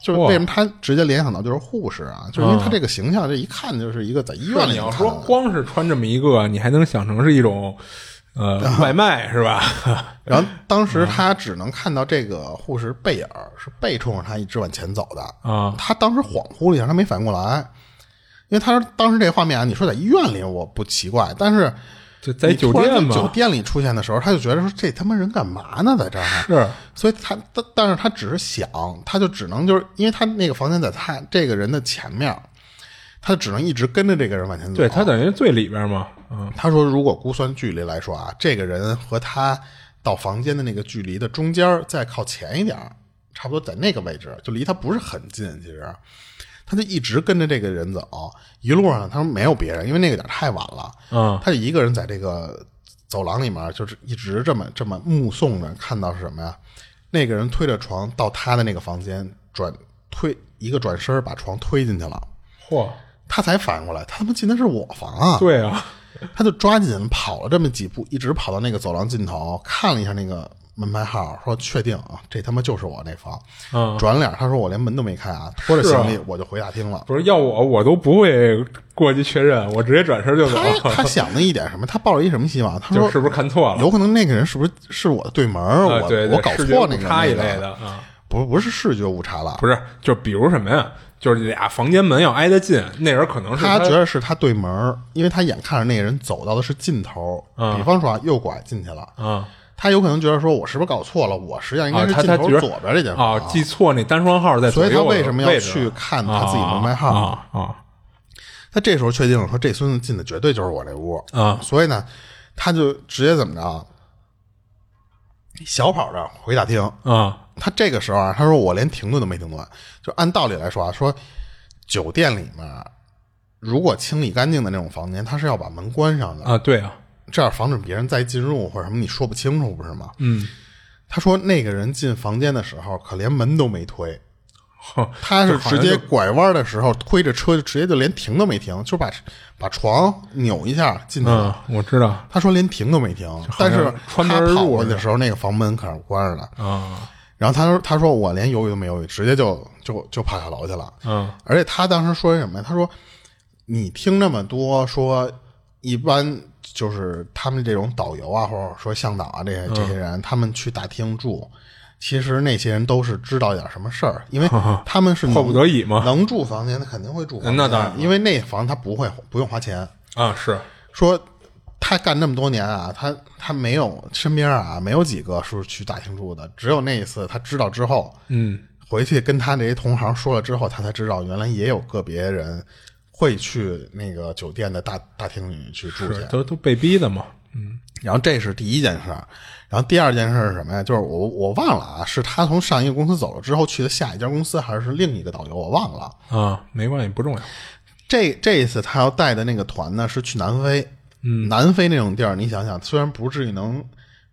Speaker 1: 就是
Speaker 2: 哇
Speaker 1: 为什么他直接联想到就是护士啊？就是因为他这个形象，这一看就是一个在医院里
Speaker 2: 你要
Speaker 1: 看
Speaker 2: 说
Speaker 1: 的
Speaker 2: 光是穿这么一个，你还能想成是一种 呃外卖是吧？
Speaker 1: 然后当时他只能看到这个护士贝尔是背冲着他一直往前走的。
Speaker 2: 啊
Speaker 1: 他当时恍惚了一下，他没反应过来，因为他说当时这画面啊，你说在医院里我不奇怪，但是
Speaker 2: 就在
Speaker 1: 你
Speaker 2: 酒
Speaker 1: 突然
Speaker 2: 店嘛
Speaker 1: 酒店里出现的时候，他就觉得说这他妈人干嘛呢，在这儿还
Speaker 2: 是
Speaker 1: 所以他但但是他只是想，他就只能就是因为他那个房间在他这个人的前面，他就只能一直跟着这个人往前走。
Speaker 2: 对他等于最里边嘛，嗯
Speaker 1: 他说，如果估算距离来说啊，这个人和他到房间的那个距离的中间儿再靠前一点儿，差不多在那个位置，就离他不是很近。其实，他就一直跟着这个人走，一路上他说没有别人，因为那个点儿太晚了，
Speaker 2: 嗯
Speaker 1: 他就一个人在这个走廊里面，就是一直这么这么目送着，看到是什么呀？那个人推着床到他的那个房间，转推一个转身儿把床推进去了，
Speaker 2: 嚯，
Speaker 1: 他才反应过来，他他妈进的是我房啊！
Speaker 2: 对啊，
Speaker 1: 他就抓紧跑了这么几步，一直跑到那个走廊尽头，看了一下那个门牌号，说确定啊，这他妈就是我那房。
Speaker 2: 嗯，
Speaker 1: 转脸他说我连门都没开啊，拖着
Speaker 2: 是啊
Speaker 1: 行李我就回大厅了。
Speaker 2: 不是要我我都不会过去确认，我直接转身就走，
Speaker 1: 他他想的一点什么？他抱着一什么希望？他
Speaker 2: 就
Speaker 1: 说
Speaker 2: 是不是看错了？
Speaker 1: 有可能那个人是不是是我的对门儿？
Speaker 2: 啊
Speaker 1: 我
Speaker 2: 对对
Speaker 1: 我搞
Speaker 2: 视觉
Speaker 1: 错
Speaker 2: 误
Speaker 1: 那个
Speaker 2: 差一
Speaker 1: 人
Speaker 2: 类
Speaker 1: 了
Speaker 2: 的啊，
Speaker 1: 不不是视觉误差了，
Speaker 2: 不是，就比如什么呀？就是俩房间门要挨得近，那人可能是
Speaker 1: 他觉得是他对门儿，因为他眼看着那个人走到的是尽头，
Speaker 2: 嗯
Speaker 1: 比方说啊右拐进去了。
Speaker 2: 啊
Speaker 1: 他有可能觉得说，我是不是搞错了？我实际上应该
Speaker 2: 啊，
Speaker 1: 是
Speaker 2: 他
Speaker 1: 尽
Speaker 2: 他
Speaker 1: 头
Speaker 2: 觉得
Speaker 1: 左边这间房
Speaker 2: 啊，记错那单双号在左
Speaker 1: 所以他
Speaker 2: 右的
Speaker 1: 为什么要
Speaker 2: 位置
Speaker 1: 去看他自己门牌号？
Speaker 2: 啊啊啊
Speaker 1: 他这时候确定了，说这孙子进的绝对就是我这屋
Speaker 2: 啊
Speaker 1: 所以呢，他就直接怎么着，小跑着回大厅。
Speaker 2: 啊
Speaker 1: 他这个时候啊，他说我连停顿都没停顿，就按道理来说啊，说酒店里面如果清理干净的那种房间，他是要把门关上的，
Speaker 2: 啊！对啊，
Speaker 1: 这样防止别人再进入或者什么，你说不清楚不是吗？
Speaker 2: 嗯
Speaker 1: 他说那个人进房间的时候，可连门都没推，
Speaker 2: 哼
Speaker 1: 他是
Speaker 2: 就好
Speaker 1: 直
Speaker 2: 像
Speaker 1: 接
Speaker 2: 就
Speaker 1: 拐弯的时候推着车，直接就连停都没停，就把把床扭一下进去了。
Speaker 2: 嗯，我知道
Speaker 1: 他说连停都没停，
Speaker 2: 好
Speaker 1: 但
Speaker 2: 像
Speaker 1: 是
Speaker 2: 穿
Speaker 1: 他
Speaker 2: 门而
Speaker 1: 跑
Speaker 2: 入
Speaker 1: 过去
Speaker 2: 似
Speaker 1: 的时候，那个房门可是关着的。
Speaker 2: 啊，
Speaker 1: 然后他说：“他说我连犹豫都没犹豫，直接就就就爬下楼去了。
Speaker 2: 嗯，
Speaker 1: 而且他当时说什么呀？他说：你听那么多说，一般就是他们这种导游啊，或者说向导啊，这
Speaker 2: 嗯
Speaker 1: 些这些人，他们去大厅住，其实那些人都是知道点什么事儿，因为他们是
Speaker 2: 迫
Speaker 1: 能
Speaker 2: 不得已嘛
Speaker 1: 能住房间，他肯定会住房间。啊
Speaker 2: 那当然了
Speaker 1: 因为那房他不会不用花钱。
Speaker 2: 啊是
Speaker 1: 说他干那么多年啊，他他没有身边啊没有几个是去大庆住的，只有那一次他知道之后，
Speaker 2: 嗯
Speaker 1: 回去跟他那些同行说了之后，他才知道原来也有个别人会去那个酒店的大大厅里去住去
Speaker 2: 是。都都被逼的嘛，
Speaker 1: 然后这是第一件事儿，然后第二件事儿是什么呀？就是我我忘了啊，是他从上一个公司走了之后去的下一家公司，还是另一个导游，我忘了。
Speaker 2: 啊没关系不重要，
Speaker 1: 这这一次他要带的那个团呢是去南非，嗯，南非那种地儿，你想想，虽然不至于能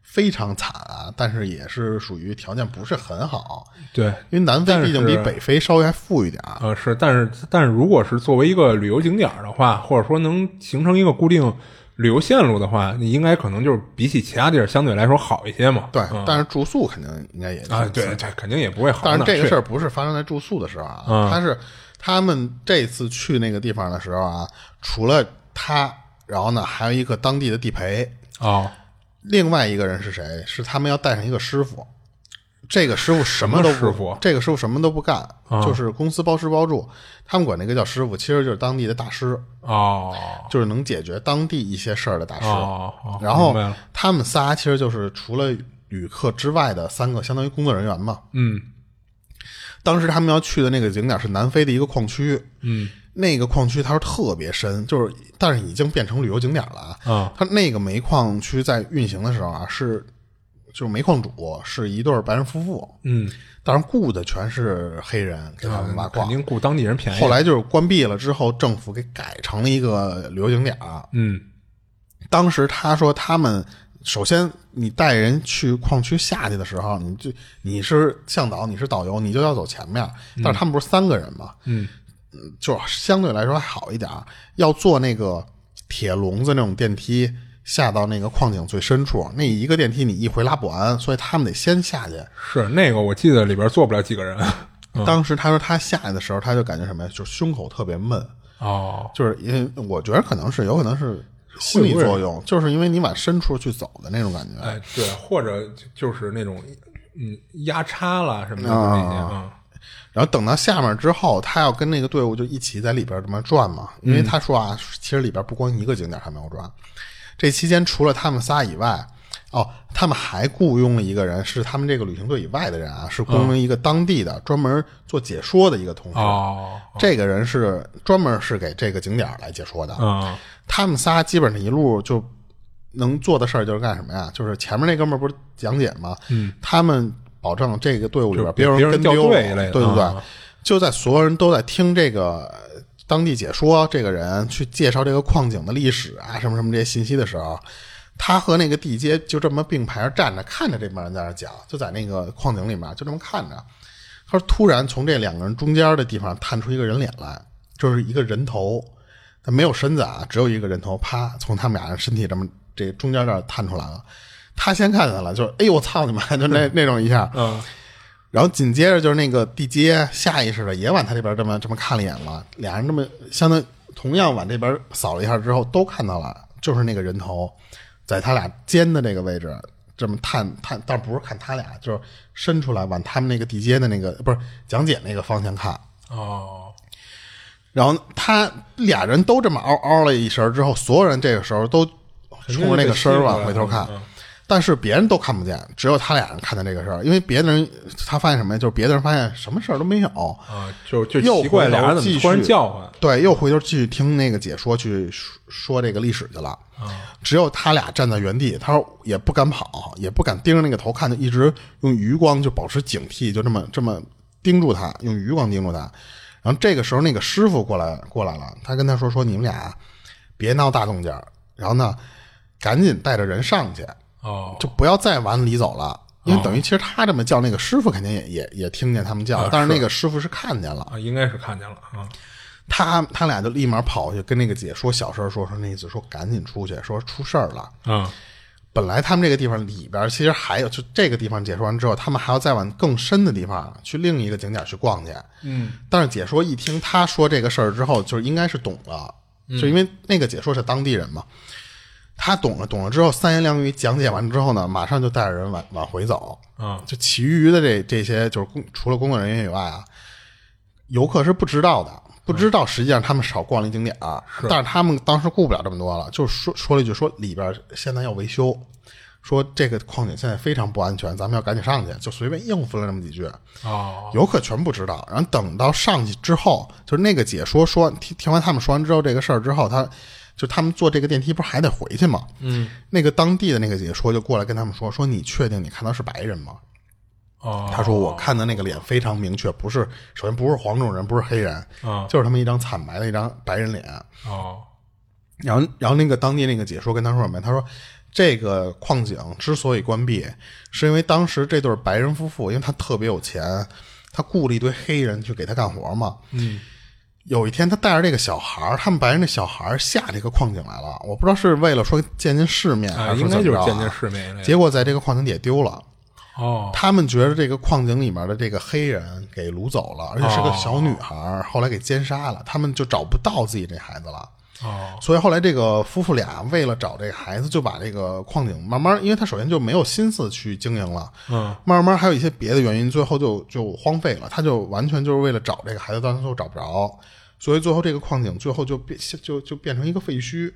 Speaker 1: 非常惨啊，但是也是属于条件不是很好，
Speaker 2: 对，
Speaker 1: 因为南非
Speaker 2: 但是
Speaker 1: 毕竟比北非稍微还富裕点啊儿。
Speaker 2: 呃，是，但是但是如果是作为一个旅游景点儿的话，或者说能形成一个固定旅游线路的话，你应该可能就是比起其他地儿相对来说好一些嘛。
Speaker 1: 对，
Speaker 2: 嗯
Speaker 1: 但是住宿肯定应该也挺
Speaker 2: 啊，对对，肯定也不会好
Speaker 1: 但
Speaker 2: 到
Speaker 1: 是
Speaker 2: 哪去。
Speaker 1: 这个事儿不是发生在住宿的时候啊，
Speaker 2: 嗯
Speaker 1: 他是他们这次去那个地方的时候啊，除了他，然后呢还有一个当地的地陪，
Speaker 2: 哦，
Speaker 1: 另外一个人是谁？是他们要带上一个师傅。这个师傅什么都不，
Speaker 2: 什么师傅
Speaker 1: 这个师傅什么都不干，
Speaker 2: 啊
Speaker 1: 就是公司包吃包住。他们管那个叫师傅，其实就是当地的大师，
Speaker 2: 哦
Speaker 1: 就是能解决当地一些事儿的大师。
Speaker 2: 哦哦，
Speaker 1: 然后
Speaker 2: 明白了
Speaker 1: 他们仨其实就是除了旅客之外的三个相当于工作人员嘛。
Speaker 2: 嗯
Speaker 1: 当时他们要去的那个景点是南非的一个矿区，
Speaker 2: 嗯
Speaker 1: 那个矿区它是特别深，就是但是已经变成旅游景点了啊。
Speaker 2: 啊
Speaker 1: 它那个煤矿区在运行的时候啊，是就是煤矿主是一对儿白人夫妇，
Speaker 2: 嗯，
Speaker 1: 当然雇的全是黑人给他们挖
Speaker 2: 肯
Speaker 1: 矿。
Speaker 2: 定雇当地人便宜。
Speaker 1: 后来就是关闭了之后，政府给改成了一个旅游景点儿。啊
Speaker 2: 嗯
Speaker 1: 当时他说他们。首先，你带人去矿区下去的时候，你就你是向导，你是导游，你就要走前面。但是他们不是三个人嘛，
Speaker 2: 嗯
Speaker 1: 就相对来说还好一点儿，要坐那个铁笼子那种电梯下到那个矿井最深处，那一个电梯你一回拉不完，所以他们得先下去。
Speaker 2: 是那个我记得里边坐不了几个人。
Speaker 1: 当时他说他下来的时候，他就感觉什么呀，就是胸口特别闷，
Speaker 2: 哦
Speaker 1: 就是因为我觉得可能是有可能是心理作用，就是因为你往深处去走的那种感觉。
Speaker 2: 哎对，或者就就是那种嗯压叉啦什么的那些啊。
Speaker 1: 然后等到下面之后，他要跟那个队伍就一起在里边这么转嘛，因为他说啊，其实里边不光一个景点他没有转，这期间除了他们仨以外，哦，他们还雇佣了一个人，是他们这个旅行队以外的人啊，是雇佣了一个当地的、专门做解说的一个同事。
Speaker 2: 哦
Speaker 1: 这个人是专门是给这个景点来解说的，
Speaker 2: 啊
Speaker 1: 他们仨基本上一路就能做的事儿就是干什么呀？就是前面那哥们儿不是讲解吗？嗯，他们保证这个队伍里边
Speaker 2: 就
Speaker 1: 别有
Speaker 2: 别
Speaker 1: 人跟
Speaker 2: 人掉
Speaker 1: 丢了，
Speaker 2: 队一类的
Speaker 1: 对对对
Speaker 2: 啊，
Speaker 1: 就在所有人都在听这个呃当地解说这个人去介绍这个矿井的历史啊，什么什么这些信息的时候。他和那个地接就这么并排着站着，看着这帮人在那讲，就在那个矿井里面啊就这么看着。他说，突然从这两个人中间的地方探出一个人脸来，就是一个人头，他没有身子啊，只有一个人头，啪，从他们俩人身体这么这中间这儿探出来了。他先看见了，就是哎呦我操你妈，就那那种一下。
Speaker 2: 嗯
Speaker 1: 然后紧接着就是那个地接下意识的也往他这边这么这么看了一眼了，俩人这么相当于同样往这边扫了一下之后，都看到了，就是那个人头在他俩肩的这个位置这么探探，但不是看他俩，就是伸出来往他们那个地接的那个不是讲解那个方向看。
Speaker 2: 哦
Speaker 1: 然后他俩人都这么嗷嗷了一声之后，所有人这个时候都冲着那个声儿往回头看，但是别人都看不见，只有他俩人看见这个事儿。因为别的人他发现什么呀？就是别的人发现什么事儿都没有。
Speaker 2: 啊，就就
Speaker 1: 又
Speaker 2: 奇怪，
Speaker 1: 回头
Speaker 2: 俩人怎
Speaker 1: 继
Speaker 2: 么突然
Speaker 1: 续
Speaker 2: 叫唤？啊
Speaker 1: 对，又回头去听那个解说去说说这个历史去了。
Speaker 2: 啊
Speaker 1: 只有他俩站在原地，他说也不敢跑，也不敢盯着那个头看，就一直用余光就保持警惕，就这么这么盯住他，用余光盯住他。然后这个时候，那个师傅过来过来了，他跟他说说你们俩别闹大动静儿，然后呢，赶紧带着人上去，
Speaker 2: 哦，
Speaker 1: 就不要再往里走了。因为等于其实他这么叫，那个师傅肯定也也也听见他们叫，但是那个师傅是看见了，
Speaker 2: 啊，应该是看见了啊，
Speaker 1: 他他俩就立马跑去跟那个姐说小声说说那意思说赶紧出去，说出事儿了。
Speaker 2: 嗯，
Speaker 1: 本来他们这个地方里边其实还有，就这个地方解说完之后，他们还要再往更深的地方啊去另一个景点去逛去。嗯，但是解说一听他说这个事儿之后，就是应该是懂了，就因为那个解说是当地人嘛，他懂了，懂了之后三言两语讲解完之后呢，马上就带着人往往回走。
Speaker 2: 啊，
Speaker 1: 就其余的这这些就是工除了工作人员以外啊，游客是不知道的，不知道实际上他们少逛了一景点儿、啊但是他们当时顾不了这么多了，就说说了一句说里边现在要维修，说这个矿井现在非常不安全，咱们要赶紧上去，就随便应付了那么几句。
Speaker 2: 哦，
Speaker 1: 游客全不知道。然后等到上去之后，就是那个解说说听听完他们说完之后这个事儿之后，他就他们坐这个电梯不是还得回去吗？嗯，那个当地的那个解说就过来跟他们说说你确定你看到是白人吗？
Speaker 2: 哦，
Speaker 1: 他说我看的那个脸非常明确，不是首先不是黄种人，不是黑人，
Speaker 2: 啊
Speaker 1: 就是他们一张惨白的一张白人脸。
Speaker 2: 哦，
Speaker 1: 然后，然后那个当地那个解说跟他说什么呀？他说这个矿井之所以关闭，是因为当时这对白人夫妇，因为他特别有钱，他雇了一堆黑人去给他干活嘛。
Speaker 2: 嗯，
Speaker 1: 有一天，他带着这个小孩儿，他们白人的小孩儿下这个矿井来了。我不知道是为了说见见世面，
Speaker 2: 啊，
Speaker 1: 还是
Speaker 2: 应
Speaker 1: 说怎么
Speaker 2: 该就是
Speaker 1: 着啊
Speaker 2: 见见世面一类的，
Speaker 1: 结果在这个矿井底下丢了。
Speaker 2: 哦，
Speaker 1: 他们觉得这个矿井里面的这个黑人给掳走了，而且是个小女孩儿，后来给奸杀了，他们就找不到自己这孩子了。
Speaker 2: 哦，
Speaker 1: 所以后来这个夫妇俩为了找这个孩子，就把这个矿井慢慢，因为他首先就没有心思去经营了，
Speaker 2: 嗯，
Speaker 1: 慢慢还有一些别的原因，最后就就荒废了。他就完全就是为了找这个孩子，但是最后找不着，所以最后这个矿井最后就变就就变成一个废墟。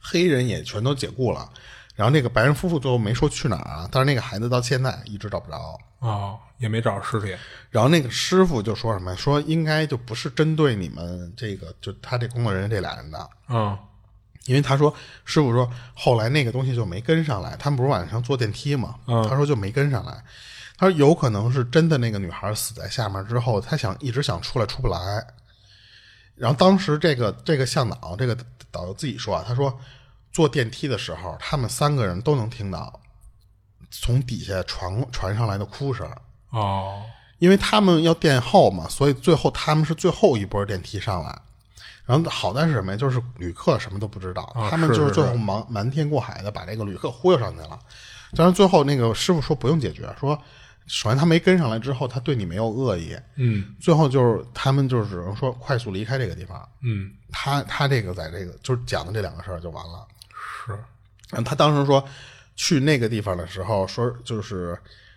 Speaker 1: 黑人也全都解雇了，然后那个白人夫妇最后没说去哪儿啊，但是那个孩子到现在一直找不着。
Speaker 2: 哦，也没找着尸体，
Speaker 1: 然后那个师傅就说什么呀，说应该就不是针对你们这个，就他这工作人员这俩人的，
Speaker 2: 嗯，
Speaker 1: 因为他说师傅说后来那个东西就没跟上来，他们不是晚上坐电梯嘛，他说就没跟上来。他说有可能是真的那个女孩死在下面之后，他想一直想出来出不来。然后当时这个这个向导这个导游自己说啊，他说坐电梯的时候，他们三个人都能听到从底下传传上来的哭声，
Speaker 2: 哦，
Speaker 1: 因为他们要垫后嘛，所以最后他们是最后一波电梯上来。然后好在是什么呀？就是旅客什么都不知道，
Speaker 2: 啊
Speaker 1: 他们
Speaker 2: 是
Speaker 1: 就是
Speaker 2: 是
Speaker 1: 最后瞒瞒天过海的把这个旅客忽悠上去了。但是最后那个师傅说不用解决，说首先他没跟上来之后，他对你没有恶意。
Speaker 2: 嗯
Speaker 1: 最后就是他们就是只能说快速离开这个地方。
Speaker 2: 嗯，
Speaker 1: 他他这个在这个就是讲的这两个事儿就完了。
Speaker 2: 是，
Speaker 1: 然嗯后他当时说去那个地方的时候，说就是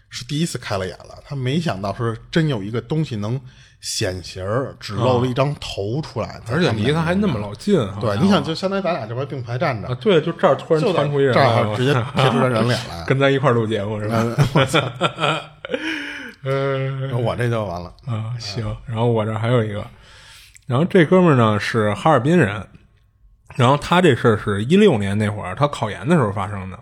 Speaker 1: 是第一次开了眼了，他没想到说真有一个东西能显形儿，只露了一张头出来，
Speaker 2: 嗯而且离他还那么老近，好像
Speaker 1: 对，你想就相当于咱俩这边并排站
Speaker 2: 啊，
Speaker 1: 着，
Speaker 2: 对，就这儿突然
Speaker 1: 就
Speaker 2: 窜出一啊人
Speaker 1: 这
Speaker 2: 来
Speaker 1: 儿啊嗯
Speaker 2: 了，
Speaker 1: 直 接贴出来人脸来，
Speaker 2: 跟咱一块儿录节目是吧？ 呃，
Speaker 1: 我这就完了。
Speaker 2: 啊，行。然后我这儿还有一个，然后这哥们儿呢是哈尔滨人，然后他这事儿是一六年那会儿他考研的时候发生的，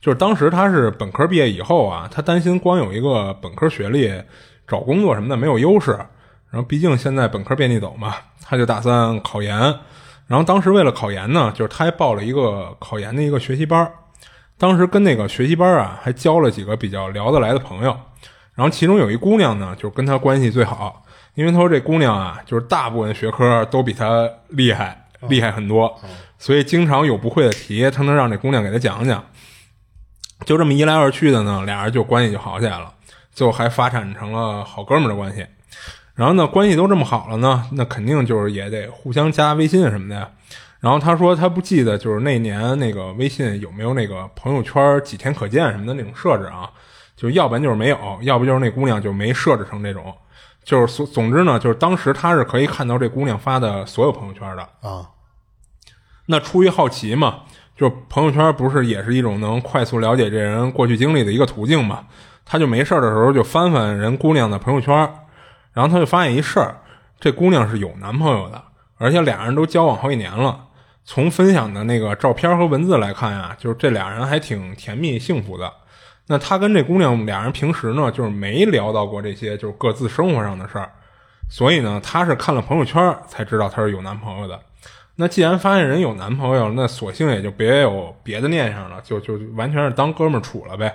Speaker 2: 就是当时他是本科毕业以后啊，他担心光有一个本科学历找工作什么的没有优势，然后毕竟现在本科遍地走嘛，他就打算考研。然后当时为了考研呢，就是他还报了一个考研的一个学习班儿，当时跟那个学习班啊，还交了几个比较聊得来的朋友，然后其中有一姑娘呢，就跟她关系最好，因为她说这姑娘啊，就是大部分学科都比她厉害，厉害很多，所以经常有不会的题，她能让这姑娘给她讲讲。就这么一来二去的呢，俩人就关系就好起来了，最后还发展成了好哥们儿的关系。然后呢，关系都这么好了呢，那肯定就是也得互相加微信什么的呀。然后他说他不记得就是那年那个微信有没有那个朋友圈几天可见什么的那种设置啊，就要不然就是没有，要不就是那姑娘就没设置成这种。就是所总之呢，就是当时他是可以看到这姑娘发的所有朋友圈的，
Speaker 1: 啊，
Speaker 2: 那出于好奇嘛，就是朋友圈不是也是一种能快速了解这人过去经历的一个途径嘛？他就没事儿的时候就翻翻人姑娘的朋友圈，然后他就发现一事儿，这姑娘是有男朋友的，而且俩人都交往好几年了。从分享的那个照片和文字来看啊，就是这俩人还挺甜蜜幸福的。那他跟这姑娘俩人平时呢，就是没聊到过这些，就是各自生活上的事儿。所以呢，她是看了朋友圈才知道她是有男朋友的。那既然发现人有男朋友，那索性也就别有别的念想了，就就完全是当哥们儿处了呗。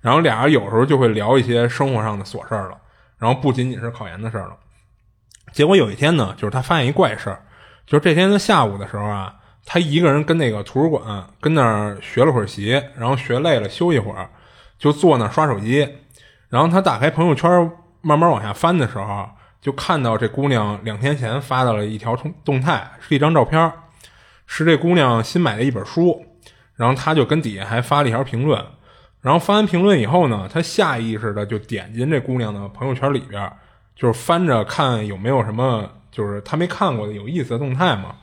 Speaker 2: 然后俩人有时候就会聊一些生活上的琐事儿了，然后不仅仅是考研的事儿了。结果有一天呢，就是他发现一怪事儿，就是这天的下午的时候啊，他一个人跟那个图书馆跟那儿学了会儿习，然后学累了休一会儿，就坐那儿刷手机。然后他打开朋友圈，慢慢往下翻的时候，啊就看到这姑娘两天前发到了一条动动态，是一张照片儿，是这姑娘新买的一本书。然后他就跟底下还发了一条评论，然后发完评论以后呢，他下意识的就点进这姑娘的朋友圈里边儿，就是翻着看有没有什么就是他没看过的有意思的动态嘛，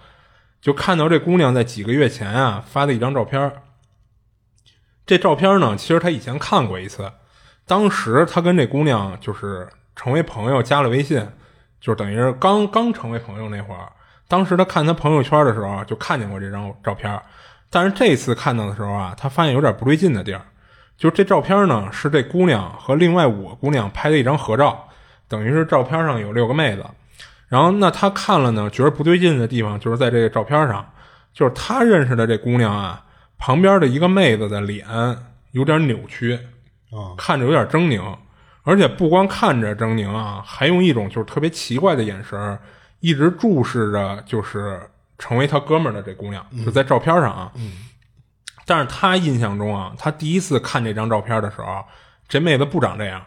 Speaker 2: 就看到这姑娘在几个月前啊发的一张照片儿。这照片呢，其实他以前看过一次，当时他跟这姑娘就是成为朋友，加了微信，就是等于是刚刚成为朋友那会儿。当时他看他朋友圈的时候啊，就看见过这张照片，但是这次看到的时候啊，他发现有点不对劲的地儿，就是这照片呢是这姑娘和另外五个姑娘拍的一张合照，等于是照片上有六个妹子。然后那他看了呢，觉得不对劲的地方就是在这个照片上，就是他认识的这姑娘啊，旁边的一个妹子的脸有点扭曲，
Speaker 1: 啊
Speaker 2: 看着有点狰狞，而且不光看着狰狞啊，还用一种就是特别奇怪的眼神儿，一直注视着，就是成为他哥们儿的这姑娘，就在照片上啊。但是他印象中啊，他第一次看这张照片的时候，这妹子不长这样。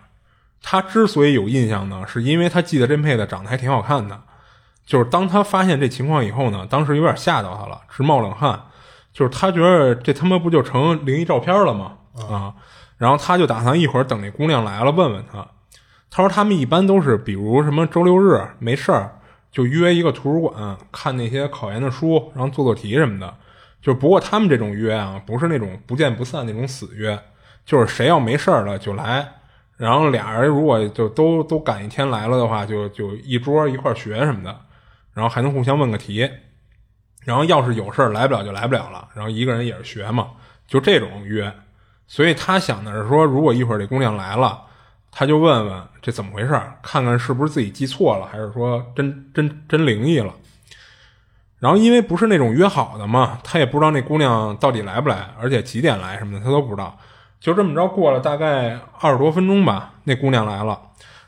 Speaker 2: 他之所以有印象呢，是因为他记得这妹子长得还挺好看的。就是当他发现这情况以后呢，当时有点吓到他了，直冒冷汗。就是他觉得这他妈不就成灵异照片了吗？啊，然后他就打算一会儿等那姑娘来了问问她。他说他们一般都是，比如什么周六日没事儿就约一个图书馆看那些考研的书，然后做做题什么的。就不过他们这种约啊，不是那种不见不散那种死约，就是谁要没事儿了就来，然后俩人如果就都都赶一天来了的话，就就一桌一块儿学什么的，然后还能互相问个题。然后要是有事儿来不了就来不了了，然后一个人也是学嘛，就这种约。所以他想的是说，如果一会儿这姑娘来了，他就问问这怎么回事儿，看看是不是自己记错了，还是说真真真灵异了。然后因为不是那种约好的嘛，他也不知道那姑娘到底来不来，而且几点来什么的他都不知道。就这么着过了大概二十多分钟吧，那姑娘来了。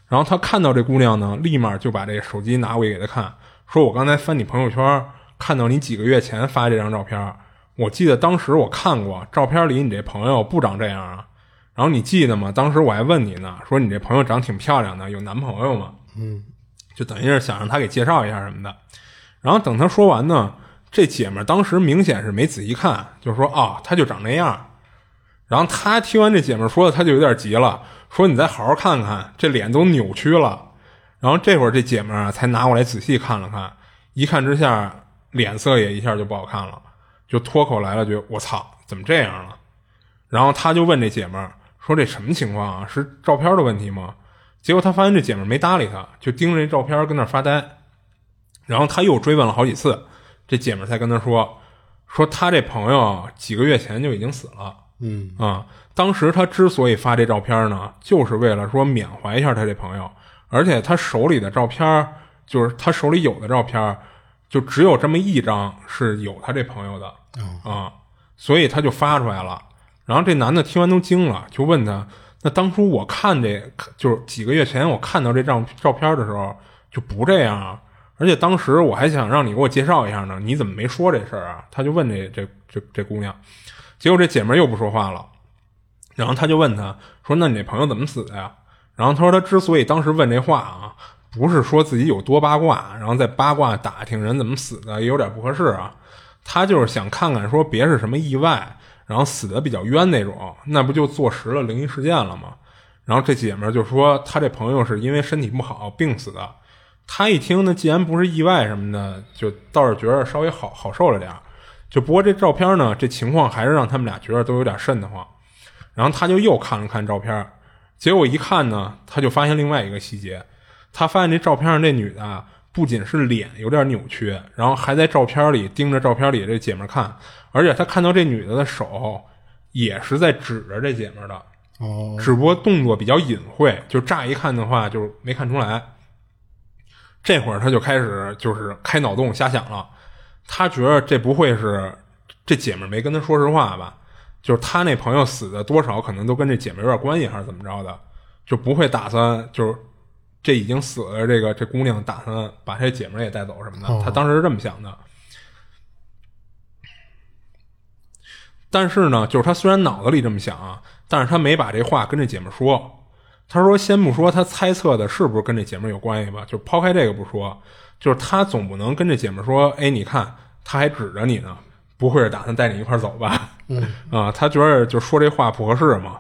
Speaker 2: 然后他看到这姑娘呢，立马就把这手机拿过去给她看，说我刚才翻你朋友圈，看到你几个月前发这张照片，我记得当时我看过，照片里你这朋友不长这样啊。然后你记得吗？当时我还问你呢，说你这朋友长挺漂亮的，有男朋友吗？就等于是想让他给介绍一下什么的。然后等他说完呢，这姐们儿当时明显是没仔细看，就说啊，他就长那样。然后他听完这姐们儿说的，他就有点急了，说你再好好看看，这脸都扭曲了。然后这会儿这姐们儿啊才拿过来仔细看了看，一看之下脸色也一下就不好看了，就脱口来了句：“我操，怎么这样了？”然后他就问这姐们儿说：“这什么情况啊？是照片的问题吗？”结果他发现这姐们儿没搭理他，就盯着这照片跟那儿发呆。然后他又追问了好几次，这姐们儿才跟他说，说他这朋友几个月前就已经死了。
Speaker 1: 嗯
Speaker 2: 啊、当时他之所以发这照片呢，就是为了说缅怀一下他这朋友，而且他手里的照片，就是他手里有的照片，就只有这么一张是有他这朋友的啊、所以他就发出来了。然后这男的听完都惊了，就问他：“那当初我看这，就是几个月前我看到这张照片的时候，就不这样啊？而且当时我还想让你给我介绍一下呢，你怎么没说这事儿啊？”他就问这这这这姑娘，结果这姐们儿又不说话了。然后他就问他说：“那你那朋友怎么死的呀？”然后他说他之所以当时问这话啊，不是说自己有多八卦，然后在八卦打听人怎么死的，也有点不合适啊。他就是想看看说别是什么意外，然后死的比较冤那种，那不就坐实了灵异事件了吗？然后这姐们儿就说她这朋友是因为身体不好病死的。他一听呢，既然不是意外什么的，就倒是觉得稍微好好受了点儿。就不过这照片呢，这情况还是让他们俩觉得都有点瘆得慌。然后他就又看了看照片儿，结果一看呢，他就发现另外一个细节，他发现这照片上这女的啊不仅是脸有点扭曲，然后还在照片里盯着照片里这姐们儿看，而且他看到这女的的手也是在指着这姐们儿的，
Speaker 1: 哦
Speaker 2: 只不过动作比较隐晦，就乍一看的话就是没看出来。这会儿他就开始就是开脑洞瞎想了，他觉得这不会是这姐们儿没跟他说实话吧？就是他那朋友死的多少可能都跟这姐妹有点关系，还是怎么着的，就不会打算就是这已经死了这个这姑娘打算把这姐妹也带走什么的，他当时是这么想的。但是呢，就是他虽然脑子里这么想啊，但是他没把这话跟这姐们说。他说，先不说他猜测的是不是跟这姐们有关系吧，就抛开这个不说，就是他总不能跟这姐们说，哎，你看他还指着你呢，不会是打算带你一块儿走吧？嗯 啊，他觉得就说这话不合适嘛。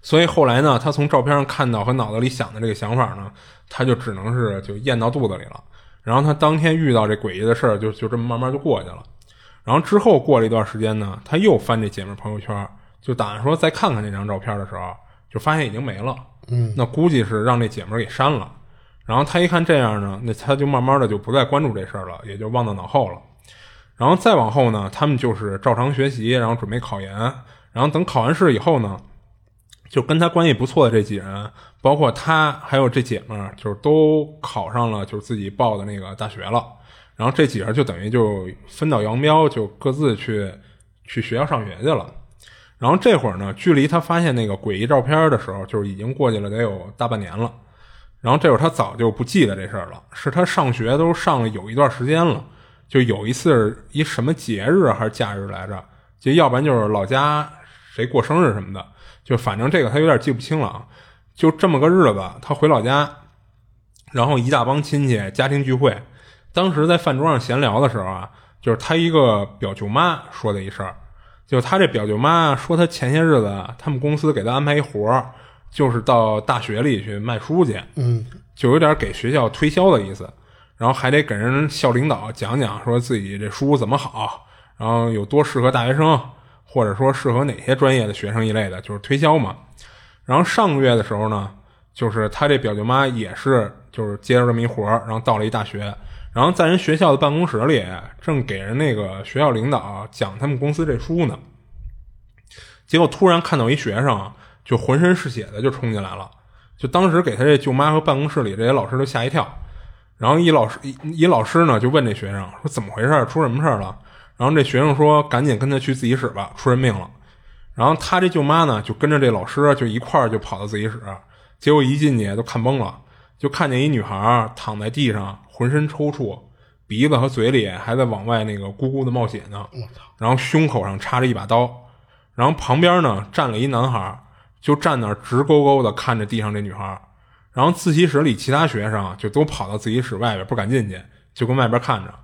Speaker 2: 所以后来呢，他从照片上看到和脑子里想的这个想法呢，他就只能是就咽到肚子里了。然后他当天遇到这诡异的事儿，就就这么慢慢就过去了。然后之后过了一段时间呢，他又翻这姐妹朋友圈，就打算说再看看这张照片的时候，就发现已经没了。嗯，那估计是让这姐妹给删了。然后他一看这样呢，那他就慢慢的就不再关注这事儿了，也就忘到脑后了。然后再往后呢，他们就是照常学习，然后准备考研，然后等考完试以后呢，就跟他关系不错的这几人，包括他还有这姐们儿，就是都考上了，就是自己报的那个大学了。然后这几人就等于就分道扬镳，就各自去去学校上学去了。然后这会儿呢，距离他发现那个诡异照片的时候，就是已经过去了得有大半年了。然后这会儿他早就不记得这事儿了，是他上学都上了有一段时间了。就有一次一什么节日啊还是假日来着，就要不然就是老家谁过生日什么的，就反正这个他有点记不清了啊。就这么个日子，他回老家，然后一大帮亲戚家庭聚会。当时在饭桌上闲聊的时候啊，就是他一个表舅妈说的一事儿，就他这表舅妈说他前些日子啊他们公司给他安排一活儿，就是到大学里去卖书去，
Speaker 1: 嗯，
Speaker 2: 就有点给学校推销的意思，然后还得给人校领导讲讲说自己这书怎么好，然后有多适合大学生，或者说适合哪些专业的学生一类的，就是推销嘛。然后上个月的时候呢，就是他这表舅妈也是就是接着这么一活儿，然后到了一大学，然后在人学校的办公室里正给人那个学校领导讲他们公司这书呢，结果突然看到一学生啊就浑身是血的就冲进来了，就当时给他这舅妈和办公室里这些老师都吓一跳。然后一老师一一老师呢就问这学生说怎么回事儿，出什么事儿了？然后这学生说赶紧跟他去自习室吧，出人命了。然后他这舅妈呢就跟着这老师啊就一块儿就跑到自习室，结果一进去都看懵了，就看见一女孩儿躺在地上，浑身抽搐，鼻子和嘴里还在往外那个咕咕的冒血呢。然后胸口上插着一把刀，然后旁边呢站了一男孩儿，就站那儿直勾勾的看着地上这女孩儿。然后自习室里其他学生啊就都跑到自习室外边，不敢进去，就跟外边看着。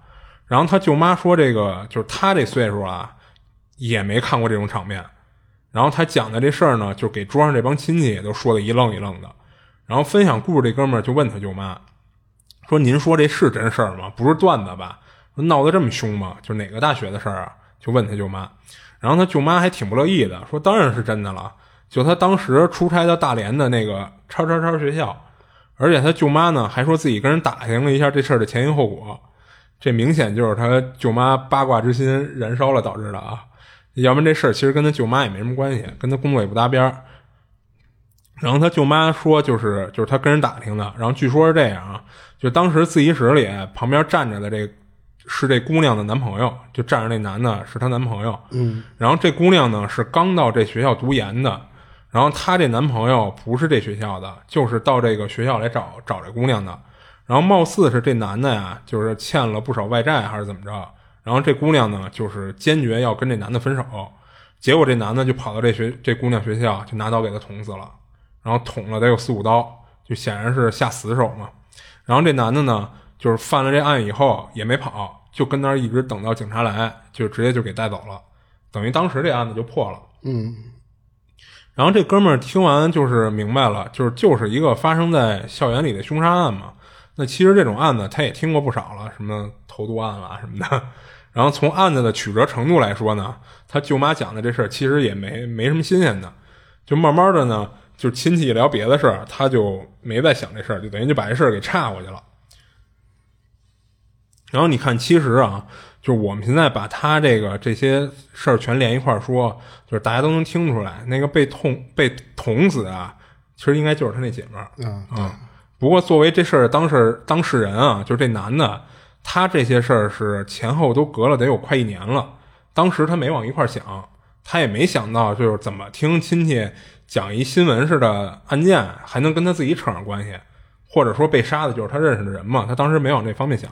Speaker 2: 然后他舅妈说：“这个就是他这岁数啊，也没看过这种场面。”然后他讲的这事儿呢，就给桌上这帮亲戚也都说的一愣一愣的。然后分享故事这哥们儿就问他舅妈说：“您说这是真事儿吗？不是段子吧？说闹得这么凶吗？就哪个大学的事儿啊？”就问他舅妈。然后他舅妈还挺不乐意的，说：“当然是真的了。”就他当时出差到大连的那个叉叉叉学校，而且他舅妈呢还说自己跟人打听了一下这事儿的前因后果，这明显就是他舅妈八卦之心燃烧了导致的啊！要不然这事儿其实跟他舅妈也没什么关系，跟他工作也不搭边儿。然后他舅妈说，就是就是他跟人打听的，然后据说是这样啊，就当时自习室里旁边站着的这是这姑娘的男朋友，就站着那男的是她男朋友，嗯，然后这姑娘呢是刚到这学校读研的，然后她这男朋友不是这学校的，就是到这个学校来找找这姑娘的，然后貌似是这男的呀，就是欠了不少外债还是怎么着，然后这姑娘呢就是坚决要跟这男的分手，结果这男的就跑到这学这姑娘学校就拿刀给她捅死了。然后捅了得有四五刀，就显然是下死手嘛。然后这男的呢，就是犯了这案以后也没跑，就跟那儿一直等到警察来，就直接就给带走了，等于当时这案子就破了。
Speaker 1: 嗯
Speaker 2: 然后这哥们儿听完就是明白了，就是就是一个发生在校园里的凶杀案嘛。那其实这种案子他也听过不少了，什么投毒案啊啦什么的。然后从案子的曲折程度来说呢，他舅妈讲的这事儿其实也没没什么新鲜的，就慢慢的呢，就亲戚一聊别的事儿，他就没再想这事儿，就等于就把这事儿给岔过去了。然后你看，其实啊，就是我们现在把他这个这些事儿全连一块儿说，就是大家都能听出来，那个被痛被捅死啊，其实应该就是他那姐们儿。
Speaker 1: 啊，
Speaker 2: 啊。不过作为这事儿当事当事人啊，就是这男的，他这些事儿是前后都隔了得有快一年了。当时他没往一块儿想，他也没想到就是怎么听亲戚讲一新闻似的案件，还能跟他自己扯上关系，或者说被杀的就是他认识的人嘛。他当时没往这方面想，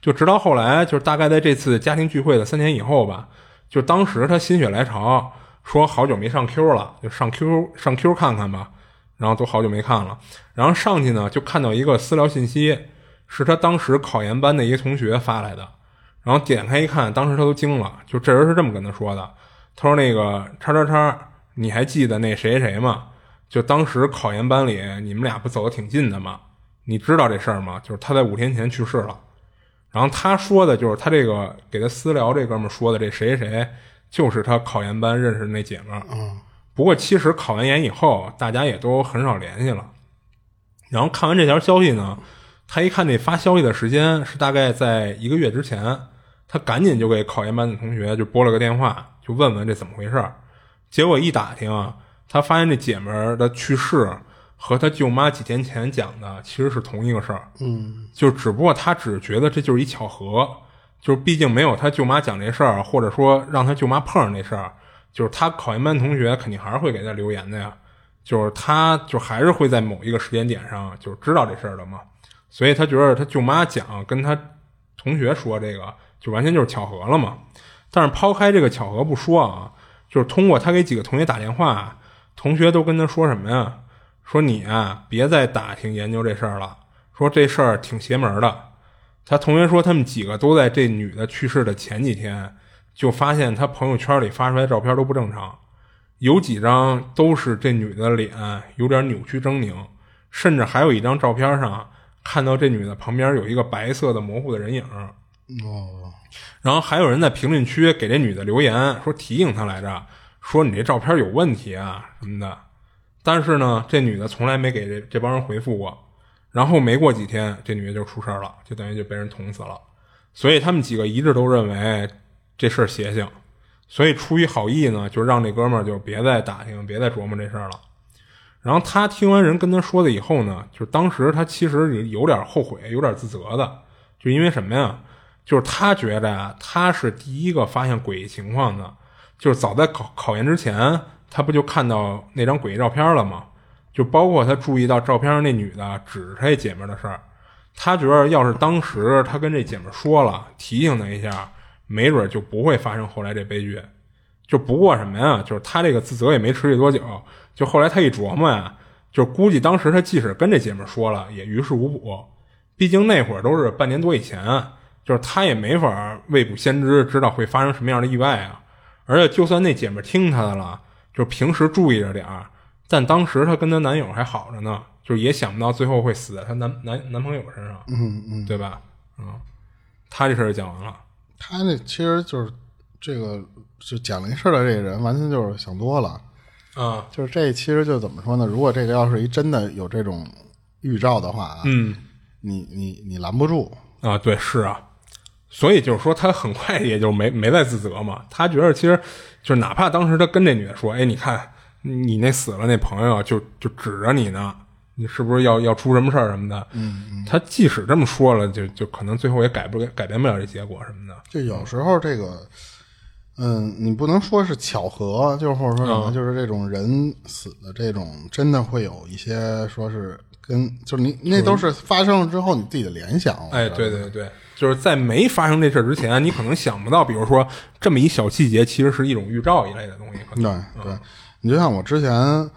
Speaker 2: 就直到后来，就是大概在这次家庭聚会的三年以后吧，就当时他心血来潮说好久没上 Q 了，就上 Q 上 Q 看看吧，然后都好久没看了，然后上去呢就看到一个私聊信息，是他当时考研班的一个同学发来的，然后点开一看，当时他都惊了，就这人是这么跟他说的，他说那个叉叉叉，你还记得那谁谁吗？就当时考研班里你们俩不走的挺近的吗？你知道这事儿吗？就是他在五天前去世了。然后他说的就是他这个给他私聊这哥们儿说的这谁谁谁，就是他考研班认识的那姐们儿。
Speaker 1: 啊
Speaker 2: 嗯，不过其实考完研以后，大家也都很少联系了。然后看完这条消息呢，他一看那发消息的时间是大概在一个月之前，他赶紧就给考研班的同学就拨了个电话，就问问这怎么回事儿。结果一打听啊，他发现这姐们儿的去世和他舅妈几天前讲的其实是同一个事儿。
Speaker 1: 嗯，
Speaker 2: 就只不过他只觉得这就是一巧合，就是毕竟没有他舅妈讲这事儿，或者说让他舅妈碰上这事儿，就是他考研班同学肯定还是会给他留言的呀，就是他就还是会在某一个时间点上就是知道这事儿的嘛，所以他觉得他舅妈讲跟他同学说这个就完全就是巧合了嘛。但是抛开这个巧合不说啊，就是通过他给几个同学打电话，同学都跟他说什么呀？说你啊，别再打听研究这事儿了，说这事儿挺邪门儿的。他同学说，他们几个都在这女的去世的前几天，就发现她朋友圈里发出来的照片都不正常，有几张都是这女的脸有点扭曲狰狞，甚至还有一张照片上看到这女的旁边有一个白色的模糊的人影儿。
Speaker 1: 哦，
Speaker 2: 然后还有人在评论区给这女的留言，说提醒她来着，说你这照片有问题啊什么的。但是呢，这女的从来没给这这帮人回复过。然后没过几天，这女的就出事儿了，就等于就被人捅死了。所以他们几个一致都认为这事儿邪性。所以出于好意呢，就让这哥们儿就别再打听，别再琢磨这事儿了。然后他听完人跟他说的以后呢，就是当时他其实也有点后悔，有点自责的，就因为什么呀？就是他觉得啊，他是第一个发现诡异情况的，就是早在考考研之前，他不就看到那张诡异照片了吗？就包括他注意到照片上那女的指着他这姐们儿的事儿，他觉得要是当时他跟这姐们儿说了，提醒她一下，没准儿就不会发生后来这悲剧。就不过什么呀，就是他这个自责也没持续多久，就后来他一琢磨呀，就估计当时他即使跟这姐们儿说了，也于事无补，毕竟那会儿都是半年多以前，啊就是他也没法未卜先知，知道会发生什么样的意外啊。而且就算那姐们儿听他的了，就是平时注意着点儿，但当时她跟她男友还好着呢，就是也想不到最后会死在她男男男朋友身上，
Speaker 1: 嗯嗯，
Speaker 2: 对吧？嗯，他这事儿讲完了。
Speaker 1: 他那其实就是这个就讲这事儿的这个人，完全就是想多了。
Speaker 2: 啊，
Speaker 1: 就是这其实就怎么说呢？如果这个要是一真的有这种预兆的话啊，
Speaker 2: 嗯，
Speaker 1: 你你你拦不住。
Speaker 2: 啊，对，是啊，所以就是说他很快也就没没再自责嘛。他觉得其实就是哪怕当时他跟这女的说，哎，你看你那死了那朋友就就指着你呢，你是不是要要出什么事儿什么的？嗯，他即使这么说了，就就可能最后也改不改变不了这结果什么的。
Speaker 1: 就有时候这个，嗯，你不能说是巧合，就是或者说什
Speaker 2: 嗯
Speaker 1: 么，就是这种人死的这种，真的会有一些说是跟，就是你那都是发生了之后你自己的联想。我
Speaker 2: 哎，
Speaker 1: 觉得
Speaker 2: 对对对，就是在没发生这事儿之前，你可能想不到，比如说这么一小细节，其实是一种预兆一类的东西。可能
Speaker 1: 对对，你就像我之前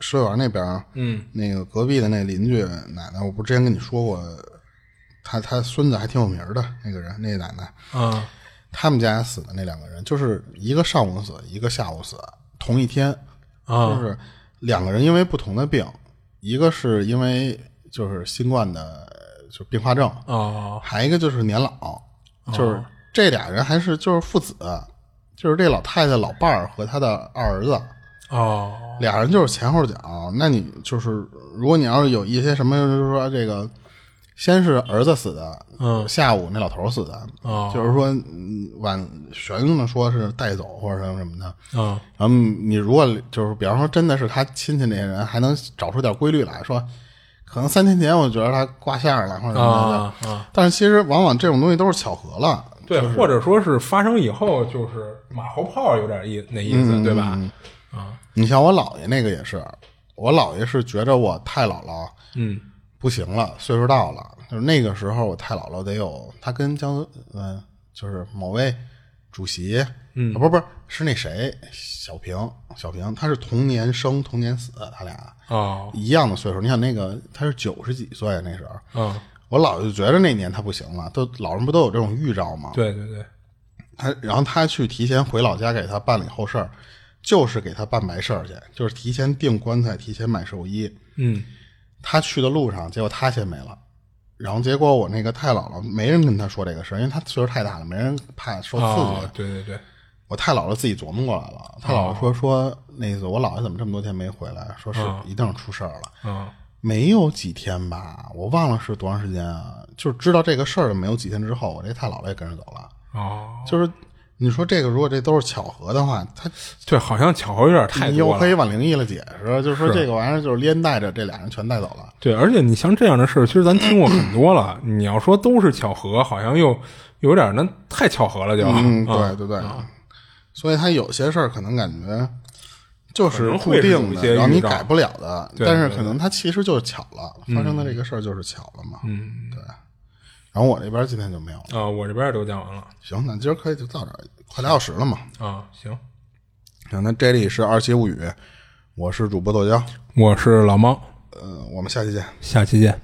Speaker 1: 社员那边，嗯，那个隔壁的那邻居奶奶，我不是之前跟你说过，她她孙子还挺有名儿的那个人，那奶奶，
Speaker 2: 啊
Speaker 1: 他们家死的那两个人，就是一个上午死，一个下午死，同一天，就
Speaker 2: 啊
Speaker 1: 是两个人因为不同的病，一个是因为就是新冠的就是并发症，
Speaker 2: 啊
Speaker 1: 还一个就是年老，就是这俩人还是就是父子，就是这老太太老伴儿和她的二儿子，
Speaker 2: 啊
Speaker 1: 俩人就是前后脚。那你就是如果你要是有一些什么，就是说这个先是儿子死的，
Speaker 2: 嗯
Speaker 1: 下午那老头儿死的，
Speaker 2: 啊
Speaker 1: 就是说嗯往悬的说是带走或者什么什么的。
Speaker 2: 啊
Speaker 1: 然后你如果就是比方说真的是他亲戚那些人，还能找出点规律来说，可能三天前我觉得他挂线了或者什么的，
Speaker 2: 啊啊！
Speaker 1: 但是其实往往这种东西都是巧合了，
Speaker 2: 对，或者说是发生以后就是马后炮，有点意那意
Speaker 1: 嗯
Speaker 2: 思，对吧？
Speaker 1: 你像我姥爷那个也是，我姥爷是觉着我太姥姥
Speaker 2: 嗯，
Speaker 1: 不行了，岁数到了，就是那个时候我太姥姥得有，他跟江嗯、就是某位主席，嗯，啊、不是不是是那谁小平，小平他是同年生同年死，他俩
Speaker 2: 哦，
Speaker 1: 一样的岁数。你想那个他是九十几岁那时候，
Speaker 2: 嗯，
Speaker 1: 我姥爷就觉着那年他不行了，都老人不都有这种预兆吗？
Speaker 2: 对对对，
Speaker 1: 他然后他去提前回老家给他办理后事儿，就是给他办白事儿去，就是提前订棺材，提前买寿衣。
Speaker 2: 嗯，
Speaker 1: 他去的路上，结果他先没了。然后结果我那个太姥姥没人跟他说这个事儿，因为他岁数太大了，没人怕受刺激。
Speaker 2: 哦，对对对，
Speaker 1: 我太姥姥自己琢磨过来了，他姥姥说说那个我姥爷怎么这么多天没回来，说是
Speaker 2: 哦
Speaker 1: 一定是出事儿了。
Speaker 2: 嗯
Speaker 1: 没有几天吧，我忘了是多长时间啊，就是知道这个事儿的没有几天之后，我这太姥姥也跟着走了。
Speaker 2: 哦，
Speaker 1: 就是你说这个，如果这都是巧合的话，他
Speaker 2: 对，好像巧合有点太
Speaker 1: 你又
Speaker 2: 多
Speaker 1: 可
Speaker 2: 了。
Speaker 1: 以往灵异了解释，就是说这个玩意儿就是连带着这俩人全带走了。
Speaker 2: 对，而且你像这样的事儿，其实咱听过很多了。你要说都是巧合，好像又有点儿那太巧合了就，
Speaker 1: 嗯，
Speaker 2: 啊，
Speaker 1: 对对对，所以他有些事儿可能感觉就是
Speaker 2: 能
Speaker 1: 固
Speaker 2: 会是有
Speaker 1: 定
Speaker 2: 一些
Speaker 1: 的，然后你
Speaker 2: 预兆
Speaker 1: 改不了的，
Speaker 2: 对
Speaker 1: 但是
Speaker 2: 对
Speaker 1: 可能他其实就是巧了，发生的这个事儿就是巧了嘛。
Speaker 2: 嗯
Speaker 1: 对。然后我这边今天就没有了。
Speaker 2: 啊、我这边儿都讲完了
Speaker 1: 行，那今儿可以就到这儿，快俩小时了嘛。
Speaker 2: 啊，行，
Speaker 1: 行，那这里是二七物语，我是主播豆浆，
Speaker 2: 我是老猫，
Speaker 1: 呃，我们下期见。
Speaker 2: 下期见。